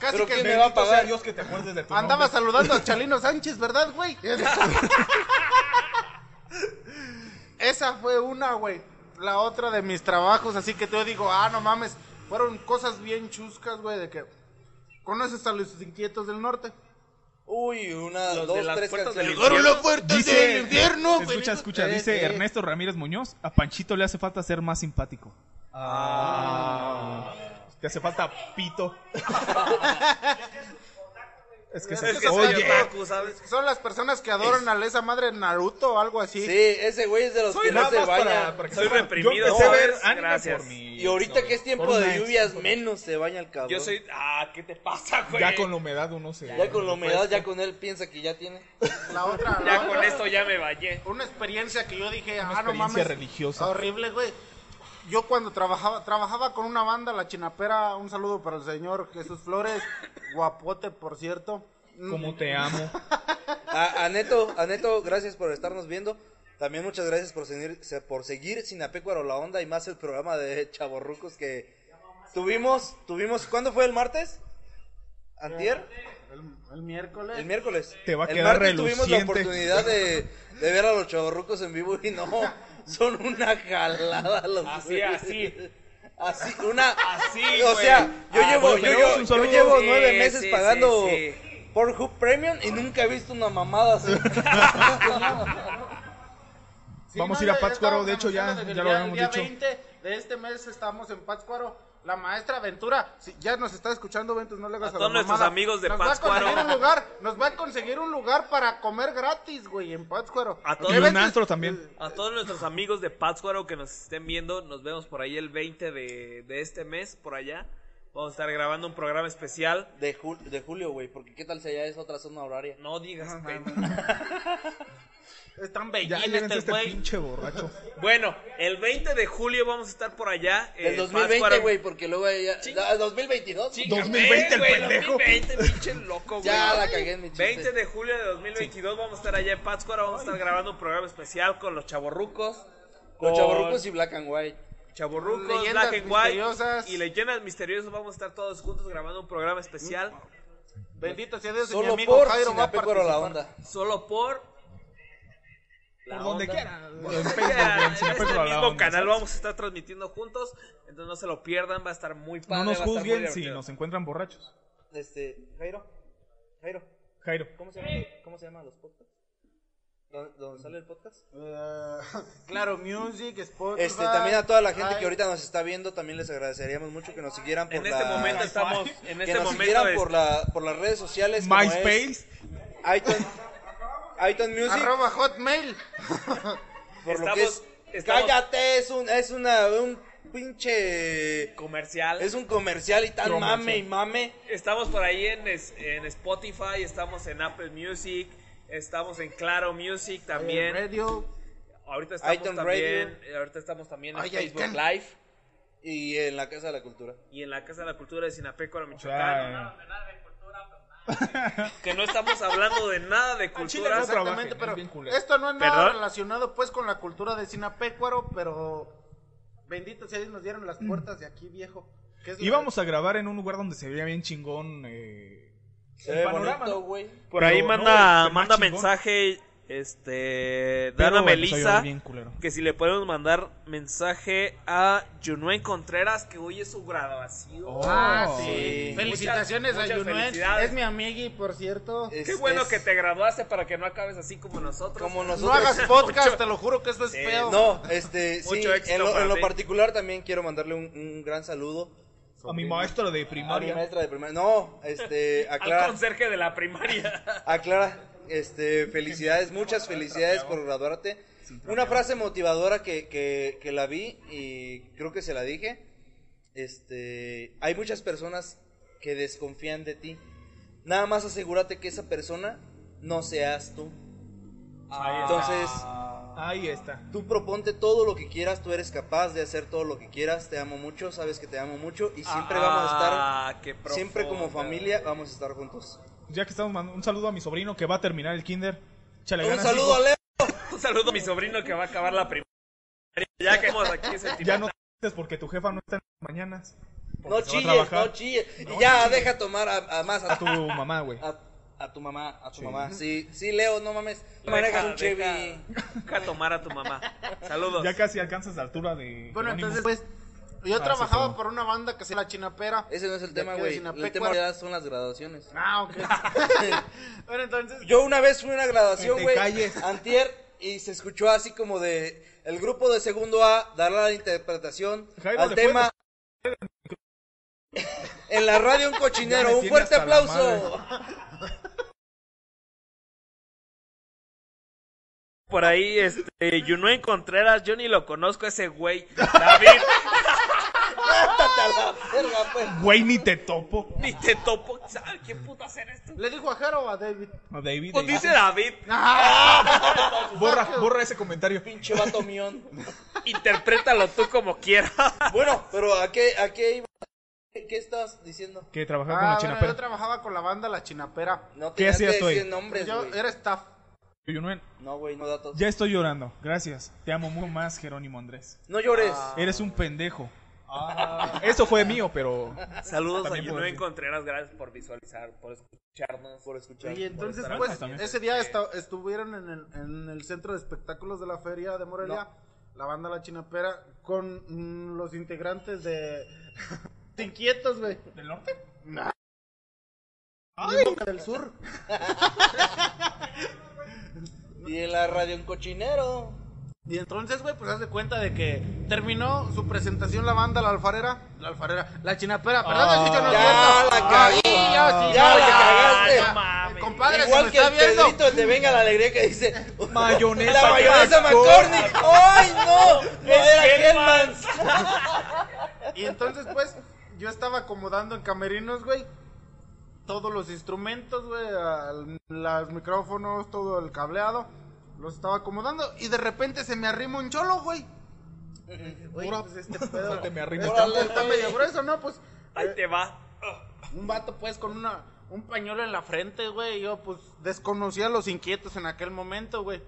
C: Casi
D: Pero
C: que
D: ¿quién
C: me-
D: me va a
E: Bendito sea
D: pagar?
E: Dios que te acuerdes de tu
C: Andaba
E: nombre.
C: saludando a Chalino Sánchez, ¿verdad, güey? Esa fue una, güey. La otra de mis trabajos, así que te digo, ah, no mames. Fueron cosas bien chuscas, güey, de que... ¿Conoces a los inquietos del norte?
D: Uy, una,
B: Los de
D: dos,
B: las
D: tres
B: puertas del
D: canciones.
B: infierno.
C: puerta
E: Escucha, escucha,
D: Eh,
E: dice
D: eh.
E: Ernesto Ramírez Muñoz, a Panchito le hace falta ser más simpático. Ah. Te hace falta pito. es que,
B: Es
E: se-
B: que soy
E: oye,
B: otaku, ¿sabes?
C: Son las personas que adoran a esa madre Naruto o algo así.
D: Sí, ese güey es de los que no se baña.
B: Soy reprimido,
E: Yo empecé a
B: ¿sabes?
E: ver anime
B: Gracias.
E: por mi
D: Y ahorita
E: novia,
D: que es tiempo
E: por
D: de
E: una
D: lluvias,
E: ex.
D: menos se baña el cabrón.
B: Yo soy. Ah, ¿qué te pasa, güey?
E: Ya con la humedad uno se...
D: Ya con la humedad, ya con él piensa que ya tiene.
C: La otra, la
B: Ya
C: otra.
B: con esto ya me bañé.
C: una experiencia que yo dije, ah, no
E: experiencia
C: mames.
E: religiosa.
C: Horrible, güey. Yo cuando trabajaba, trabajaba con una banda, La Chinapera, un saludo para el señor Jesús Flores, guapote, por cierto. Mm,
E: Como te amo.
D: A, a Neto, a Neto, gracias por estarnos viendo. También muchas gracias por seguir, por seguir Sinapecuaro la onda y más el programa de Chaborrucos que tuvimos, tuvimos, ¿cuándo fue el martes? ¿Antier?
C: El, el miércoles.
D: El miércoles.
E: Te va a
D: el
E: quedar
D: martes tuvimos la
E: reluciente.
D: oportunidad de, de ver a los chavorrucos en vivo y no, son una jalada los
B: Así,
D: güeyes.
B: así.
D: Así, una.
B: Así,
D: O
B: güey.
D: sea, yo
B: Ah,
D: llevo,
B: bueno,
D: yo,
B: tenemos
D: llevo-
E: un
D: yo
E: saludo.
D: llevo
B: Sí,
D: nueve meses
B: sí,
D: pagando
B: sí,
D: por Hub Premium y nunca he visto una mamada así.
C: Sí,
E: Vamos
C: no,
E: a ir a
C: ya- ya
E: Pátzcuaro,
C: estábamos
E: de hecho ya,
C: anunciando desde
E: ya
C: el
E: lo
C: día-
E: habíamos
C: día
E: dicho.
C: 20 de este mes estamos en Pátzcuaro. La maestra Ventura, si ya nos está escuchando, Ventus, no le hagas
B: A
C: a, la
B: todos nuestros
C: mamada.
B: amigos de
C: nos Va a
B: Pátzcuaro.
C: conseguir un lugar, nos va a conseguir un lugar para comer gratis, güey, en Pátzcuaro. eh,
B: A todos
E: Y
C: ¿Qué,
E: un
C: Ventus?
E: antro también.
B: A todos nuestros amigos de Pátzcuaro que nos estén viendo, nos vemos por ahí el 20 de, de este mes, por allá. Vamos a estar grabando un programa especial.
D: De, jul- de julio, güey, porque qué tal si allá es otra zona horaria.
B: No digas, güey.
C: Están
E: Ya
C: bellines
E: llévense
C: estos
E: este
B: güey.
E: pinche borracho.
B: Bueno, el 20 de julio vamos a estar por allá.
D: El
B: eh,
D: 2020,
B: Pátzcuaro.
D: güey, porque luego allá. Ah, 2022.
B: Chíngame,
E: 2020 el
B: güey,
E: pendejo.
B: 2020, pinche loco, güey.
D: Ya la cagué en mi chiste.
B: 20 de julio de 2022 vamos a estar allá en Pátzcuaro, vamos a estar grabando un programa especial con los chavorrucos.
D: Los chavorrucos y Black and White.
B: Chaburrucos,
C: Leyendas
B: Black and White
C: misteriosas.
B: y leyendas misteriosas. Vamos a estar todos juntos grabando un programa especial
C: Bendito sea Dios, y mi
D: Solo
C: amigo
D: por
C: Jairo va a
D: Sinapecuaro la
C: participar.
D: onda.
B: solo por. la
E: Por donde
B: onda.
E: quiera. En
B: Donde
E: Facebook,
B: quiera,
E: en
B: en
E: Sinapecuaro
B: este
E: la
B: mismo
E: onda,
B: canal
E: ¿sabes?
B: vamos a estar transmitiendo juntos, entonces no se lo pierdan, va a estar muy padre.
E: No nos
B: va a estar muy
E: juzguen si
B: divertido.
E: nos encuentran borrachos.
D: Este, Jairo. Jairo,
E: Jairo.
D: ¿cómo se llama, cómo se llaman los podcasts? ¿Dónde, dónde sale el podcast?
C: Eh, claro, Music, Spotify.
D: Este, también a toda la gente
C: Ay,
D: que ahorita nos está viendo, también les agradeceríamos mucho que nos siguieran por
B: En este
D: la-
B: momento estamos. En
D: que
B: este
D: nos
B: momento.
D: siguieran
B: es-
D: por, la, por las redes sociales como es
E: MySpace.
D: iTunes, iTunes Music,
C: Arroba Hotmail.
D: por lo
B: Estamos-
D: que es...
B: estamos-
D: Cállate, es un, es una, un pinche...
B: comercial.
D: Es un comercial y tan
E: Comercial.
D: mame y mame.
B: Estamos por ahí en, es- en Spotify, estamos en Apple Music, estamos en Claro Music también.
C: Eh, Radio.
B: Ahorita estamos
D: iTunes
B: también, eh, ahorita estamos también en
C: Ay, ay,
B: Facebook
C: can-
B: Live
D: Y en la Casa de la Cultura.
B: y en la Casa de la Cultura de Sinapecuaro, Michoacán.
E: sea,
B: Que no estamos hablando de nada de cultura.
E: no trabajen,
C: Exactamente,
E: es
C: pero
E: bien culero.
C: esto no es nada
B: ¿Perdón?
C: relacionado pues con la cultura de Sinapecuaro, pero bendito sea Dios, nos dieron las puertas de aquí, viejo. que es lo
E: Íbamos a grabar en un lugar donde se veía bien chingón. eh,
D: Se
E: el
D: ve
E: panorama,
D: bonito,
E: ¿no?
D: güey.
B: Por
E: Pero
B: ahí
E: no,
B: manda,
E: este, más
B: manda
E: chingón.
B: mensaje este
E: Pero
B: Dana
E: bueno, soy
B: Melissa
E: bien culero.
B: que si le podemos mandar mensaje a Junuen Contreras que hoy es su graduación.
E: Oh.
C: Ah, sí.
D: Sí.
C: Felicitaciones
B: Muchas-
C: a
B: muchas
C: Yunuen.
B: felicidades.
C: Es mi amigui, por cierto.
D: Es-
B: Qué bueno
D: Este es-
B: que te graduaste para que no acabes así como nosotros.
D: Como Eh, nosotros.
C: No hagas podcast, te lo juro que eso es
B: Sí,
C: feo.
D: No, este, sí,
B: Mucho éxito
D: en lo,
B: para
D: en lo
B: ti.
D: particular también quiero mandarle un, un gran saludo
E: A mi maestro de
D: a mi
E: primaria.
D: maestra de primaria. No, este, a
B: Al
D: Clara,
B: conserje de la primaria.
D: a Clara, este, felicidades, muchas felicidades por graduarte. Una frase motivadora que, que, que la vi y creo que se la dije, este, hay muchas personas que desconfían de ti. Nada más asegúrate que esa persona no seas tú.
E: Ahí está.
D: Entonces,
E: Ahí está.
D: tú proponte todo lo que quieras, tú eres capaz de hacer todo lo que quieras, te amo mucho, sabes que te amo mucho y siempre vamos a
B: Ah, qué
D: estar, siempre como
B: profunda.
D: familia vamos a estar juntos.
E: Ya que estamos mandando un saludo a mi sobrino que va a terminar el kinder. Échale
D: Un
E: ganas,
D: saludo
E: hijo.
D: a Leo.
B: Un saludo a mi sobrino que va a acabar la primaria. Ya que estamos aquí
E: Ya
B: sentimental.
E: no te sientes porque tu jefa no está en las mañanas.
D: No
E: porque se va a
D: chilles,
E: trabajar.
D: no chilles. y ya deja tomar a, a más a
E: A
D: tu,
E: tu mamá, güey.
D: a, a tu mamá, a tu mamá. Sí, sí, Leo, no mames. No manejas
B: Deja,
D: un Chevy.
B: deja- deja tomar a tu mamá.
D: Ah.
B: Saludos.
E: Ya casi alcanzas la altura de.
C: Bueno,
E: Jerónimo.
C: entonces, pues, yo
E: sí,
C: trabajaba
E: pero-
C: para una banda que se llama La Chinapera.
D: Ese no Ah, es el
C: de
D: tema,
C: aquí de
D: güey.
C: Sinapecua.
D: El tema ya son las graduaciones.
C: Ah, ok. bueno, entonces,
D: Yo una vez fui a una graduación,
E: Que te
D: güey.
E: calles.
D: Antier y se escuchó así como de el grupo de segundo A dar la interpretación
E: Jairo,
D: al
E: después
D: tema. en la radio un
E: Ya me
D: cochinero, un
E: tiene
D: fuerte
E: hasta la
D: aplauso.
B: Por ahí, este, Yunuen Contreras, yo ni lo conozco ese güey. David,
D: Átate a la verga, pues.
E: Güey, ni te topo.
B: ni te topo. ¿Sabes qué putas eres tú?
C: le dijo a Jaro o a David.
E: A David.
B: Pues
E: David.
B: dice David,
C: Ah,
E: borra, borra ese comentario.
D: Pinche vato mión.
B: interprétalo tú como quieras.
D: Bueno, pero ¿a qué, a qué iba? ¿Qué estabas diciendo?
E: Que trabajar con
C: Ah,
E: la
C: bueno,
E: chinapera.
C: yo trabajaba con la banda La Chinapera.
D: No
E: ¿Qué
D: tenías
E: hacías
D: que
E: tú ahí?
D: decir nombres,
C: Yo
D: güey.
C: era staff.
E: Yo no-
D: No, güey, no datos.
E: Ya estoy llorando. Gracias. Te amo mucho más, Jerónimo Andrés.
D: No llores.
C: Ah,
E: Eres un pendejo. Eso fue mío, pero.
B: Saludos
E: También
B: a
E: puedo
B: Yunuen
E: decir.
B: Contreras, gracias por visualizar, por escucharnos.
D: Por escuchar.
C: Y entonces,
E: estar
C: pues,
E: acá también.
C: ese día esta- estuvieron en el, en el centro de espectáculos de la feria de Morelia, la banda La Chinapera, con mm, los integrantes de... Te inquietos, güey.
E: ¿Del norte?
C: Del sur.
D: Y en la radio un cochinero.
C: Y entonces, güey, pues haz de cuenta de que terminó su presentación la banda, la alfarera, la alfarera, la chinapera, perdón,
E: Ah,
C: si yo no
D: ya
C: siento.
D: la
C: Ay,
D: cagué.
C: ya, sí,
D: Ya
C: no,
D: la cagaste.
C: ya,
B: Mami.
C: Compadre, si
D: Igual
C: me
D: que
C: está
D: el
C: viendo.
D: Pedrito, el de Venga la Alegría que dice
E: Mayonesa.
D: La mayonesa McCormick. ¡Ay, no! No era Hellmans.
C: Y entonces, pues, yo estaba acomodando en camerinos, güey. Todos los instrumentos, güey, al- los micrófonos, todo el cableado. Los estaba acomodando y de repente se me arrima un cholo, güey. Güey, pues este pedo
E: te me arrima.
C: está,
D: Órale,
C: está
D: güey.
C: medio grueso, ¿no? Pues
B: Ahí te va.
C: Un vato, pues, con una, un pañuelo en la frente, güey. Yo, pues, desconocía a los inquietos en aquel momento, güey.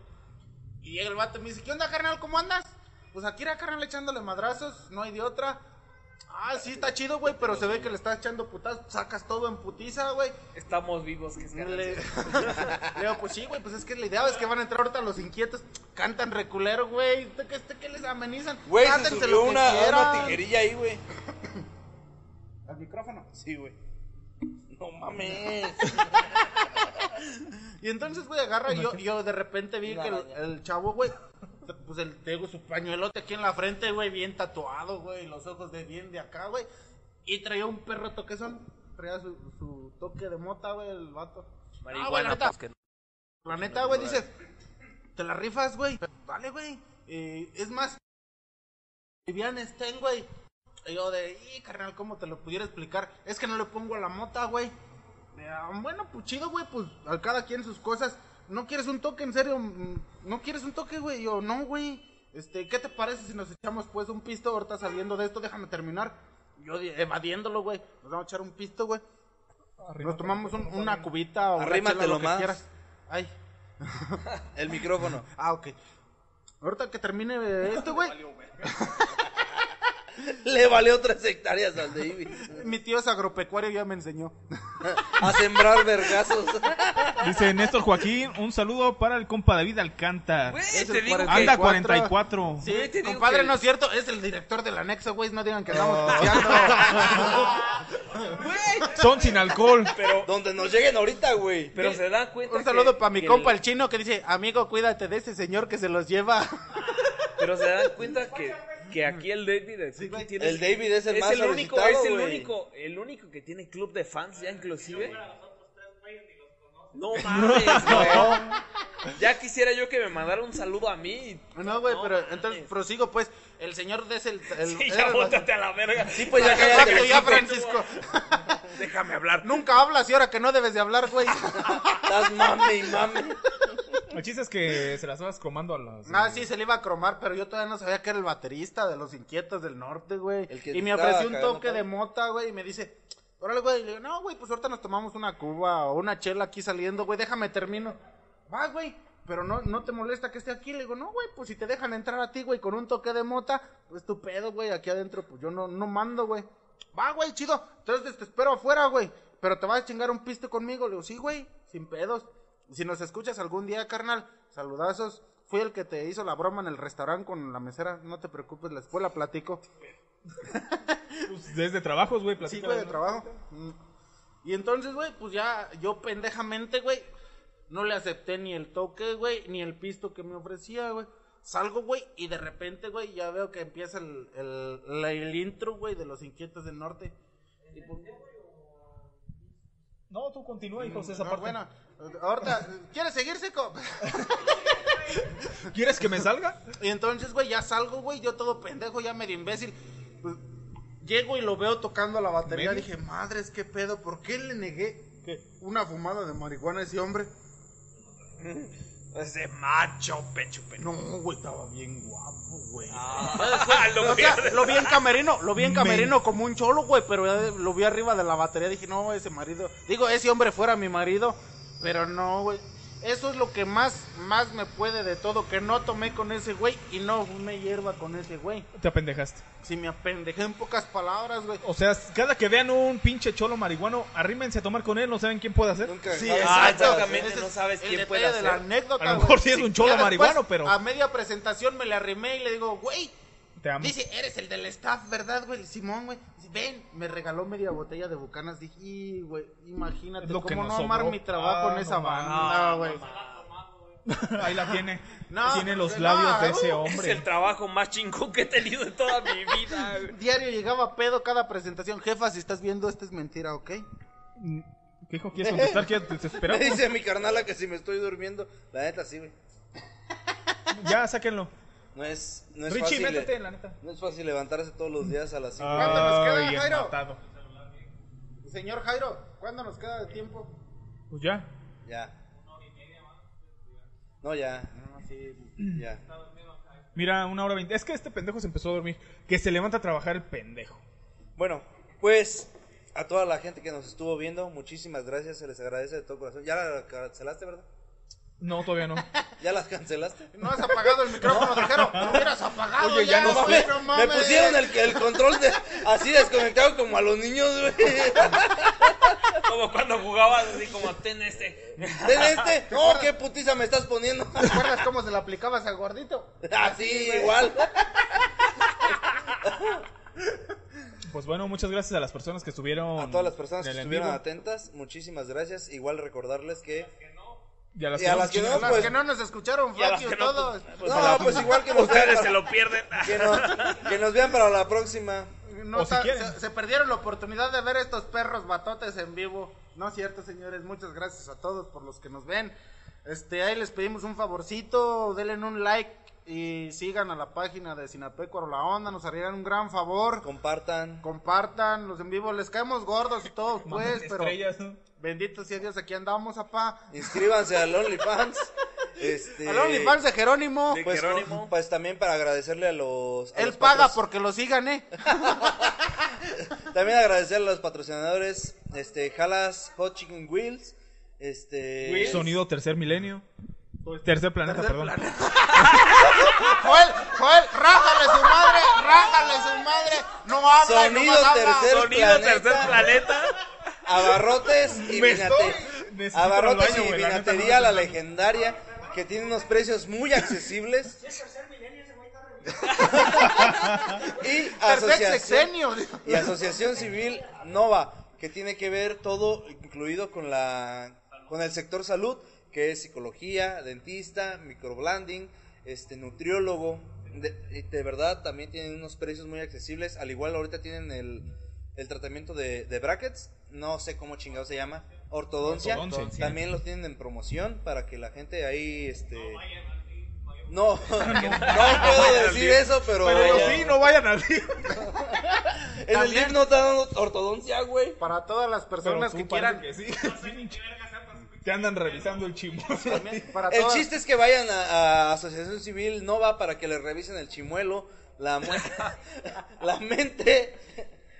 C: Y llega el vato y me dice, ¿qué onda, carnal? ¿Cómo andas? Pues aquí era carnal echándole madrazos, no hay de otra. Ah, sí, está chido, güey, pero se ve que le está echando putas, sacas todo en putiza, güey.
B: Estamos vivos, que es
C: Le,
B: ganancia.
C: Le digo, pues sí, güey, pues es que la idea es que van a entrar ahorita los inquietos, cantan reculero, güey, ¿Usted ¿qué, usted qué les amenizan?
D: Güey, se
C: Cántense
D: subió
C: lo que
D: una, una
C: quieran.
D: tijerilla ahí, güey.
C: Al micrófono.
D: Sí, güey. No mames.
C: Y entonces, güey, agarra y yo, yo de repente vi
D: Una
C: que el,
D: araña.
C: el chavo, güey, pues el, te digo, su pañuelote aquí en la frente, güey, bien tatuado, güey, los ojos de bien de acá, güey. Y traía un perro toquezón, traía su, su toque de mota, güey, el vato. Ah, güey, la
B: Marihuana,
C: neta,
B: pues que no.
C: la neta, güey, dice, te la rifas, güey, vale, güey. Eh, es más, Vivian estén, güey. Y yo de, y carnal, ¿cómo te lo pudiera explicar? Es que no le pongo a la mota, güey. Me da, Bueno, pues chido, güey, pues a cada quien sus cosas. ¿No quieres un toque, en serio? Mm, ¿No quieres un toque, güey? Yo, no, güey. Este, ¿qué te parece si nos echamos, pues, un pisto ahorita saliendo de esto? Déjame terminar. Yo de- evadiéndolo, güey. Nos vamos a echar un pisto, güey. Nos tomamos un- una cubita o una chela,
D: pues, Arrímatelo
C: lo que
D: más.
C: quieras. Ay,
D: El micrófono.
C: ah, ok. Ahorita que termine eh, esto, güey.
D: Le valió tres hectáreas al David.
C: Mi tío es agropecuario, ya me enseñó.
D: A sembrar vergazos.
E: Dice Néstor Joaquín, un saludo para el compa David Alcántar.
B: Güey,
C: Es
B: te
C: el
B: digo que-
C: 44.
E: Anda 44.
C: Sí,
B: Güey, te digo
C: compadre,
B: que-
C: no es cierto, es el director del anexo, güey, no digan que estamos puteando.
B: Güey,
E: Son sin alcohol.
B: Pero,
D: Donde nos lleguen ahorita, güey.
B: pero se dan cuenta.
C: Un saludo
B: que-
C: para mi
B: que
C: compa
B: el-
C: el chino que dice, amigo, cuídate de ese señor que se los lleva.
B: Pero se dan cuenta que, que aquí el David de Cookie
C: güey.
B: tiene-
D: El David es el más
B: único,
D: solicitado,
B: es el
D: güey.
B: único, el único que tiene club de fans ya inclusive. No mames, güey. Ya quisiera yo que me mandara un saludo a mí.
C: No, güey,
B: No
C: pero
B: mames.
C: entonces prosigo, pues. El señor es el. el
B: Sí,
C: era
B: ya
C: el-
B: bótate a la verga.
D: Sí, pues ya
C: Exacto,
D: cállate.
C: ya,
D: hocico.
C: Francisco.
B: Déjame hablar.
C: Nunca hablas y ahora que no debes de hablar, güey.
D: Estás mami, mami.
E: El chiste es que se las vas comando a las.
C: Ah, sí, se le iba a cromar, pero yo todavía no sabía que era el baterista de los Inquietos del Norte, güey.
D: El que
C: Y me
D: estaba
C: ofreció un
D: cagando
C: toque
D: todo.
C: de mota, güey, y me dice, órale, güey. Y le digo, no, güey, pues ahorita nos tomamos una cuba o una chela aquí saliendo, güey, déjame termino. Va, güey, pero no, no te molesta que esté aquí. Le digo, no, güey, pues si te dejan entrar a ti, güey, con un toque de mota, pues tu pedo, güey, aquí adentro, pues yo no, no mando, güey. Va, güey, chido. Entonces te espero afuera, güey. Pero te vas a chingar un piste conmigo. Le digo, sí, güey, sin pedos. Si nos escuchas algún día, carnal, saludazos. Fui el que te hizo la broma en el restaurante con la mesera. No te preocupes, la escuela platico.
E: Pues, desde trabajos, güey,
C: Sí,
E: platica.
C: güey, de trabajo. Mm. Y entonces, güey, pues ya yo pendejamente, güey, no le acepté ni el toque, güey, ni el pisto que me ofrecía, güey. Salgo, güey, y de repente, güey, ya veo que empieza el, el, la- el intro, güey, de los Inquietos del Norte. Y pues,
E: No, tú continúa, hijos, Pues esa
C: Mm, no,
E: parte.
C: bueno, ahorita, ¿quieres seguirse? co-
E: ¿Quieres que me salga?
C: Y entonces, güey, ya salgo, güey, yo todo pendejo, ya medio imbécil. Pues, llego y lo veo tocando la batería.
E: ¿Medio?
C: Dije, madres, qué pedo, ¿por qué le negué
E: ¿Qué?
C: una fumada de marihuana a ese hombre?
B: Ese macho pecho pecho.
C: No, güey, estaba bien guapo, güey.
B: Ah, lo
C: O sea,
B: pierde.
C: lo vi en camerino, lo vi en camerino como un cholo, güey, pero ya lo vi arriba de la batería, dije, no, ese marido, digo, ese hombre fuera mi marido, pero no, güey. Eso es lo que más, más me puede de todo, que no tomé con ese güey y no fumé hierba con ese güey.
E: Te apendejaste.
C: Si me apendejé en pocas palabras, güey.
E: O sea, cada que vean un pinche cholo marihuano, arrímense a tomar con él, no saben quién puede hacer.
D: Nunca.
C: Sí,
D: jamás
B: Ah,
C: exacto.
B: exactamente,
C: Ese
B: no
C: es
B: sabes
C: el
B: quién
C: detalle
B: puede
C: de la
B: hacer.
C: anécdota,
E: A lo
C: güey.
E: mejor sí es un cholo
C: Ya después,
E: marihuano, pero-
C: A media presentación me le arrimé y le digo, güey,
E: Te amo.
C: Dice, eres el del staff, ¿verdad, güey? Simón, güey. Dice, Ven, me regaló media botella de bucanas. Dije, "Y, güey, imagínate
E: Es lo que
C: cómo
E: nos
C: no amar
E: sobró.
C: mi trabajo
E: Ah,
C: en
E: no
C: esa banda,
E: mames.
C: güey.
E: Ahí la tiene.
C: No,
E: tiene los
C: no,
E: labios de
C: no,
E: ese
C: es
E: hombre.
B: Es el trabajo más chingón que he tenido en toda mi vida. güey.
C: Diario llegaba pedo cada presentación. Jefa, si estás viendo, esto es mentira, ¿ok?
E: ¿Qué hijo quieres contestar? ¿Quieres
D: Me
E: desesperado?
D: dice mi carnala que si me estoy durmiendo, la neta sí, güey.
E: Ya, sáquenlo.
D: No es, no es
E: Richie,
D: fácil.
E: métete,
D: eh.
E: la neta.
D: No es fácil levantarse todos los días a las 5.
C: ¿Cuánto nos queda,
E: Ay,
C: Jairo?
E: matado.
C: Señor Jairo, ¿cuándo nos queda de tiempo?
E: Pues ya.
D: Ya. No, ya. Ya.
E: Mira, una hora veinte. Es que este pendejo se empezó a dormir. Que se levanta a trabajar el pendejo.
D: Bueno, pues a toda la gente que nos estuvo viendo, muchísimas gracias, se les agradece de todo corazón. Ya la cancelaste, ¿verdad?
E: No, todavía no.
D: ¿Ya las cancelaste?
C: No has apagado el micrófono de Jairo. Lo hubieras apagado.
D: Oye, ya no
C: güey,
D: mames. Me
C: mames.
D: pusieron el, el control de, así desconectado como a los niños, güey.
B: Como cuando jugabas así como ten este.
D: Ven este. No, qué putiza me estás poniendo.
C: ¿Te acuerdas cómo se la aplicabas al gordito?
D: Así, igual.
E: Pues bueno, muchas gracias a las personas que estuvieron.
D: A todas las personas que
E: en el en
D: estuvieron
E: vivo.
D: atentas, muchísimas gracias. Igual recordarles que.
E: Y a las
D: y
E: que
D: a
E: no,
D: las que no,
E: chingas.
C: Las
D: pues-
C: que no nos escucharon,
B: Y a las
C: fuck
B: que
C: you,
B: no,
C: todos.
B: pues,
D: no,
B: a la-
D: pues igual que nos
B: Ustedes
D: vean
B: se
D: para-
B: lo pierden.
D: que nos, que nos vean para la próxima.
C: No,
E: O si
C: ta-
E: quieren.
C: se, se perdieron la oportunidad de ver estos perros batotes en vivo. No es cierto, señores. Muchas gracias a todos por los que nos ven. Este, ahí les pedimos un favorcito, denle un like y sigan a la página de Sinapecuaro La Onda, nos harían un gran favor.
D: Compartan.
C: Compartan los en vivo, les caemos gordos y todo,
E: Mames,
C: pues, pero
E: estrellas. ¿no?
C: bendito sea Dios, aquí andamos, apá.
D: Inscríbanse al OnlyFans. Este,
C: Al OnlyFans de Jerónimo,
B: de
D: Pues,
B: Jerónimo.
D: pues también para agradecerle a los. a
C: él
D: los
C: paga
D: patro-
C: porque lo sigan, eh.
D: También agradecerle a los patrocinadores. Este, Jalas, Hot Chicken Wheels. Este.
E: Sonido tercer milenio. Tercer planeta,
C: Tercer
E: perdón.
C: Joel, Joel, rájale su madre, rájale su madre. No habla,
D: Sonido
C: no habla.
D: tercer-
B: Sonido
D: planeta.
B: tercer planeta.
D: Abarrotes y
E: Me
D: vinate-
E: estoy- necesito ir
D: Abarrotes
E: al baño,
D: y
E: güey, la neta,
D: vinatería,
E: no
D: la
E: me estoy
D: legendaria, que tiene unos precios muy accesibles. y
C: Tercer
D: asociación,
C: sexenio.
D: y asociación civil Nova, que tiene que ver todo incluido con la con el sector salud, que es psicología, dentista, microblending, este nutriólogo. De, de verdad también tienen unos precios muy accesibles, al igual ahorita tienen el el tratamiento de, de brackets, no sé cómo chingado se llama, ortodoncia,
E: Ortodoncia.
D: también lo tienen en promoción para que la gente ahí, este... No, no, puedo decir eso, pero,
E: Pero sí, no vayan al día.
D: en el DIF no están dando ortodoncia, güey.
C: Para todas las personas que quieran.
E: Te andan revisando el chimoso.
C: Para
D: El
C: todas-
D: chiste es que vayan a, a Asociación Civil Nova para que les revisen el chimuelo, la, mu- la mente,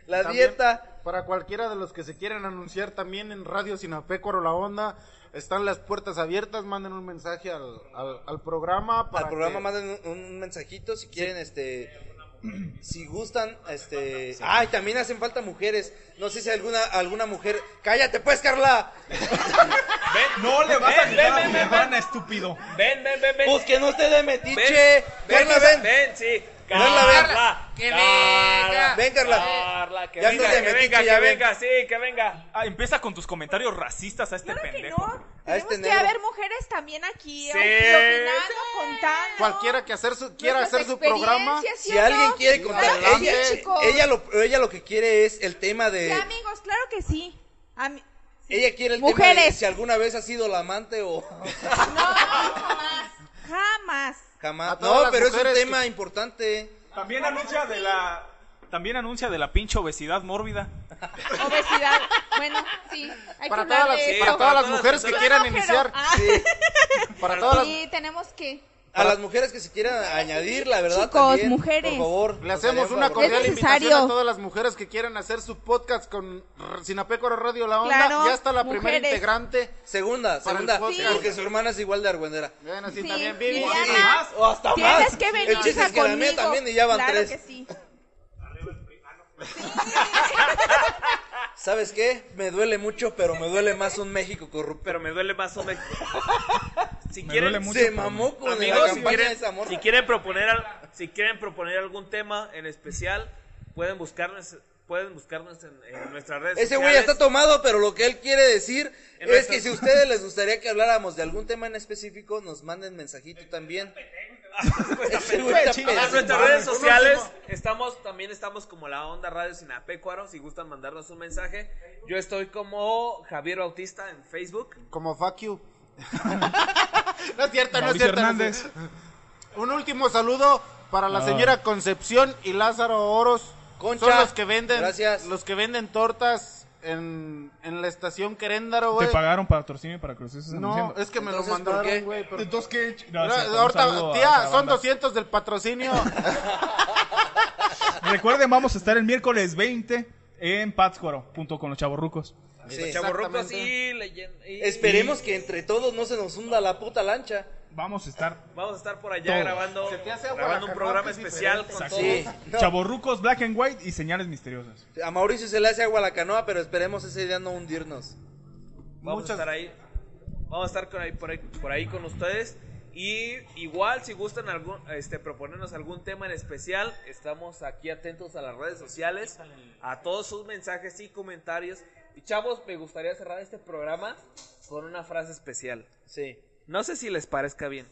D: la
C: También,
D: dieta.
C: Para cualquiera de los que se quieran anunciar también en Radio Sinapecuaro La Onda, están las puertas abiertas, manden un mensaje al, al, al programa. Para
D: Al programa
C: que-
D: manden un, un mensajito si quieren, este... Si gustan, este... Ay, también hacen falta mujeres. No sé si alguna alguna mujer... ¡Cállate pues, Carla!
E: No le vas a
B: Ven, ven,
E: quitar
B: ven, ven,
E: mi gana, estúpido.
B: Ven, ven, ven, ven.
D: Pues que no esté de
B: Ven,
D: metiche.
B: ven,
D: Carla,
B: ven,
D: ven.
B: ven, sí.
D: Carla, ven.
B: que venga.
D: Ven, Carla.
B: Carla, que
D: Ya
B: venga,
D: andas de
B: que
D: metiche,
B: venga,
D: ya
B: que
D: ven.
B: venga, sí, que venga.
F: Ah, empieza con tus comentarios racistas a este
G: Claro que
F: pendejo.
G: no.
D: A
G: Tenemos
D: este
G: que
D: negro.
G: haber mujeres también aquí,
B: Sí.
G: opi- opinando, contando.
C: Cualquiera que hacer su, quiera
G: nuestras
C: hacer su programa.
G: experiencias, ¿sí
D: Si
G: o no?
D: alguien quiere
G: Claro
D: contar,
G: que
D: ella,
G: sí, chicos.
D: ella lo, ella lo que quiere es el tema
G: Sí,
D: de...
G: amigos, claro que sí. Ami-
D: Ella quiere el tema de
G: Mujeres.
D: si alguna vez ha sido la amante o
G: No, jamás. Jamás.
D: jamás.
C: A todas
D: No,
C: las
D: pero es un
C: mujeres
D: tema importante.
F: También anuncia de la. También anuncia de la pinche obesidad mórbida.
G: Obesidad. Bueno, sí. Hay
C: Para
G: que
C: todas,
G: hablar
C: las,
G: de
B: Sí,
G: eso.
C: para todas las mujeres que
B: personas.
C: quieran
G: No, pero-
C: iniciar.
G: Ah,
C: Para todas las,
G: sí, tenemos que.
D: A las mujeres que se quieran añadir, la verdad.
G: Chicos,
D: también,
G: mujeres.
D: Por favor.
C: le hacemos una
G: favor.
C: cordial
G: Es
C: invitación
G: necesario.
C: a todas las mujeres que quieran hacer su podcast con R- Sinapecuaro Radio La Onda.
G: Claro,
C: ya está la primera
G: mujeres.
C: integrante.
D: Segunda,
C: Para el
D: segunda.
C: podcast.
D: Porque su hermana es igual de argüendera.
C: Bueno, sí,
G: Sí,
C: también Vivi.
G: Viviana.
C: Sí.
G: Más,
D: o hasta
G: Tienes
D: más.
G: que venir
D: El chiste
G: hija,
D: es que la mía
G: conmigo.
D: también y ya van
G: claro
D: tres.
G: que sí.
D: ¿Sabes qué? Me duele mucho, pero me duele más un México corrupto.
B: Pero me duele más o menos. Si
E: Me
B: quieren,
E: duele mucho.
D: Se mamó con la
B: amigos, si
D: campaña de
B: quieren,
D: esa morra.
B: si quieren proponer, al- si quieren proponer algún tema en especial, pueden buscarnos, pueden buscarnos en, en nuestras redes
D: Ese güey
B: sociales.
D: ya está tomado, pero lo que él quiere decir
B: En
D: es
B: nuestras-
D: que si a ustedes les gustaría que habláramos de algún tema en específico, nos manden mensajito también. Ese güey está
E: chinga,
B: En
D: pendejo.
B: nuestras redes sociales estamos, también estamos como la onda radio Sinapecuaro, si gustan mandarnos un mensaje. Yo estoy como Javier Bautista en Facebook.
C: Como fuck you. no es cierto, no es cierto. no
E: Mauricio
C: es
E: Hernández. Ah.
C: cierto. Un último saludo para la señora Concepción y Lázaro Oros.
D: Concha,
C: Son los que venden,
D: gracias.
C: los que venden tortas en, en la estación Queréndaro,
E: Te
C: güey.
E: pagaron para torcillo y para que los estés
C: No,
E: anunciando.
C: es que me
D: Entonces,
C: lo
D: ¿por qué?
C: mandaron, güey. pero-
E: Entonces, ¿qué? No,
C: Mira,
E: es cierto, un saludo
C: ahorita,
E: a
C: tía,
E: esa
C: son
E: banda.
C: 200 del patrocinio.
E: Recuerden, vamos a estar el miércoles 20 en Pátzcuaro, junto con los chavorrucos.
D: Sí.
B: Chavorrucos y leyenda.
D: Esperemos que entre todos no se nos hunda la puta lancha.
E: Vamos a estar.
B: Vamos a estar por allá
E: Todo.
B: grabando,
C: Se te hace agua
B: grabando
C: la
B: un programa
C: caguama, es
B: especial
C: diferente.
B: con
E: Exacto.
B: todos.
D: Sí. No.
E: Chavorrucos, black and white y señales misteriosas.
D: A Mauricio se le hace agua a la canoa, pero esperemos ese día no hundirnos.
B: Vamos
C: Muchas-
B: a estar ahí. Vamos a estar con ahí- por, ahí, por ahí con ustedes. Y igual, si gustan algún, este, proponernos algún tema en especial, estamos aquí atentos a las redes sociales, a todos sus mensajes y comentarios. Y chavos, me gustaría cerrar este programa con una frase especial.
D: Sí.
B: No sé si les parezca bien.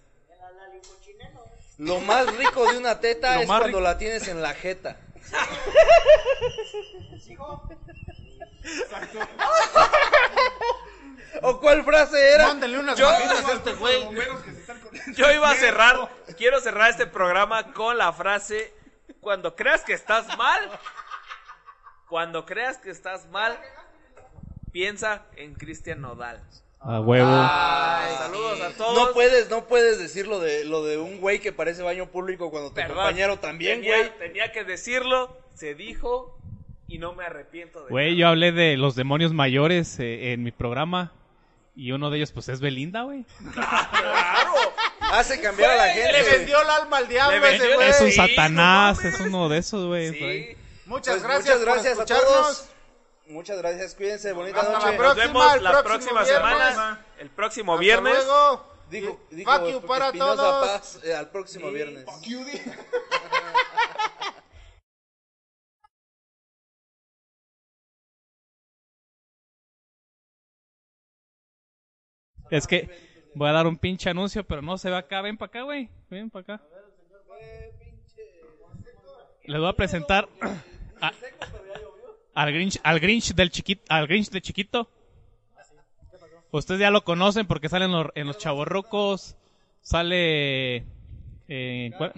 D: Lo más rico de una teta
F: Lo
D: es
F: más
D: cuando
F: rico.
D: la tienes en la jeta. ¿O cuál frase era?
C: Mándenle unas vaginas a este güey.
B: Yo iba a cerrar, quiero cerrar este programa con la frase, cuando creas que estás mal, cuando creas que estás mal, piensa en Cristian Nodal.
H: A huevo.
B: Saludos a todos.
D: No puedes, no puedes decir lo de, lo de un güey que parece baño público cuando tu
B: Perdón.
D: compañero también,
B: Tenía-
D: güey.
B: Tenía que decirlo, se dijo y no me arrepiento de
H: Güey, yo
B: nada.
H: hablé de los demonios mayores eh, en mi programa. Y uno de ellos, pues, es Belinda, güey.
D: Hace cambiar a la
C: Le
D: gente. güey.
C: vendió el alma al diablo
B: Le vendió
C: ese
B: el-
C: güey.
H: Es un
B: Sí,
H: satanás,
B: no
H: es uno de esos, güey. por ahí.
B: Sí.
C: Muchas
D: Pues
C: gracias, gracias
D: muchas gracias
C: por
D: a
C: escucharnos.
D: todos. Muchas gracias, cuídense, bonita
C: Hasta la
D: noche.
C: próxima.
B: Nos vemos
C: el
B: la
C: próximo
B: próxima
C: viernes.
B: semana, el próximo
C: Hasta
B: viernes.
C: luego.
D: Dijo,
C: Y
D: dijo
C: Eh, fuck you para
D: Espinosa
C: todos.
D: Paz, eh, al próximo viernes.
H: Es que voy a dar un pinche anuncio, pero no se ve acá. Ven para acá, güey. Ven para acá. Les voy a presentar. a-
E: al Grinch, al Grinch del chiquito, al Grinch de chiquito. Ustedes ya lo conocen porque sale en los, en los chavorrucos, sale eh, ¿cuál?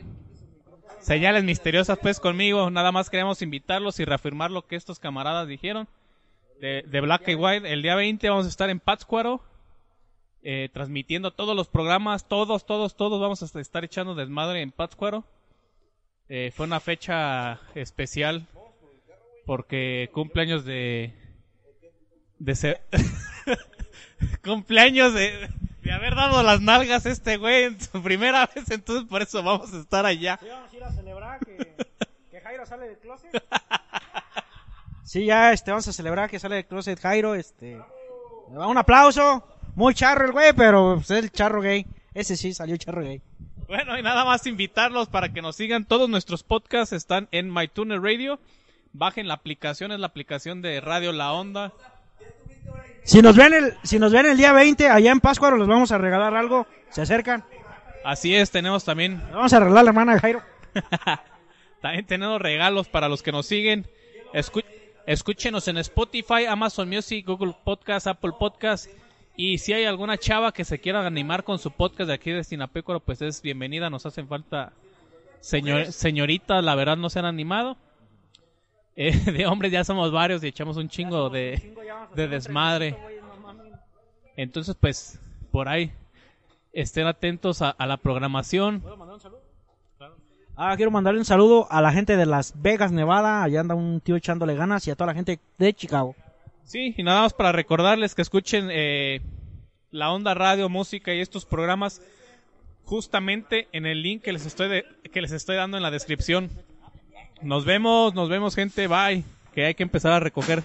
E: señales misteriosas pues conmigo. Nada más queremos invitarlos y reafirmar lo que estos camaradas dijeron de, de Black and White. El día 20 vamos a estar en Pátzcuaro eh, transmitiendo todos los programas, todos, todos, todos vamos a estar echando desmadre en Pátzcuaro. Eh, fue una fecha especial porque cumpleaños de de se- cumpleaños de, de haber dado las nalgas a este güey en su primera vez, entonces por eso vamos a estar allá.
I: Sí, vamos a ir a celebrar que, que Jairo sale del closet. Sí, ya este, vamos a celebrar que sale del closet Jairo. Este, le da un aplauso. Muy charro el güey, pero pues, es el charro gay. Ese sí salió charro gay.
E: Bueno, y nada más invitarlos para que nos sigan. Todos nuestros podcasts están en MyTuner Radio. Bajen la aplicación, es la aplicación de Radio La Onda.
I: Si nos ven el, si nos ven el día 20 allá en Pascuaro, les vamos a regalar algo. Se acercan.
E: Así es, tenemos también
I: Le vamos a regalar a la hermana de Jairo.
E: También tenemos regalos para los que nos siguen. Escu- escúchenos en Spotify, Amazon Music, Google Podcast, Apple Podcast. Y si hay alguna chava que se quiera animar con su podcast de aquí de Sinapécuaro, pues es bienvenida. Nos hacen falta señor, señoritas, la verdad no se han animado. Eh, de hombres ya somos varios y echamos un chingo de, de desmadre. Entonces, pues, por ahí estén atentos a, a la programación.
I: Ah, quiero mandarle un saludo a la gente de Las Vegas, Nevada. Allá anda un tío echándole ganas y a toda la gente de Chicago.
E: Sí, y nada más para recordarles que escuchen eh, la onda radio, música y estos programas justamente en el link que les estoy de- que les estoy dando en la descripción. Nos vemos, nos vemos gente, bye, que hay que empezar a recoger.